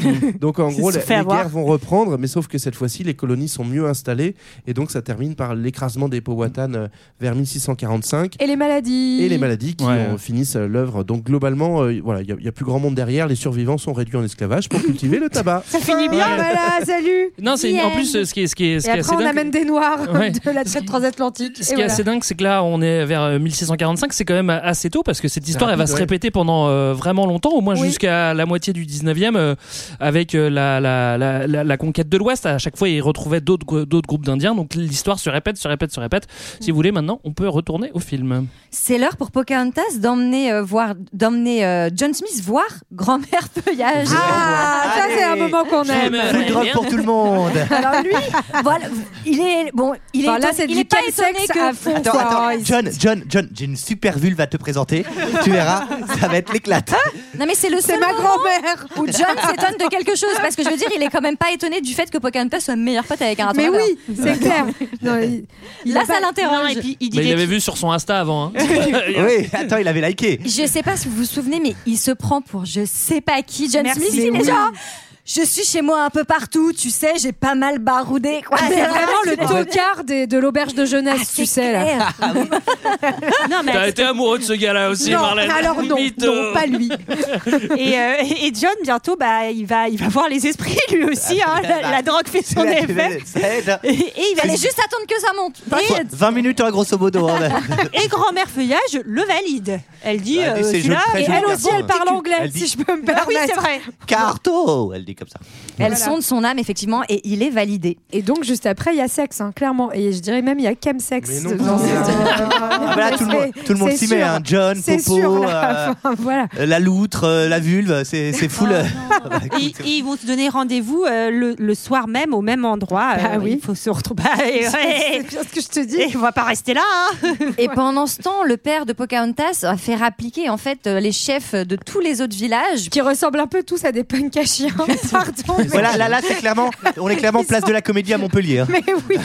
S1: donc, en
S9: Ils
S1: gros,
S9: se
S1: les,
S9: sont fait
S1: les
S9: avoir.
S1: guerres vont reprendre, mais sauf que cette fois-ci, les colonies sont mieux installées et donc ça termine par l'écrasement des Powhatan euh, vers 1645
S2: Et les maladies.
S1: et les maladies qui
S8: Ouais.
S1: ont- finissent euh, l'œuvre. Donc globalement, euh, voilà, il n'y a, plus grand monde derrière. Les survivants sont réduits en esclavage pour cultiver le tabac.
S2: Ça finit
S8: bien.
S2: Voilà, salut.
S8: Non, c'est
S2: The
S8: en
S2: end.
S8: plus euh, ce qui est, ce qui est, ce
S2: Et
S8: qui est
S2: après,
S8: assez
S2: on
S8: dingue.
S2: amène des noirs
S8: Ouais.
S2: de la traite transatlantique.
S8: Ce
S2: et
S8: qui est
S2: voilà.
S8: assez dingue, c'est que là, on est vers euh, 1645, c'est quand même euh, assez tôt parce que cette histoire, elle va
S1: rapide, ouais.
S8: se répéter pendant euh, vraiment longtemps, au moins jusqu'à la moitié du 19e, euh, avec euh, la, la, la, la- la conquête de l'Ouest. À chaque fois, ils retrouvaient d'autres gr- d'autres groupes d'Indiens, donc l'histoire se répète, se répète, se répète. Si vous voulez, maintenant, on peut retourner au film.
S7: C'est l'heure pour Pocahontas d'emmener euh, voir, d'emmener euh, John Smith voir Grand-mère Feuillage.
S2: Ah, ça, c'est un moment qu'on aime.
S9: Food drop pour tout le monde.
S7: Alors lui, voilà, il est bon, il est
S2: Enfin, là,
S7: étonné-
S2: c'est
S7: il
S2: du
S7: est pas
S2: quel
S7: étonné
S2: sexe
S7: que
S2: à fond,
S9: Attends,
S2: quoi.
S9: attends,
S2: Ils-
S9: John, John, John, j'ai une super vulve à te présenter. Tu verras, ça va être l'éclate.
S2: Ah
S7: Non mais c'est le
S2: C'est
S7: seul
S2: ma
S7: moment
S2: grand-mère.
S7: où John s'étonne de quelque chose parce que je veux dire, il est quand même pas étonné du fait que Pocahontas soit meilleure pote avec un
S2: Mais
S7: ratonneur.
S2: oui, c'est clair. Non, il- il
S7: Là,
S2: a
S7: ça
S2: pas-
S7: l'interroge.
S12: hein, et puis, il dit
S8: Bah, il
S12: des-
S8: l'avait vu sur son Insta avant. hein.
S9: oui, attends, il avait liké.
S7: Je sais pas si vous vous souvenez, mais il se prend pour je sais pas qui. John
S12: Merci.
S7: Smith, il
S12: Mais
S7: est
S12: oui.
S7: genre, Je suis chez moi un peu partout, tu sais, j'ai pas mal baroudé. quoi.
S12: Ah,
S2: Ah, C'est vraiment le
S7: top
S2: tocard des- de l'auberge de jeunesse, tu sais. Là.
S12: Non, mais
S8: T'as été amoureux de ce gars-là aussi,
S12: Non,
S8: Marlène.
S12: alors non,
S8: Limite,
S12: non,
S8: euh,
S12: pas lui. et, euh, et John bientôt bah il va il va voir les esprits lui aussi
S8: Ah,
S12: hein, la, la drogue fait son
S9: Là, tu vas-
S12: effet.
S9: ça aide.
S12: Et, et il va
S7: Fallait
S12: aller
S7: juste attendre que ça monte.
S9: Soit 20 minutes, hein, grosso modo. hein.
S12: et grand-mère feuillage le valide. Elle dit
S9: Elle dit,
S12: euh,
S9: c'est
S12: celui-là
S9: joli, très
S12: et
S9: joli
S12: elle aussi
S9: garçon.
S12: elle parle anglais
S9: Elle dit-
S12: si je peux me permettre. Bah oui, c'est vrai.
S9: Carto Elle dit comme ça.
S7: Elle sonde son âme, effectivement, et il est validé.
S2: Et donc, juste après, il y a sexe, hein, clairement. Et je dirais même, il y a chemsex.
S1: Mais non.
S2: dans cette-
S9: Ah, bah là, tout le monde, tout le monde
S2: c'est
S9: s'y met.
S2: sûr.
S9: hein. John,
S2: C'est
S9: Popo,
S2: sûr, là.
S9: euh,
S2: Enfin, voilà.
S9: la loutre, euh, la vulve, c'est c'est full. euh, bah, écoute,
S12: Et, et ils vont se donner rendez-vous euh, le, le soir même au même endroit. Euh,
S2: Bah oui.
S12: Il faut se retrouver. Bah, et ouais.
S2: C'est bien ce que je te dis.
S12: Et on va pas rester là. hein.
S7: Et pendant ce temps, le père de Pocahontas a fait appliquer, en fait, euh, les chefs de tous les autres villages.
S2: Qui ressemblent un peu tous à des punks à chiens. Pardon. mais-
S9: Voilà, là, là, c'est clairement, on est clairement place de la comédie à Montpellier. hein.
S2: Mais oui,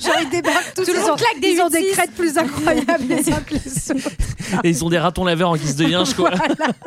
S2: genre ils débarquent tous,
S7: Tout le
S2: ils
S7: monde
S2: ont,
S7: claque des
S2: ils ont des
S7: 8-6.
S2: crêtes plus incroyables les uns que les autres.
S8: Et ils ont des ratons laveurs en guise de linge, quoi.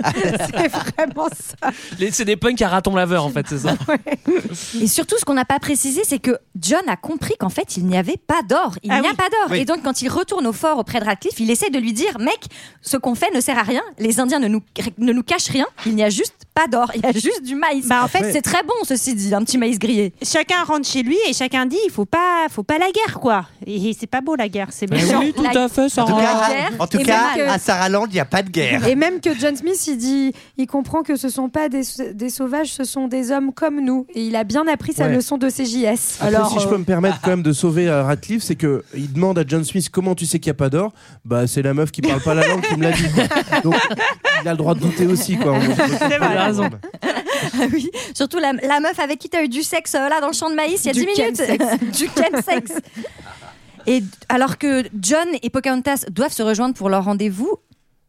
S2: C'est vraiment ça.
S8: Les- C'est des punks à ratons laveurs, en fait, c'est ça.
S12: Mm.
S7: Et surtout, ce qu'on n'a pas précisé, c'est que John a compris qu'en fait, il n'y avait pas d'or. Il
S12: Ah
S7: n'y a
S12: oui.
S7: pas d'or.
S9: Oui.
S7: Et donc, quand il retourne au fort auprès de Radcliffe, il essaie de lui dire Mec, ce qu'on fait ne sert à rien. Les Indiens ne nous, ne nous cachent rien. Il n'y a juste pas d'or. Il y a juste du maïs.
S12: Bah, en
S7: fait, c'est très bon, ceci dit, un petit maïs grillé.
S12: Chacun rentre chez lui et chacun dit il faut pas, faut pas la guerre quoi. Et c'est pas beau la guerre, c'est méchant.
S7: tout à
S8: fait,
S9: En tout cas,
S7: guerre,
S9: en tout
S7: et
S9: cas,
S7: même
S2: que-
S9: à Saraland, il n'y a pas de guerre.
S2: Et même que John Smith, il dit, il comprend que ce sont pas des, des sauvages, ce sont des hommes comme nous. Et il a bien appris sa
S1: Ouais.
S2: leçon de CJS.
S1: Après, si
S7: euh,
S1: je peux me permettre quand même de sauver euh, Ratcliffe, c'est que il demande à John Smith comment tu sais qu'il n'y a pas d'or. Bah c'est la meuf qui parle pas la langue qui me l'a dit. quoi. Donc il a le droit de douter aussi quoi.
S2: euh,
S8: Il a raison.
S7: Ah oui, surtout la, la meuf avec qui tu as eu du sexe euh, là dans le champ de maïs il y a
S2: Du
S7: 10 minutes. du chemsex. Et d- alors que John et Pocahontas doivent se rejoindre pour leur rendez-vous,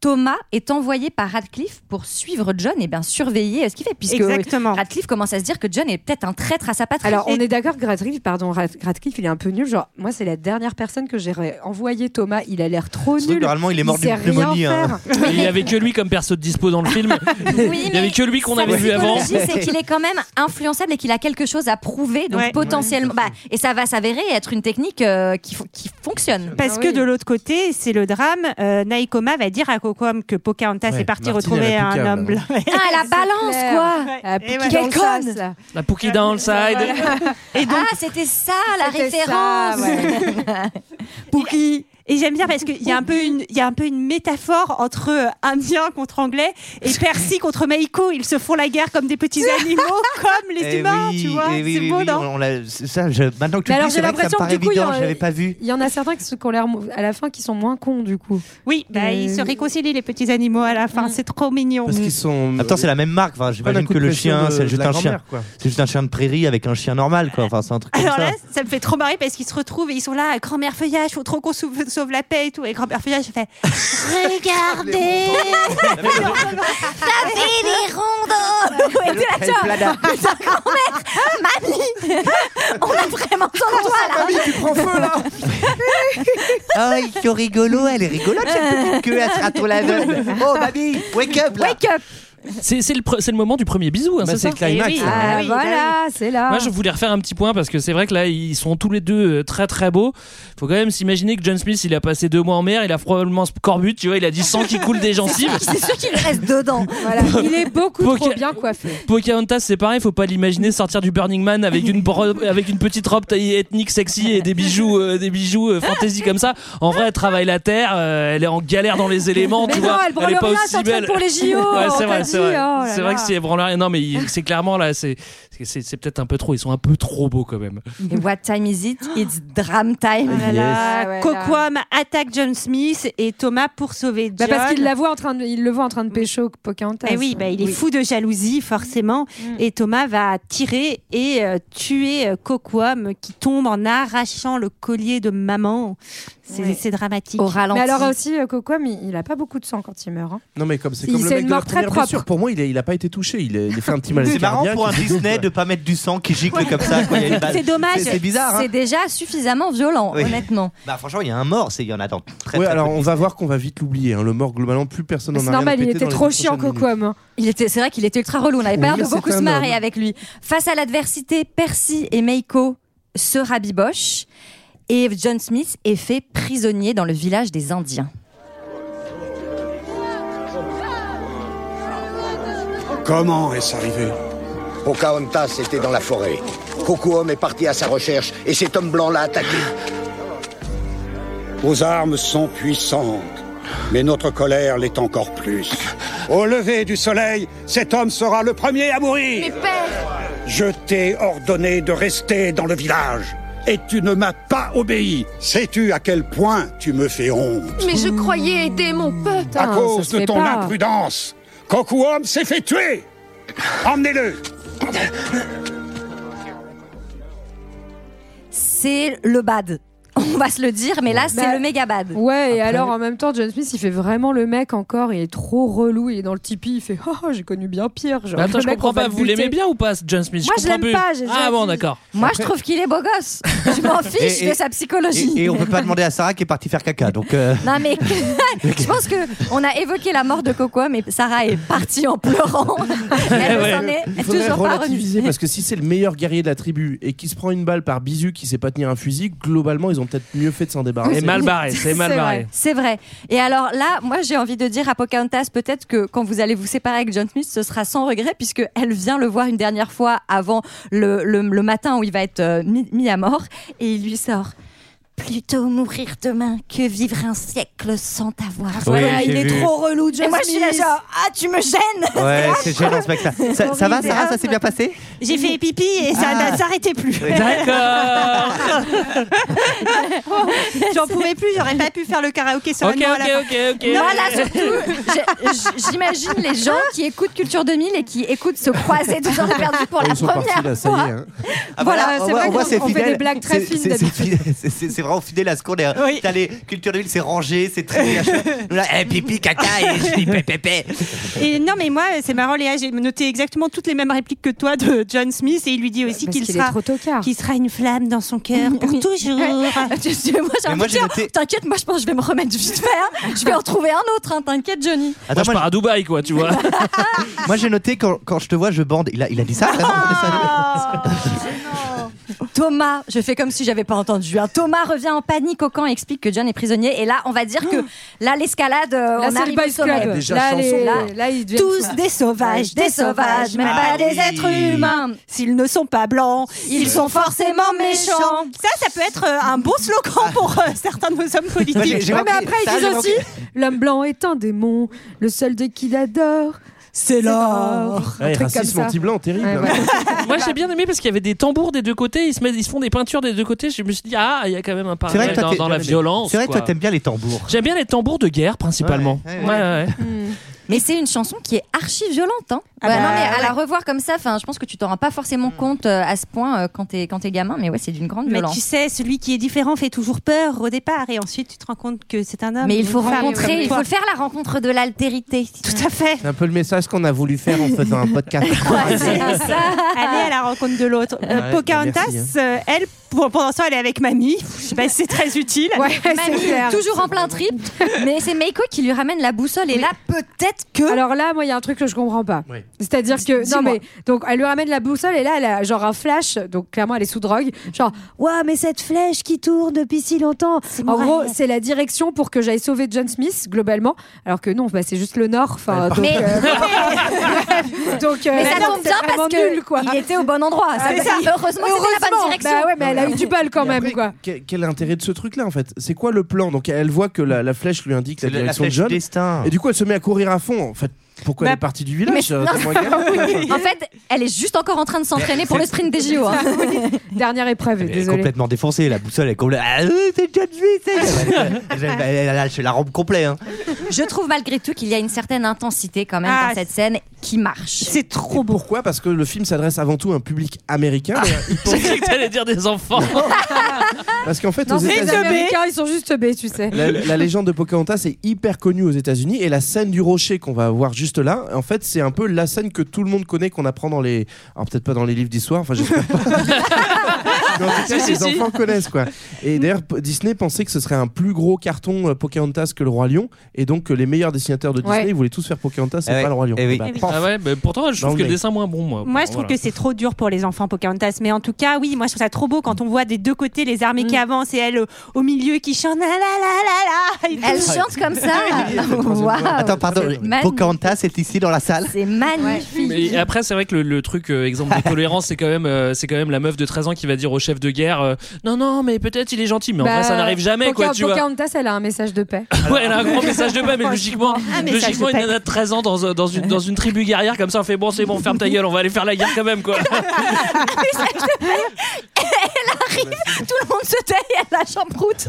S7: Thomas est envoyé par Radcliffe pour suivre John et bien surveiller euh, ce qu'il fait, puisque euh,
S12: Exactement.
S7: Radcliffe commence à se dire que John est peut-être un traître à sa patrie.
S2: Alors, on est d'accord que Radcliffe, pardon, Rad- Radcliffe, il est un peu nul. Genre, moi, c'est la dernière personne que j'ai envoyé Thomas. Il a l'air trop
S9: Surtout que
S2: nul.
S9: Normalement, il est mort
S2: il sait
S9: d'une
S2: rien
S9: pneumonie. hein.
S2: faire.
S8: Et il n'y avait que lui comme perso de dispo dans le film.
S7: Oui,
S8: Il n'y avait
S7: mais
S8: que lui qu'on
S7: sa
S8: avait vu avant.
S7: psychologie, c'est qu'il est quand même influençable et qu'il a quelque chose à prouver, donc
S12: Ouais.
S7: potentiellement. bah, et ça va s'avérer être une technique euh, qui, fon- qui fonctionne.
S12: Parce
S2: Ah
S12: que
S2: oui.
S12: de l'autre côté, c'est le drame. euh, Naïkoma va dire à Kokom que Pocahontas
S1: Ouais,
S12: est partie
S1: Martine,
S12: retrouver
S1: elle a plus
S12: un
S1: qu'à,
S12: homme
S1: là.
S12: blanc.
S7: Ah, la balance,
S2: clair.
S7: quoi
S2: Ah,
S12: Et
S2: puis
S12: voilà.
S2: quelle
S7: Quelle
S2: conne
S7: conne.
S8: La Pookie Downside.
S7: ah, c'était ça la
S2: C'était ça,
S7: référence.
S2: ouais.
S12: Pouki. Ah, Et j'aime bien parce qu'il y a un peu une, il y a un peu une métaphore entre euh, Indiens contre Anglais et Percy contre Maïko. Ils se font la guerre comme des petits animaux, comme les
S9: Eh
S12: humains,
S9: oui,
S12: "Bah, tu vois.
S9: eh oui,
S12: c'est
S9: oui,
S12: beau,
S9: oui,
S12: non
S9: on- on l'a- c'est ça, je- Maintenant que tu
S2: Mais
S9: le
S2: alors,
S9: dis, c'est vrai
S2: j'ai
S9: que ça me
S2: l'impression
S9: paraît
S2: que du coup,
S9: évident,
S2: il y
S9: je
S2: en-
S9: l'avais pas vu.
S2: Il y en a certains qui sont, qui ont l'air mou- à la fin qui sont moins cons du coup.
S12: Oui,
S2: Euh,
S12: bah, ils se réconcilient les petits animaux à la fin. C'est trop mignon. Mm.
S1: Parce qu'ils sont. euh,
S9: Attends, c'est la même marque. Enfin,
S1: Pas d'un
S9: j'imagine
S1: coup
S9: que
S1: de
S9: le
S1: pression
S9: chien,
S1: de-
S9: c'est
S1: de
S9: juste
S1: la
S9: un chien.
S1: grand-mère, quoi.
S9: C'est juste un chien de prairie avec un chien normal, quoi. Enfin, c'est un truc comme
S12: Alors
S9: ça.
S12: là, ça me fait trop marrer parce qu'ils se retrouvent et ils sont là, grand-mère feuillage, faut trop qu'on sauve, sauve la paix et tout. Et grand-mère feuillage fait Regardez
S7: T'as fait les rondeaux. Et t'es là, tu vois, ta grand-mère, mamie, on a vraiment besoin de toi là.
S1: tu prends feu là
S9: Oh, ils sont rigolos, elle est rigolote, cette petite queue à se raton la Oh, mamie, wake up là
S7: Wake up.
S8: C'est c'est le, pre- c'est le moment du premier bisou, hein,
S2: Bah,
S8: c'est ça
S2: c'est le climax, Eh oui, hein. ah oui, bah
S8: voilà,
S2: c'est là.
S7: ah.
S8: Moi, je voulais refaire un petit point parce que c'est vrai que là, ils sont tous les deux euh, très très beaux. Faut quand même s'imaginer que John Smith, il a passé deux mois en mer, il a probablement ce corbut, tu vois, il a du sang qui coule des gencives.
S7: C'est sûr qu'il reste dedans.
S2: Voilà. Il est beaucoup trop bien coiffé.
S8: Pocahontas, c'est pareil, faut pas l'imaginer sortir du Burning Man avec une, bro- avec une petite robe taillée ethnique, sexy et des bijoux, euh, des bijoux euh, fantasy comme ça. En vrai, elle travaille la terre, euh, elle est en galère dans les éléments,
S2: Mais
S8: tu
S2: non,
S8: vois.
S2: elle branle
S8: est pas
S2: rien,
S8: aussi
S2: s'entraîne
S8: belle.
S2: pour les JO,
S8: Ouais, c'est
S2: on
S8: vrai,
S2: t'a
S8: c'est
S2: dit,
S8: vrai.
S2: oh là
S8: C'est vrai
S2: là.
S8: que si elle branle rien, non, mais il- c'est clairement là, c'est c'est- c'est peut-être un peu trop, ils sont un peu trop beaux quand même.
S7: Et what time is it It's dram time.
S8: Ah là là,
S12: Ah, Coquam attaque John Smith et Thomas pour sauver John. Mm.
S2: Bah, parce qu'il la voit en train de, il le voit en train de pécho Pocahontas.
S12: Eh oui, bah, il est fou de jalousie, forcément. Et Thomas va tirer et euh, tuer euh, Coquam qui tombe en arrachant le collier de maman. C'est c'est dramatique.
S2: Mais alors aussi, euh, Coquam, il, il a pas beaucoup de sang quand il meurt. hein.
S1: Non mais comme c'est
S2: Il-
S1: comme le
S2: c'est
S1: mec
S2: une
S1: de la
S2: mort très
S1: première
S2: propre.
S1: blessure. Pour moi, il a, il a pas été touché. Il a, il a fait un petit mal.
S9: C'est marrant pour un Disney de pas mettre du sang qui gicle comme ça. quand il y a une balle.
S7: C'est dommage.
S9: C'est c'est bizarre. hein.
S7: C'est déjà suffisamment violent,
S9: Oui.
S7: honnêtement.
S9: Bah, franchement, il y a un mort, c'est- il y en a dans très,
S1: Oui,
S9: très
S1: alors
S9: peu.
S1: on va voir qu'on va vite l'oublier. hein. Le mort, globalement, plus personne n'en a
S7: C'est
S1: rien à
S7: normal, il
S1: péter
S7: était
S1: dans les
S7: trop
S1: dix
S7: chiant,
S1: prochaines
S7: Coco.
S1: minutes.
S7: Il était, c'est vrai qu'il était ultra relou. On avait
S1: Oui,
S7: pas l'air de
S1: c'est
S7: beaucoup
S1: un
S7: se marrer
S1: homme.
S7: avec lui. Face à l'adversité, Percy et Meiko se rabibochent et John Smith est fait prisonnier dans le village des Indiens.
S10: Comment est-ce arrivé
S3: Pocahontas était dans la forêt. Cocoum est parti à sa recherche et cet homme blanc l'a attaqué.
S10: Vos armes sont puissantes, mais notre colère l'est encore plus. Au lever du soleil, cet homme sera le premier à mourir. Je t'ai ordonné de rester dans le village. Et tu ne m'as pas obéi. Sais-tu à quel point tu me fais honte
S13: Mais je croyais aider mon peuple.
S10: À cause de ton imprudence, Kokuom s'est fait tuer. Emmenez-le.
S7: C'est le bad. On va se le dire, mais là, c'est
S2: Bah,
S7: le méga bad.
S2: Ouais, et alors en même temps, John Smith, il fait vraiment le mec encore. Il est trop relou. Il est dans le tipi. Il fait Oh, j'ai connu bien pire. Genre,
S8: Mais Bah, attends,
S2: le
S8: je
S2: mec, on
S8: comprends
S2: va
S8: pas,
S2: le
S8: vous l'aimez
S2: buter.
S8: bien ou pas, John Smith
S7: Moi, je
S8: comprends
S7: l'aime
S8: plus.
S7: pas, j'ai
S8: Ah
S7: déjà
S8: bon,
S7: dit.
S8: d'accord.
S7: Moi, je trouve qu'il est beau gosse. Je m'en fiche
S9: Et- et-
S7: de sa psychologie.
S9: Et, et on peut pas demander à Sarah qui est partie faire caca. Donc, euh,
S7: Non mais je pense que on a évoqué la mort de Coco, mais Sarah est partie en pleurant. Elle
S1: Ouais.
S7: s'en est
S1: Il faudrait
S7: toujours pas revenue.
S1: relativiser parce que si c'est le meilleur guerrier de la tribu et qui se prend une balle par bisu qui sait pas tenir un fusil, globalement ils ont peut-être mieux fait de s'en débarrasser.
S8: Et mal barré, Hein, c'est mal C'est barré. vrai.
S7: C'est vrai. Et alors là, moi j'ai envie de dire à Pocahontas peut-être que quand vous allez vous séparer avec John Smith, ce sera sans regret puisque elle vient le voir une dernière fois avant le, le- le matin où il va être euh, mis, mis à mort et il lui sort. Plutôt mourir demain que vivre un siècle sans t'avoir.
S9: Voilà, j'ai il est vu. trop
S7: relou,
S12: John
S7: Et moi, je suis là,
S12: Smith.
S7: genre, ah, tu me gênes
S9: ouais, c'est gênant ce mec-là. Ça, ça va,
S12: Horrible.
S9: Sarah Ça s'est bien passé
S12: J'ai fait pipi et ça
S9: Ah.
S12: ne s'arrêtait plus.
S8: D'accord.
S12: J'en pouvais plus, j'aurais pas pu faire le karaoké sereinement
S8: Ok,
S12: à la
S8: ok,
S12: fin.
S8: ok, ok.
S12: Non,
S7: Voilà, surtout, j'ai- j- j'imagine les gens qui écoutent Culture 2000 et qui écoutent se croiser tous en perdu pour
S9: Ah,
S7: la
S9: ils sont partis,
S7: première
S9: là, ça y est,
S7: fois.
S9: hein.
S7: Ah, Voilà,
S9: on
S7: c'est
S9: voit-
S7: vrai
S9: on voit,
S7: qu'on-
S9: c'est
S7: on fait des
S9: fidèle.
S7: blagues très
S9: C'est-
S7: fines
S9: c'est-
S7: d'habitude.
S9: c'est fidèle. C'est c'est- c'est vraiment fidèle à ce qu'on est. hein. T'as les cultures de ville, c'est rangé, c'est très Là, eh, pipi, caca et je dis pépépé.
S12: Et non, mais moi, c'est marrant, Léa, j'ai noté exactement toutes les mêmes répliques que toi de John Smith et il lui dit aussi
S2: Parce
S12: qu'il
S2: qu'il est
S12: sera,
S2: trop
S12: qu'il sera une flamme dans son cœur pour toujours.
S7: Tu sais, moi,
S9: Mais
S7: j'ai envie
S9: moi,
S7: de
S9: j'ai
S7: dire,
S9: noté-
S7: T'inquiète, moi je pense que je vais me remettre vite fait. hein. Je vais en trouver un autre, hein, t'inquiète Johnny.
S8: Attends, moi, je pars à Dubaï, quoi, tu vois.
S9: Moi, j'ai noté quand, quand je te vois, je bande. Il a, il a dit ça, vraiment
S7: Thomas, je fais comme si j'avais pas entendu. hein. Thomas revient en panique au camp et explique que John est prisonnier. Et là, on va dire que là, l'escalade,
S2: Là,
S7: euh, on
S2: c'est
S7: arrive
S2: le boys
S7: au sommet.
S2: club. Là, les-
S7: là,
S2: là, ils deviennent
S7: tous
S2: sauvages.
S7: des sauvages, des sauvages, mais pas
S12: Ah
S7: des
S12: oui.
S7: êtres humains.
S12: S'ils ne sont pas blancs,
S7: Ils sont forcément méchants.
S12: Ça, ça peut être euh, un bon slogan pour euh, certains de nos hommes politiques.
S9: Moi, j'ai- j'ai
S2: Ah. Ouais, mais
S9: compris.
S2: après,
S9: Ça,
S2: ils
S9: j'ai
S2: disent aussi L'homme blanc est un démon, le seul de qui l'adore, c'est l'or.
S1: Ah,
S2: Un
S1: et
S2: truc comme
S1: racisme
S2: ça.
S1: anti-blanc, terrible.
S2: Ouais,
S1: hein.
S2: voilà.
S8: Moi
S12: Bah.
S8: j'ai bien aimé parce qu'il y avait des tambours des deux côtés, ils se, mettent- ils se font des peintures des deux côtés. Je me suis dit, ah, il y a quand même un
S9: C'est vrai
S8: parallèle
S9: que toi,
S8: dans,
S9: t'es-
S8: dans la violence.
S9: C'est vrai que toi,
S8: quoi.
S9: t'aimes bien les tambours.
S8: J'aime bien les tambours de guerre principalement.
S9: Ouais,
S8: Ouais, ouais.
S7: Mais c'est une chanson qui est archi violente. Hein.
S12: Ah bah
S7: Ouais, non, mais
S12: ouais. Mm.
S7: à la revoir comme ça, 'fin, je pense que tu t'en rends pas forcément compte euh, à ce point euh, quand t'es quand t'es gamin. Mais ouais, c'est d'une grande
S12: Mais
S7: violence.
S12: tu sais, celui qui est différent fait toujours peur au départ et ensuite tu te rends compte que c'est un homme.
S7: Mais il
S12: ou
S7: faut
S12: une femme
S7: rencontrer,
S12: comme
S7: il
S12: toi.
S7: faut faire la rencontre de l'altérité.
S12: Tout à fait.
S1: C'est un peu le message qu'on a voulu faire en faisant un podcast.
S12: Aller à la rencontre de l'autre. Euh,
S1: Ah. Ouais, bah,
S12: Pocahontas,
S1: merci, hein.
S12: euh, elle, pour- pendant ce temps, elle est avec mamie. Je sais pas si c'est très utile.
S7: Mamie, toujours en plein trip. Mais c'est Meiko qui lui ramène la boussole et là peut-être
S2: fait que. Alors là, moi, il y a un truc que je comprends pas.
S1: Oui.
S2: C'est-à-dire que. Non,
S12: dis-moi.
S2: mais. Donc, elle lui ramène la boussole et là, elle a genre un flash. Donc, clairement, elle est sous drogue. Genre, ouah, mais cette flèche qui tourne depuis si longtemps. En
S12: moi,
S2: gros,
S12: elle.
S2: c'est la direction pour que j'aille sauver John Smith, globalement. Alors que non, bah, c'est juste le nord. Enfin, donc.
S16: Mais-
S2: euh, bref. donc, euh,
S16: Mais ça
S2: vraiment,
S16: tombe bien
S2: c'est
S16: parce
S2: vraiment nul, quoi.
S16: qu'il était au bon endroit. Ça-
S2: Ah, c'est ça.
S16: Heureusement, c'était la bonne
S2: Heureusement.
S16: direction.
S2: Bah ouais, mais elle a eu du bal quand
S1: Et
S2: même,
S1: après,
S2: quoi.
S1: que- Quel est l'intérêt de ce truc-là en fait C'est quoi le plan Donc elle voit que la, la flèche lui indique la
S9: la- la
S1: direction
S9: flèche
S1: de John.
S9: du destin.
S1: Et du coup elle se met à courir à fond. En fait, pourquoi
S16: Bah,
S1: elle est partie du village
S16: Mais-
S1: euh,
S16: non.
S1: tellement elle galère
S16: en fait, elle est juste encore en train de s'entraîner pour le sprint des JO. hein.
S2: Dernière épreuve,
S9: Elle est
S2: désolé.
S9: complètement défoncée, la boussole elle est complètement. Ah, oui, c'est John Smith, c'est- Elle- elle- Elle a lâché la rampe complète. hein.
S7: Je trouve malgré tout qu'il y a une certaine intensité quand même
S12: Ah,
S7: dans cette scène qui marche.
S12: C'est trop
S1: beau. Pourquoi Parce que le film s'adresse avant tout à un public
S2: Ah.
S1: américain. mais il pense-
S8: J'ai cru que t'allais dire des enfants.
S1: Parce qu'en fait,
S2: Non,
S1: aux
S2: c'est les
S1: États-Unis,
S2: Américains, ils sont juste teubés, tu sais.
S1: la, la légende de Pocahontas est hyper connue aux États-Unis et la scène du rocher qu'on va voir juste là, en fait, c'est un peu la scène que tout le monde connaît, qu'on apprend dans les, alors peut-être pas dans les livres d'histoire, enfin j'espère pas. Mais en tout cas,
S8: Si, si,
S1: les
S8: si.
S1: enfants connaissent quoi. Et d'ailleurs, P- Disney pensait que ce serait un plus gros carton euh, Pocahontas que le Roi Lion, et donc euh, les meilleurs dessinateurs de Disney
S12: Ouais.
S1: ils voulaient tous faire Pocahontas et
S9: Eh ouais,
S1: pas le Roi Lion.
S9: eh oui.
S1: bah,
S12: Eh oui.
S1: paf.
S8: Ah ouais, mais pourtant, je
S1: Dans le
S8: trouve que le
S1: nez.
S8: dessin est moins bon, moi.
S12: Moi, je trouve que c'est trop dur pour les enfants Pocahontas. Mais en tout cas, oui, moi, je trouve ça trop beau quand on voit des deux côtés les armées qui avancent et elle au, au milieu qui chante. La, la, la, la, la, et
S7: Elle
S12: tout.
S7: chante comme ça. Waouh.
S9: Ah, Attends, pardon,
S7: Magnifique.
S9: Pocahontas est ici dans la salle.
S7: C'est magnifique.
S8: Mais après, c'est vrai que le, le truc, euh, exemple de tolérance, c'est quand, même, euh, c'est quand même la meuf de 13 ans qui va dire au chef de guerre euh, Non, non, mais peut-être il est gentil, mais en
S2: Bah,
S8: vrai, ça n'arrive jamais, quoi,
S2: Poca-
S8: tu vois.
S2: Pocahontas, elle a un message de paix.
S8: Ouais, elle a un grand message de paix, mais logiquement,
S2: Un message
S8: logiquement
S2: de
S8: une
S2: paix.
S8: nana de 13 ans dans, un- dans, une, dans une tribu guerrière, comme ça, on fait Bon, c'est bon, ferme ta gueule, on va aller faire la guerre quand même, quoi.
S16: Elle arrive, tout le monde se tait et elle lâche un prout.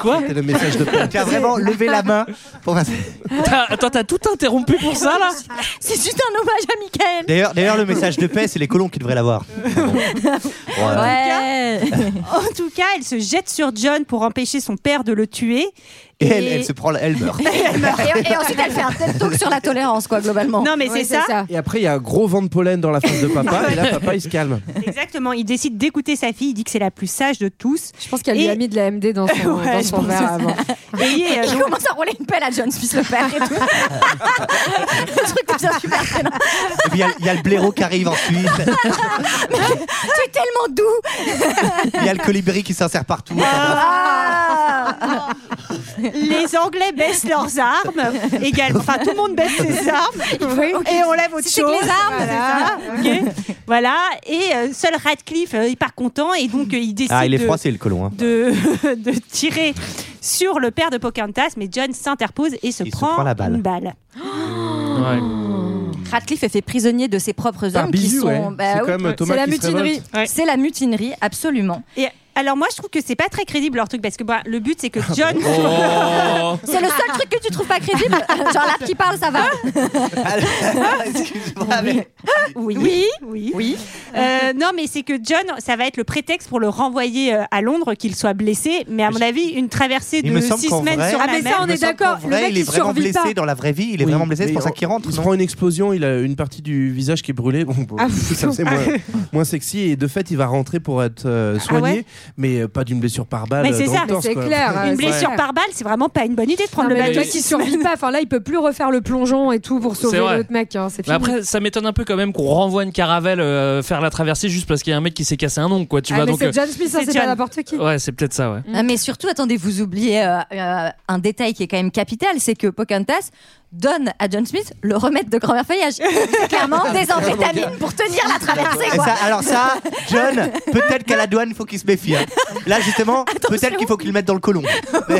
S8: Quoi
S1: C'est le message de paix.
S9: Tu as vraiment levé la main pour.
S8: T'as- Attends, t'as tout interrompu pour ça, là
S16: C'est juste un hommage à Michael.
S9: D'ailleurs, d'ailleurs, le message de paix, c'est les colons qui devraient l'avoir. Voilà.
S16: Ouais.
S12: En tout cas, elle se jette sur John pour empêcher son père de le tuer.
S9: Et elle, elle se prend, la- elle meurt.
S12: Elle meurt.
S16: Et, et ensuite, elle fait un TED Talk sur la tolérance, quoi, globalement.
S12: Non, mais Oh. c'est ça.
S1: Et après, il y a un gros vent de pollen dans la face de papa, et là, papa il se calme.
S12: Exactement. Il décide d'écouter sa fille. Il dit que c'est la plus sage de tous.
S2: Je pense qu'elle lui a mis de la MD dans son,
S12: Ouais,
S2: dans
S12: je
S2: son
S12: pense
S2: verre
S12: aussi.
S2: avant.
S12: Et, euh,
S16: Il
S12: donc-
S16: commence à rouler une pelle à John Smith le père et tout. le truc devient super gênant.
S9: Et puis il y a- il y, a le blaireau qui arrive ensuite,
S16: Tu es tellement doux.
S9: il y a le colibri qui s'insère partout. Enfin, bref.
S16: Ah.
S12: les Anglais baissent leurs armes. Également. Enfin, tout le monde baisse ses armes. Et on lève autre
S16: C'est
S12: chose.
S16: que les armes,
S12: Voilà. Ok. Voilà. Et euh, seul Radcliffe, euh, il part content et donc euh, il décide.
S9: Ah, il est
S12: de-
S9: froissé le colon. hein.
S12: de, de tirer sur le père de Pocahontas, mais John s'interpose et se, prend,
S9: prend la balle.
S12: une balle.
S8: Ouais.
S7: Radcliffe est fait prisonnier de ses propres
S1: Par
S7: hommes qui
S1: Bizu,
S7: sont.
S1: ouais.
S7: bah
S1: C'est
S7: oui.
S1: comme, euh, Thomas
S7: C'est la
S1: qui se
S7: mutinerie.
S1: révolte.
S12: Ouais.
S7: C'est la mutinerie, absolument.
S12: Et alors moi, je trouve que c'est pas très crédible leur truc parce que bah, le but c'est
S9: Ah,
S12: que John.
S8: Oh.
S7: C'est le seul truc que tu trouves pas crédible. Genre là qui parle, ça va.
S9: Alors, Ah, Excuse-moi, mais.
S12: oui, oui, oui. Euh, non, mais c'est que John, ça va être le prétexte pour le renvoyer euh, à Londres, qu'il soit blessé. Mais à mon avis, une traversée
S9: Il
S12: de
S9: me semble
S12: six
S9: qu'en
S12: semaines
S9: vrai-
S12: sur
S9: Ah,
S12: la
S2: mais
S12: mer.
S2: ça, on est
S9: En
S2: d'accord. Le
S9: vrai,
S2: mec,
S9: il est
S2: il
S9: vraiment
S2: survit
S9: blessé
S2: pas.
S9: dans la vraie vie. Il est
S1: Oui,
S9: vraiment blessé, c'est
S1: mais
S9: pour ça
S1: on-
S9: qu'il rentre.
S1: Il se
S9: non
S1: prend une explosion, il a une partie du visage qui est brûlée. Bon, bon,
S12: Ah,
S1: ça c'est moins, moins sexy. Et de fait, il va rentrer pour être euh, soigné,
S12: ouais
S1: mais euh, pas d'une blessure par balle.
S12: Mais
S1: euh,
S12: c'est
S1: dans
S12: ça,
S1: le torse,
S2: c'est
S1: quoi.
S2: clair,
S1: Après,
S2: hein,
S12: Une
S2: c'est
S12: blessure
S2: vrai.
S12: par balle, c'est vraiment pas une bonne idée de prendre
S2: Non,
S12: le
S2: mais le
S12: bateau.
S2: mec, il survit pas. Enfin, là, il peut plus refaire le plongeon et tout pour sauver
S8: vrai.
S2: l'autre mec. hein, C'est
S8: Mais
S2: fini.
S8: après, ça m'étonne un peu quand même qu'on renvoie une caravelle euh, faire la traversée juste parce qu'il y a un mec qui s'est cassé un ongle, quoi. Tu
S2: Ah,
S8: vois,
S2: mais
S8: donc.
S2: c'est John Smith, hein,
S12: c'est
S2: c'est pas
S12: John.
S2: n'importe qui.
S8: euh, Ouais, c'est peut-être ça, ouais.
S2: Mm.
S7: Ah, Mais surtout, attendez, vous oubliez euh, euh, un détail qui est quand même capital, c'est que Pocahontas donne à John Smith le remède de grand-mère feuillage. C'est
S1: Ah,
S7: Clairement, des amphétamines pour tenir la traversée,
S9: Et
S7: quoi.
S9: ça- alors ça, John, peut-être qu'à la douane, il faut qu'il se méfie. hein. Là, justement, peut-être qu'il faut qu'il le mette dans le colon.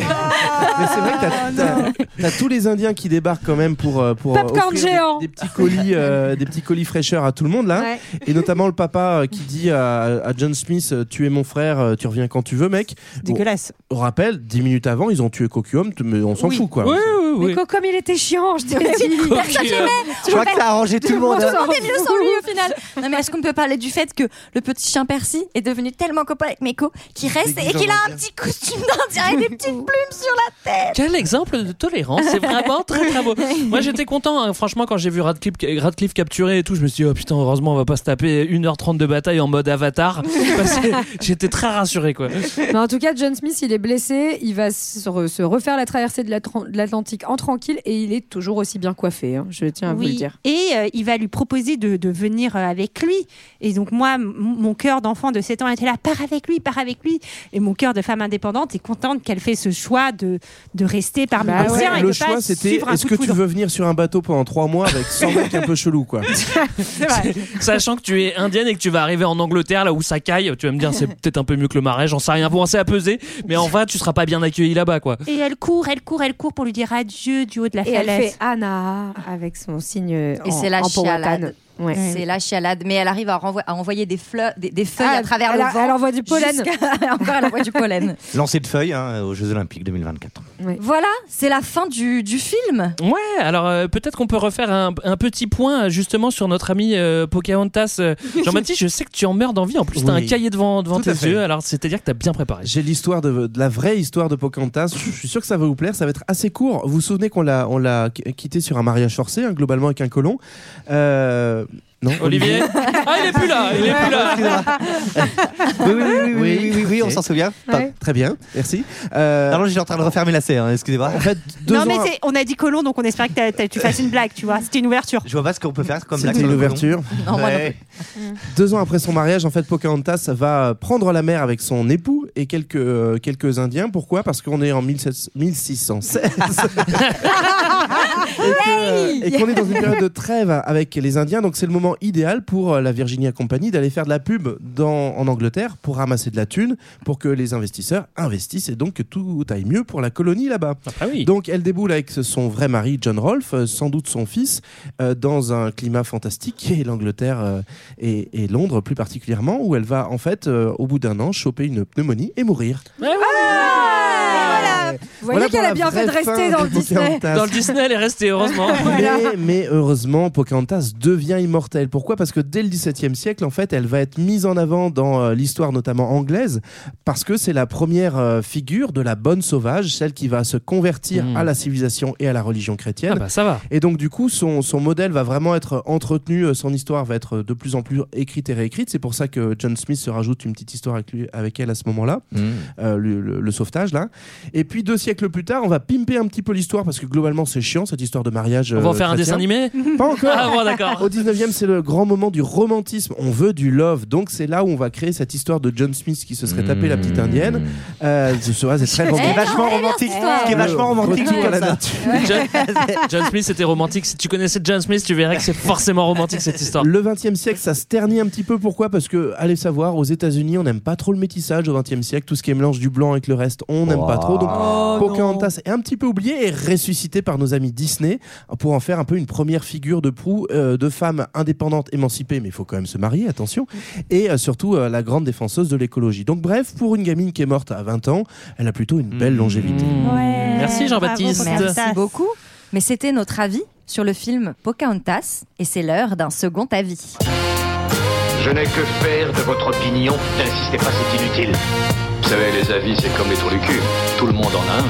S1: Mais c'est vrai que t'as- t'as- t'as tous les Indiens qui débarquent quand même pour, euh, pour euh,
S2: Popcorn
S1: offrir des-
S2: géant.
S1: Des, petits colis, euh, des petits colis fraîcheurs à tout le monde là,
S2: Ouais.
S1: et notamment le papa euh, qui dit à, à John Smith euh, "Tu es mon frère, euh, tu reviens quand tu veux, mec." Bon,
S12: Dégueulasse.
S1: on rappelle, dix minutes avant, ils ont tué Coquium, t- mais on s'en
S12: Oui.
S1: fout quoi.
S8: Oui, oui,
S2: Mmh. Mais
S8: oui.
S2: co- comme il était chiant, je t'ai dit.
S8: Coquille, euh,
S9: Je crois que ça a arrangé tout le monde. hein.
S2: s'en
S7: On est mieux sans lui au final. Non mais est-ce qu'on peut parler du fait que le petit chien Percy est devenu tellement copain avec Meko qu'il reste et qu'il a un petit costume d'Indien et des petites plumes sur la tête
S8: Quel exemple de tolérance, c'est vraiment très très beau. Moi j'étais content, hein. franchement, quand j'ai vu Radcliffe, Radcliffe capturé et tout, je me suis dit, oh putain, heureusement, on va pas se taper 1h30 de bataille en mode avatar. Parce que j'étais très rassuré quoi.
S2: Mais en tout cas, John Smith, il est blessé. Il va se, re- se refaire la traversée de la tran- de l'Atlantique musique en tranquille et il est toujours aussi bien coiffé. hein. je tiens à vous
S12: Oui.
S2: le dire.
S12: Et euh, il va lui proposer de, de venir euh, avec lui. Et donc, moi, m- mon cœur d'enfant de 7 ans était là, pars avec lui, pars avec lui. Et mon cœur de femme indépendante est contente qu'elle fait ce choix de, de rester parmi les siens et
S1: Bah le
S12: de
S1: choix,
S12: pas
S1: c'était
S12: suivre un
S1: est-ce
S12: coup
S1: que
S12: de
S1: tu
S12: foudre.
S1: veux venir sur un bateau pendant trois mois avec 100 mecs un peu chelous, quoi
S8: Sachant que tu es indienne et que tu vas arriver en Angleterre, là où ça caille, tu vas me dire c'est peut-être un peu mieux que le marais, j'en sais rien, bon, c'est à peser, mais enfin tu seras pas bien accueilli là-bas quoi.
S12: Et elle court, elle court, elle court pour lui dire adieu du haut de la
S2: Et elle
S12: falaise.
S2: fait Anna avec son signe.
S7: Et c'est la chialade.
S2: Ouais.
S7: C'est la chialade. Mais elle arrive à, renvoi- à envoyer des, fleurs, des, des feuilles
S2: Ah,
S7: à travers
S2: elle
S7: le
S2: a-
S7: vent.
S2: elle envoie du pollen.
S7: jusqu'à- Encore, elle envoie du pollen.
S9: Lancer de feuilles hein, aux Jeux Olympiques 2024.
S7: Voilà, c'est la fin du, du film.
S8: Ouais, alors euh, peut-être qu'on peut refaire un, un petit point euh, justement sur notre ami euh, Pocahontas. Euh, Jean-Baptiste, je sais que tu en meurs d'envie, en plus t'as
S1: Oui.
S8: un cahier devant, devant
S1: Tout
S8: tes
S1: à fait.
S8: yeux, alors c'est-à-dire que t'as bien préparé.
S1: J'ai l'histoire de, de la vraie histoire de Pocahontas. Je suis sûr que ça va vous plaire. Ça va être assez court. Vous vous souvenez qu'on l'a, on l'a qui- quitté sur un mariage forcé, hein, globalement avec un colon. Euh, non,
S8: Olivier Ah, il est plus là, il est plus là
S9: Oui, oui, oui, oui, oui, oui, oui, oui, on
S1: Ok.
S9: s'en souvient.
S1: Pas- Très bien, merci. Euh,
S9: Alors, j'étais en train de refermer la serre, hein, excusez-moi. En
S1: fait,
S12: Non, mais c'est- on a dit colon, donc on espère que t'as- t'as- tu fasses une blague, tu vois. C'était une ouverture.
S9: Je vois pas ce qu'on peut faire comme
S1: C'était
S9: blague sur
S1: une
S9: le colon.
S1: ouverture.
S12: Non, moi non
S9: Ouais.
S1: Deux ans après son mariage, en fait, Pocahontas va prendre la mer avec son époux et quelques, euh, quelques Indiens. Pourquoi Parce qu'on est en 1700 1616
S16: Hey
S1: et qu'on est dans une période de trêve avec les Indiens. Donc c'est le moment idéal pour euh, la Virginia Company d'aller faire de la pub dans, en Angleterre pour ramasser de la thune, pour que les investisseurs investissent et donc que tout aille mieux pour la colonie là-bas.
S8: Ah
S1: Donc elle déboule avec son vrai mari John Rolfe, euh, sans doute son fils, euh, dans un climat fantastique qui est l'Angleterre euh, et, et Londres plus particulièrement, où elle va en fait, euh, au bout d'un an, choper une pneumonie et mourir.
S8: Ah
S7: Ah,
S2: Voilà. Vous voyez
S1: Voilà pour
S2: qu'elle a
S1: la
S2: bien fait de
S1: vraie fin
S2: rester
S1: de
S2: dans le Disney.
S1: Pocahontas.
S8: Dans le Disney, elle est restée, heureusement.
S1: Mais, mais heureusement, Pocahontas devient immortelle. Pourquoi Parce que dès le XVIIe siècle, en fait, elle va être mise en avant dans euh, l'histoire notamment anglaise, parce que c'est la première euh, figure de la bonne sauvage, celle qui va se convertir à la civilisation et à la religion chrétienne.
S8: Ah bah, ça va.
S1: Et donc du coup, son, son modèle va vraiment être entretenu, euh, son histoire va être de plus en plus écrite et réécrite. C'est pour ça que John Smith se rajoute une petite histoire avec, lui- avec elle à ce moment-là,
S9: Hmm.
S1: euh, le, le- le sauvetage là. Et puis deux siècles plus tard, on va pimper un petit peu l'histoire parce que globalement c'est chiant cette histoire de mariage.
S8: On va en
S1: euh,
S8: faire un dessin
S1: chrétien.
S8: animé
S1: Pas encore.
S8: Ah bon, d'accord.
S1: Au 19e, c'est le grand moment du romantisme. On veut du love. Donc, c'est là où on va créer cette histoire de John Smith qui se serait tapé la
S8: Mmh.
S1: petite
S9: Hmm.
S1: indienne. Euh, ce sera c'est très
S9: Ce qui est
S1: romantique.
S9: vachement romantique. Ce qui est vachement romantique.
S1: Retour à la
S9: comme ça.
S1: nature.
S8: John, John Smith était romantique. Si tu connaissais John Smith, tu verrais que c'est forcément romantique cette histoire.
S1: Le 20e siècle, ça se ternit un petit peu. Pourquoi Parce que, allez savoir, aux États-Unis, on n'aime pas trop le métissage au 20e siècle. Tout ce qui est mélange du blanc avec le reste, on n'aime pas trop. Donc,
S8: Oh
S1: Pocahontas est un petit peu oublié et ressuscité par nos amis Disney pour en faire un peu une première figure de proue euh, de femme indépendante, émancipée, mais il faut quand même se marier, attention. Et euh, surtout, euh, la grande défenseuse de l'écologie. Donc, bref, pour une gamine qui est morte à 20 ans, elle a plutôt une belle longévité.
S8: Hmm. Merci Jean-Baptiste.
S7: Merci beaucoup. Mais c'était notre avis sur le film Pocahontas et c'est l'heure d'un second avis.
S17: Je n'ai que faire de votre opinion. N'insistez pas, c'est inutile. Vous savez, les avis, c'est comme les trous du cul. Tout le monde en a un.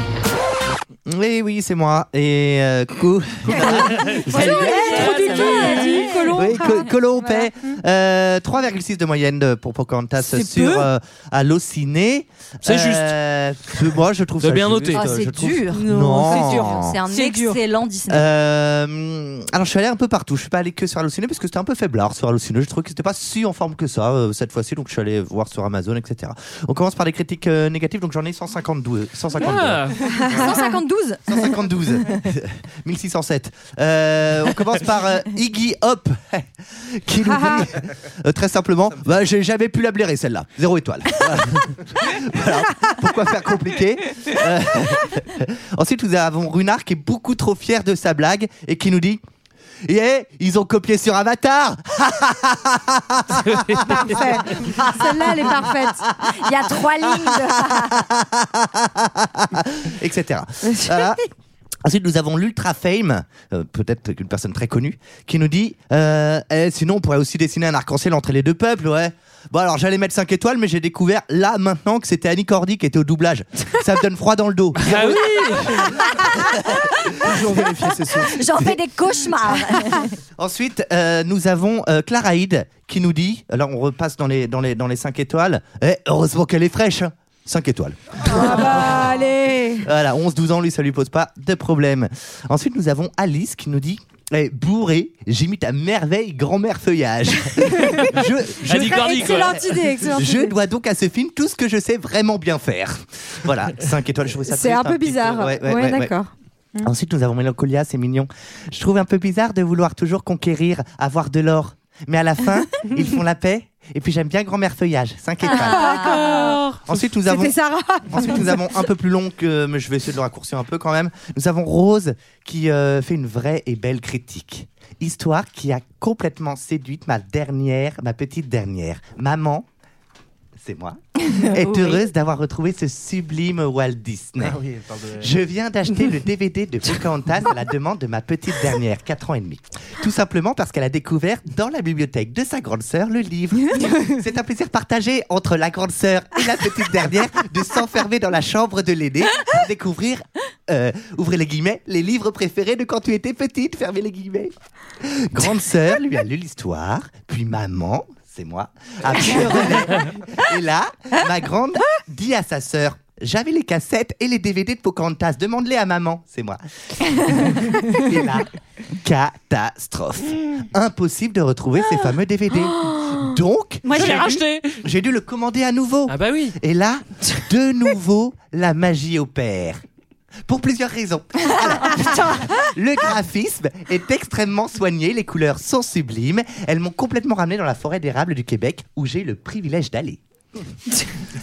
S9: Oui, oui, c'est moi. Et euh, coucou. Oui, co- Colo on paie. Euh, 3,6 de moyenne de- pour Pocahontas
S8: C'est
S9: sur
S8: peu.
S9: euh, Allociné.
S8: C'est juste.
S9: Euh, peu- moi, je trouve
S8: T'as
S9: ça
S8: bien
S9: juste,
S8: noté. Ah,
S9: euh,
S8: c'est
S9: je trouve-
S8: dur.
S9: Non,
S7: C'est un excellent Disney.
S9: Euh, alors je suis allé un peu partout. Je suis pas allé que sur Allociné parce que c'était un peu faiblard sur Allociné. Je trouvais que c'était pas si en forme que ça euh, cette fois-ci. Donc je suis allé voir sur Amazon, etc. On commence par les critiques euh, négatives. Donc j'en ai 152. 152.
S7: Ah. 152
S9: 152 1607. Euh, on commence par euh, Iggy Hop qui nous dit euh, très simplement bah, J'ai jamais pu la blairer celle-là. Zéro étoile. Voilà. Voilà. Pourquoi faire compliqué Euh, Ensuite, nous avons Runard qui est beaucoup trop fier de sa blague et qui nous dit Yeah, ils ont copié sur Avatar
S16: Parfait.
S7: Celle-là, elle est parfaite. Il y a trois lignes.
S9: etc. Voilà. Ensuite, nous avons l'Ultra Fame, euh, peut-être une personne très connue, qui nous dit euh, Eh, Sinon, on pourrait aussi dessiner un arc-en-ciel entre les deux peuples, ouais. Bon, alors j'allais mettre 5 étoiles, mais j'ai découvert là, maintenant, que c'était Annie Cordy qui était au doublage. Ça me donne froid dans le dos.
S8: Ah oui
S1: Toujours vérifier ces sources.
S7: J'en fais des cauchemars.
S9: Ensuite, euh, nous avons euh, Clara Hyde qui nous dit Là, on repasse dans les, dans les, dans les 5 étoiles Eh, Heureusement qu'elle est fraîche. hein. 5 étoiles.
S12: Ah bah, allez
S9: Voilà, 11-12 ans, lui, ça lui pose pas de problème. Ensuite, nous avons Alice qui nous dit Eh, Bourré, j'imite à merveille grand-mère feuillage. je,
S8: Annie Cordy, quoi. Excellente idée, excellente
S9: Je
S8: idée.
S9: dois donc à ce film tout ce que je sais vraiment bien faire. Voilà, 5 étoiles, je trouve ça
S2: C'est
S9: triste
S2: un peu
S9: petit
S2: bizarre.
S9: Ouais,
S2: Ouais, d'accord. Mm.
S9: Ensuite, nous avons Mélancolia, c'est mignon. Je trouve un peu bizarre de vouloir toujours conquérir, avoir de l'or. Mais à la fin, ils font la paix. Et puis j'aime bien Grand-mère Feuillage,
S2: Ah.
S9: 5 étoiles.
S12: D'accord.
S9: Ensuite, nous avons.
S12: C'était Sarah.
S9: Ensuite, nous avons un peu plus long que. Mais je vais essayer de le raccourcir un peu quand même. Nous avons Rose qui euh, fait une vraie et belle critique. Histoire qui a complètement séduite ma dernière, ma petite dernière. Maman, c'est moi, est
S18: Oui.
S9: heureuse d'avoir retrouvé ce sublime Walt Disney.
S18: Ah oui, elle parle de-
S9: Je viens d'acheter le DVD de Pocahontas à la demande de ma petite dernière, 4 ans et demi. Tout simplement parce qu'elle a découvert dans la bibliothèque de sa grande sœur le livre. C'est un plaisir partagé entre la grande sœur et la petite dernière de s'enfermer dans la chambre de l'aînée pour découvrir, euh, ouvrez les guillemets, les livres préférés de quand tu étais petite, fermez les guillemets. Grande sœur lui a lu l'histoire, puis maman, c'est moi, a pris le relais. Et là, ma grande dit à sa sœur J'avais les cassettes et les DVD de Pocahontas, demande-les à maman, c'est moi. Et là, catastrophe. Impossible de retrouver ces fameux DVD. Donc,
S8: Ah. Moi, je
S9: j'ai
S8: l'ai
S9: dû-
S8: racheté.
S9: J'ai dû le commander à nouveau. Ah bah oui. Et là, de nouveau, la magie opère. Pour plusieurs raisons. Alors, le graphisme est extrêmement soigné, les couleurs sont sublimes. Elles m'ont complètement ramené dans la forêt d'érable du Québec où j'ai le privilège d'aller.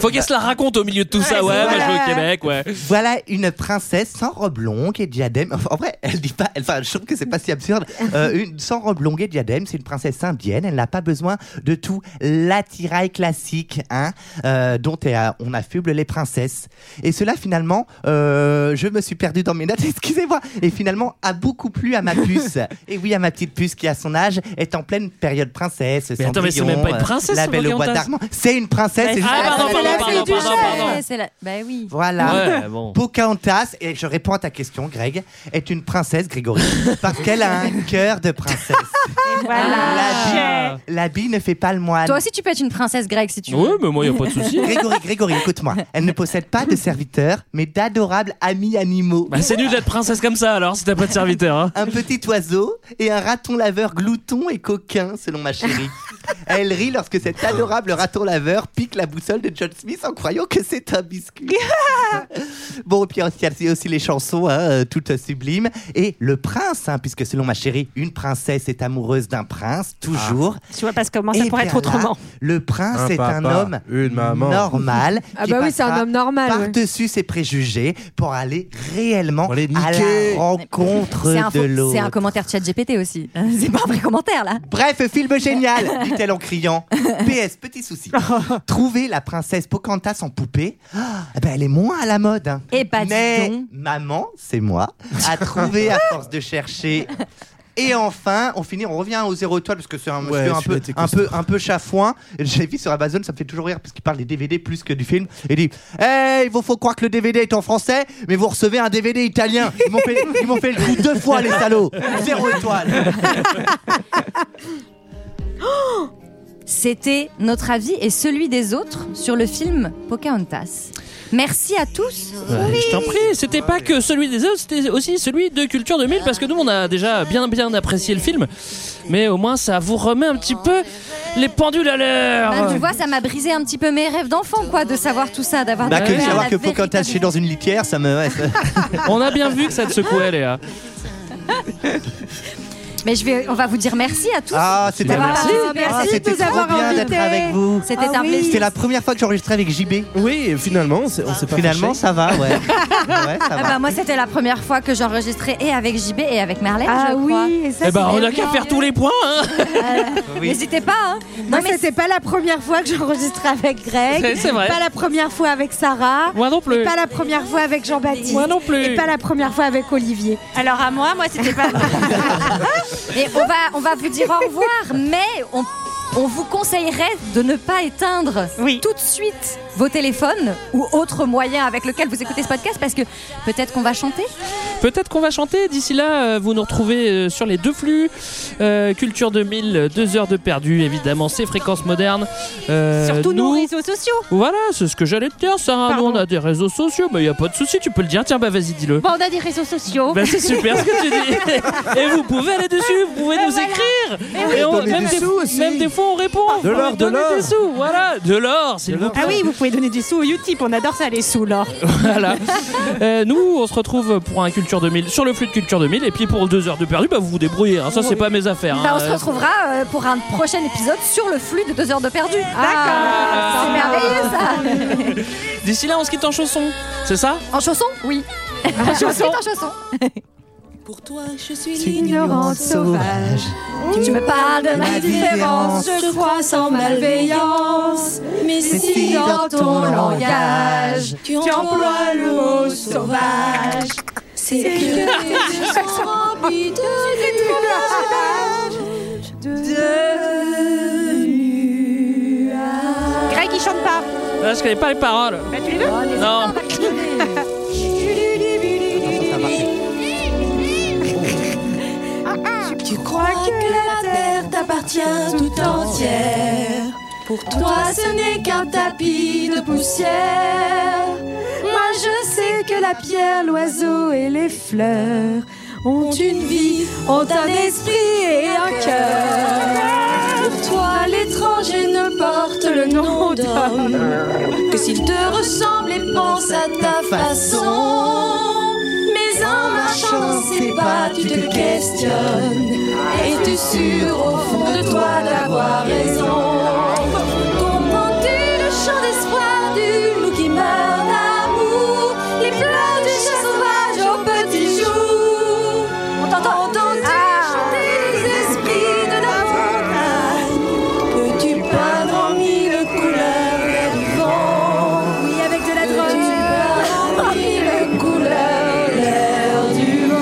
S8: Faut qu'elle se la raconte au milieu de tout ça. Ouais, moi je vais au Québec, ouais.
S9: Voilà une princesse sans robe longue et diadème. Enfin, en vrai, elle dit pas. elle- Enfin, je trouve que c'est pas si absurde. Euh, une sans robe longue et diadème, c'est une princesse indienne. Elle n'a pas besoin de tout l'attirail classique, hein, euh, dont est, euh, on affuble les princesses. Et cela, finalement, euh, je me suis perdu dans mes notes. Excusez-moi. Et finalement, a beaucoup plu à ma puce. et oui, à ma petite puce qui, à son âge, est en pleine période princesse.
S8: Mais attends, mais c'est
S9: Cendrillon,
S8: même pas une
S9: euh,
S8: princesse,
S9: La belle au bois
S8: Pocahontas.
S9: dormant. C'est une princesse. c'est juste
S8: Ah,
S9: la
S8: pardon,
S9: princesse.
S8: pardon, pardon, pardon, pardon.
S7: Ouais, c'est la- Bah oui.
S9: Voilà.
S7: Ouais,
S9: Pocahontas, et je réponds à ta question, Greg, est une princesse, Grégory, parce qu'elle a un cœur de princesse. Ah.
S8: Ah.
S7: Voilà.
S9: L'habit ne fait pas le moine.
S7: Toi aussi, tu peux être une princesse grecque si tu veux.
S9: Oui,
S8: mais moi, y a pas de
S9: Grégory, Grégory, écoute-moi. Elle ne possède pas de serviteur, mais d'adorables amis animaux.
S8: Bah, c'est nul d'être princesse comme ça alors si t'as pas de serviteur. Hein.
S9: Un petit oiseau et un raton laveur glouton et coquin, selon ma chérie. Elle rit lorsque cet adorable raton laveur pique la boussole de John Smith en croyant que c'est un biscuit. bon, et puis il y a aussi les chansons, hein, euh, toutes euh, sublimes. Et le prince, hein, puisque selon ma chérie, une princesse est amoureuse d'un prince,
S1: Ah.
S9: toujours.
S12: Tu vois, parce que comment ça
S9: Et
S12: pourrait être
S9: Eh bien là,
S12: autrement
S9: Le prince
S1: Un
S9: est un
S1: papa,
S9: homme
S1: une maman.
S9: normal.
S2: Ah
S9: qui
S2: bah oui, c'est un
S9: passera
S2: homme normal, ouais.
S9: Par-dessus ses préjugés pour aller réellement à la rencontre
S7: C'est un, faux-
S9: de l'autre.
S7: c'est un commentaire chat GPT aussi. C'est pas un vrai commentaire là.
S9: Bref, film génial, dit-elle en criant. PS, petit souci. Trouver la princesse Pocahontas en poupée, ah, ben elle est moins à la mode. hein.
S7: Et bah, dis
S9: Mais
S7: donc.
S9: maman, c'est moi, a trouvé à force de chercher. Et enfin, on finit, on revient aux zéro étoiles parce que c'est un monsieur
S1: Ouais,
S9: un,
S1: celui-là
S9: peu,
S1: était
S9: un, peu, un peu chafouin. J'ai vu sur Amazon, ça me fait toujours rire parce qu'il parle des DVD plus que du film. Il dit Eh, il vous faut croire que le DVD est en français, mais vous recevez un DVD italien. Ils m'ont fait, ils m'ont fait le coup deux fois, les salauds. Zéro étoile.
S7: C'était notre avis et celui des autres sur le film Pocahontas. Merci à tous.
S8: Ouais, Je t'en prie, c'était pas que celui des autres, c'était aussi celui de Culture 2000 parce que nous on a déjà bien bien apprécié le film, mais au moins ça vous remet un petit peu les pendules à l'heure.
S7: Bah, tu vois, ça m'a brisé un petit peu mes rêves d'enfant, quoi, de savoir tout ça, d'avoir
S9: Bah, que de
S7: découvert
S9: savoir
S7: la
S9: que Pocahontas chez dans une litière, ça me. ouais, ça-
S8: On a bien vu que ça te secouait, Léa.
S7: Mais je vais, on va vous dire merci à tous.
S9: Ah, c'était
S7: D'avoir
S9: merci.
S7: participé à
S9: Ah,
S7: cette-
S9: c'était trop bien d'être avec vous.
S7: C'était
S16: Ah
S7: un plaisir.
S9: C'était la première fois que j'enregistrais avec JB.
S1: Oui, et finalement, on s'est on s'est pas
S9: Finalement,
S1: fâchés.
S9: ça va, ouais. Ouais, ça
S7: Ah
S9: va.
S7: bah, moi, c'était la première fois que j'enregistrais et avec JB et avec Marlène. Ah oui, et
S8: Eh ben on a qu'à faire tous les points. hein. Oui.
S7: N'hésitez pas. hein.
S2: Non, mais c'était pas la première fois que j'enregistrais avec Greg.
S8: C'est- c'est vrai.
S2: Pas la première fois avec Sarah.
S8: Moi non plus.
S2: Et pas la première fois avec Jean-Baptiste.
S12: Moi non plus.
S2: Et pas la première fois avec Olivier.
S12: Alors à moi, moi c'était pas.
S7: Et on va, on va vous dire au revoir, mais on, on vous conseillerait de ne pas éteindre tout de suite vos téléphones ou autre moyen avec lequel vous écoutez ce podcast parce que peut-être qu'on va chanter.
S8: Peut-être qu'on va chanter. D'ici là, euh, vous nous retrouvez euh, sur les deux flux. Euh, Culture 2000, euh, deux heures de perdu, évidemment, c'est fréquences modernes. Euh,
S12: Surtout nos réseaux sociaux.
S8: Voilà, c'est ce que j'allais te dire, Sarah. Nous, on a des réseaux sociaux. Bah, il a pas de souci, tu peux le dire. Tiens, bah, vas-y, dis-le.
S16: Bon, on a des réseaux sociaux.
S9: Ben,
S8: Bah, c'est super ce que tu dis. Et vous pouvez aller dessus, vous pouvez nous écrire.
S16: Et
S8: on-
S16: donner
S8: même,
S16: des
S8: des,
S16: sous aussi. Ah,
S8: même des fois, on répond.
S16: De l'or,
S8: On
S16: de
S8: donne
S16: l'or.
S8: des sous, voilà. De l'or, s'il vous plaît.
S12: Ah oui, vous pouvez donner des sous au Utip, on adore ça les sous l'or.
S8: Voilà. Euh, nous, on se retrouve pour un Culture 2000 sur le flux de Culture 2000 et puis pour deux heures de perdu, bah, vous vous débrouillez. hein. Ça, c'est pas mes affaires.
S7: Bah, on
S8: hein.
S7: se retrouvera euh, pour un prochain épisode sur le flux de 2 heures de perdu.
S16: Ah,
S7: c'est merveilleux ça
S8: D'ici là, on se quitte en chanson. C'est ça
S7: En chanson Oui.
S16: En chanson.
S7: On se quitte en chanson.
S16: Pour toi, je suis
S11: l'ignorante sauvage.
S16: Tu me parles de ma différence.
S11: je crois sans malveillance. Mais si dans ton langage, tu emploies le mot sauvage, c'est que tes yeux sont remplis de nuages. De nuages.
S12: Greg, il chante pas.
S8: Ah, je connais pas les paroles.
S12: Bah, tu les veux
S8: Non.
S11: Tu crois que la terre t'appartient tout entière. Pour toi, ce n'est qu'un tapis de poussière. Moi, je sais que la pierre, l'oiseau et les fleurs ont une vie, ont un esprit et un cœur. Pour toi, l'étranger ne porte le nom d'homme que s'il te ressemble et pense à ta façon. Mais en marchant dans ses pas, tu te questionnes. Es-tu sûr au fond de toi d'avoir raison Comprends-tu le chant d'espoir du loup qui meurt d'amour Les pleurs du chat sauvage au petit jour On t'entend chanter les esprits de la montagne Peux-tu peindre en mille couleurs l'air du vent Oui, avec de la drogue Peux-tu peindre en mille couleurs l'air du vent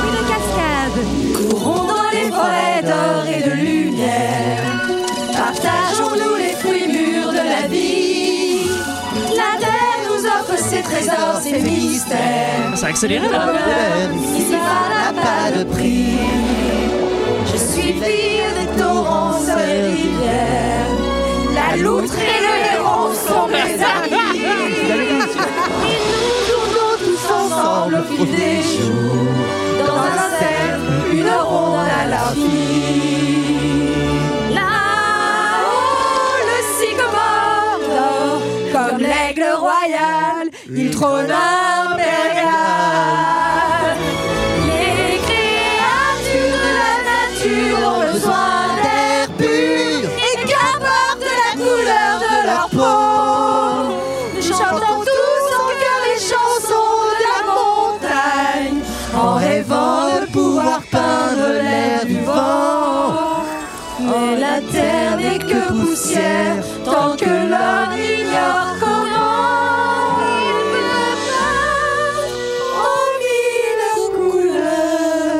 S7: Plus de cascade.
S11: Courons dans les forêts d'or et de lumière. Partageons-nous les fruits mûrs de la vie. La terre nous offre ses trésors, ses mystères.
S8: Ça a accéléré là.
S11: Ici, ça n'a pas de prix. Je suis fille des torrents sur les rivières. La loutre et le héron sont mes amis. Et nous tournons tous ensemble au fil des jours. Dans un cercle, une ronde à la vie. Là-haut, le sycomore dort, comme l'aigle royal, il trône impérial. Les créatures de la nature ont besoin d'air pur et qu'importe la couleur de leur peau. Nous chantons tous en cœur les chansons de la montagne en rêvant de pouvoir peindre l'air du vent. Mais la terre n'est que poussière tant que l'homme ignore comment il peut peindre en mille couleurs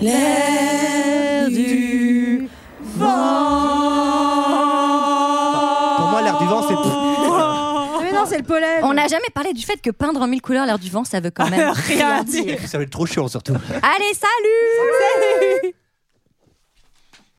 S11: l'air du vent.
S9: Pour moi, l'air du vent, c'est.
S7: Mais non, c'est le pollen. On n'a jamais parlé du fait que peindre en mille couleurs l'air du vent, ça veut quand même rien dire.
S9: Ça va être trop chiant surtout.
S7: Allez, salut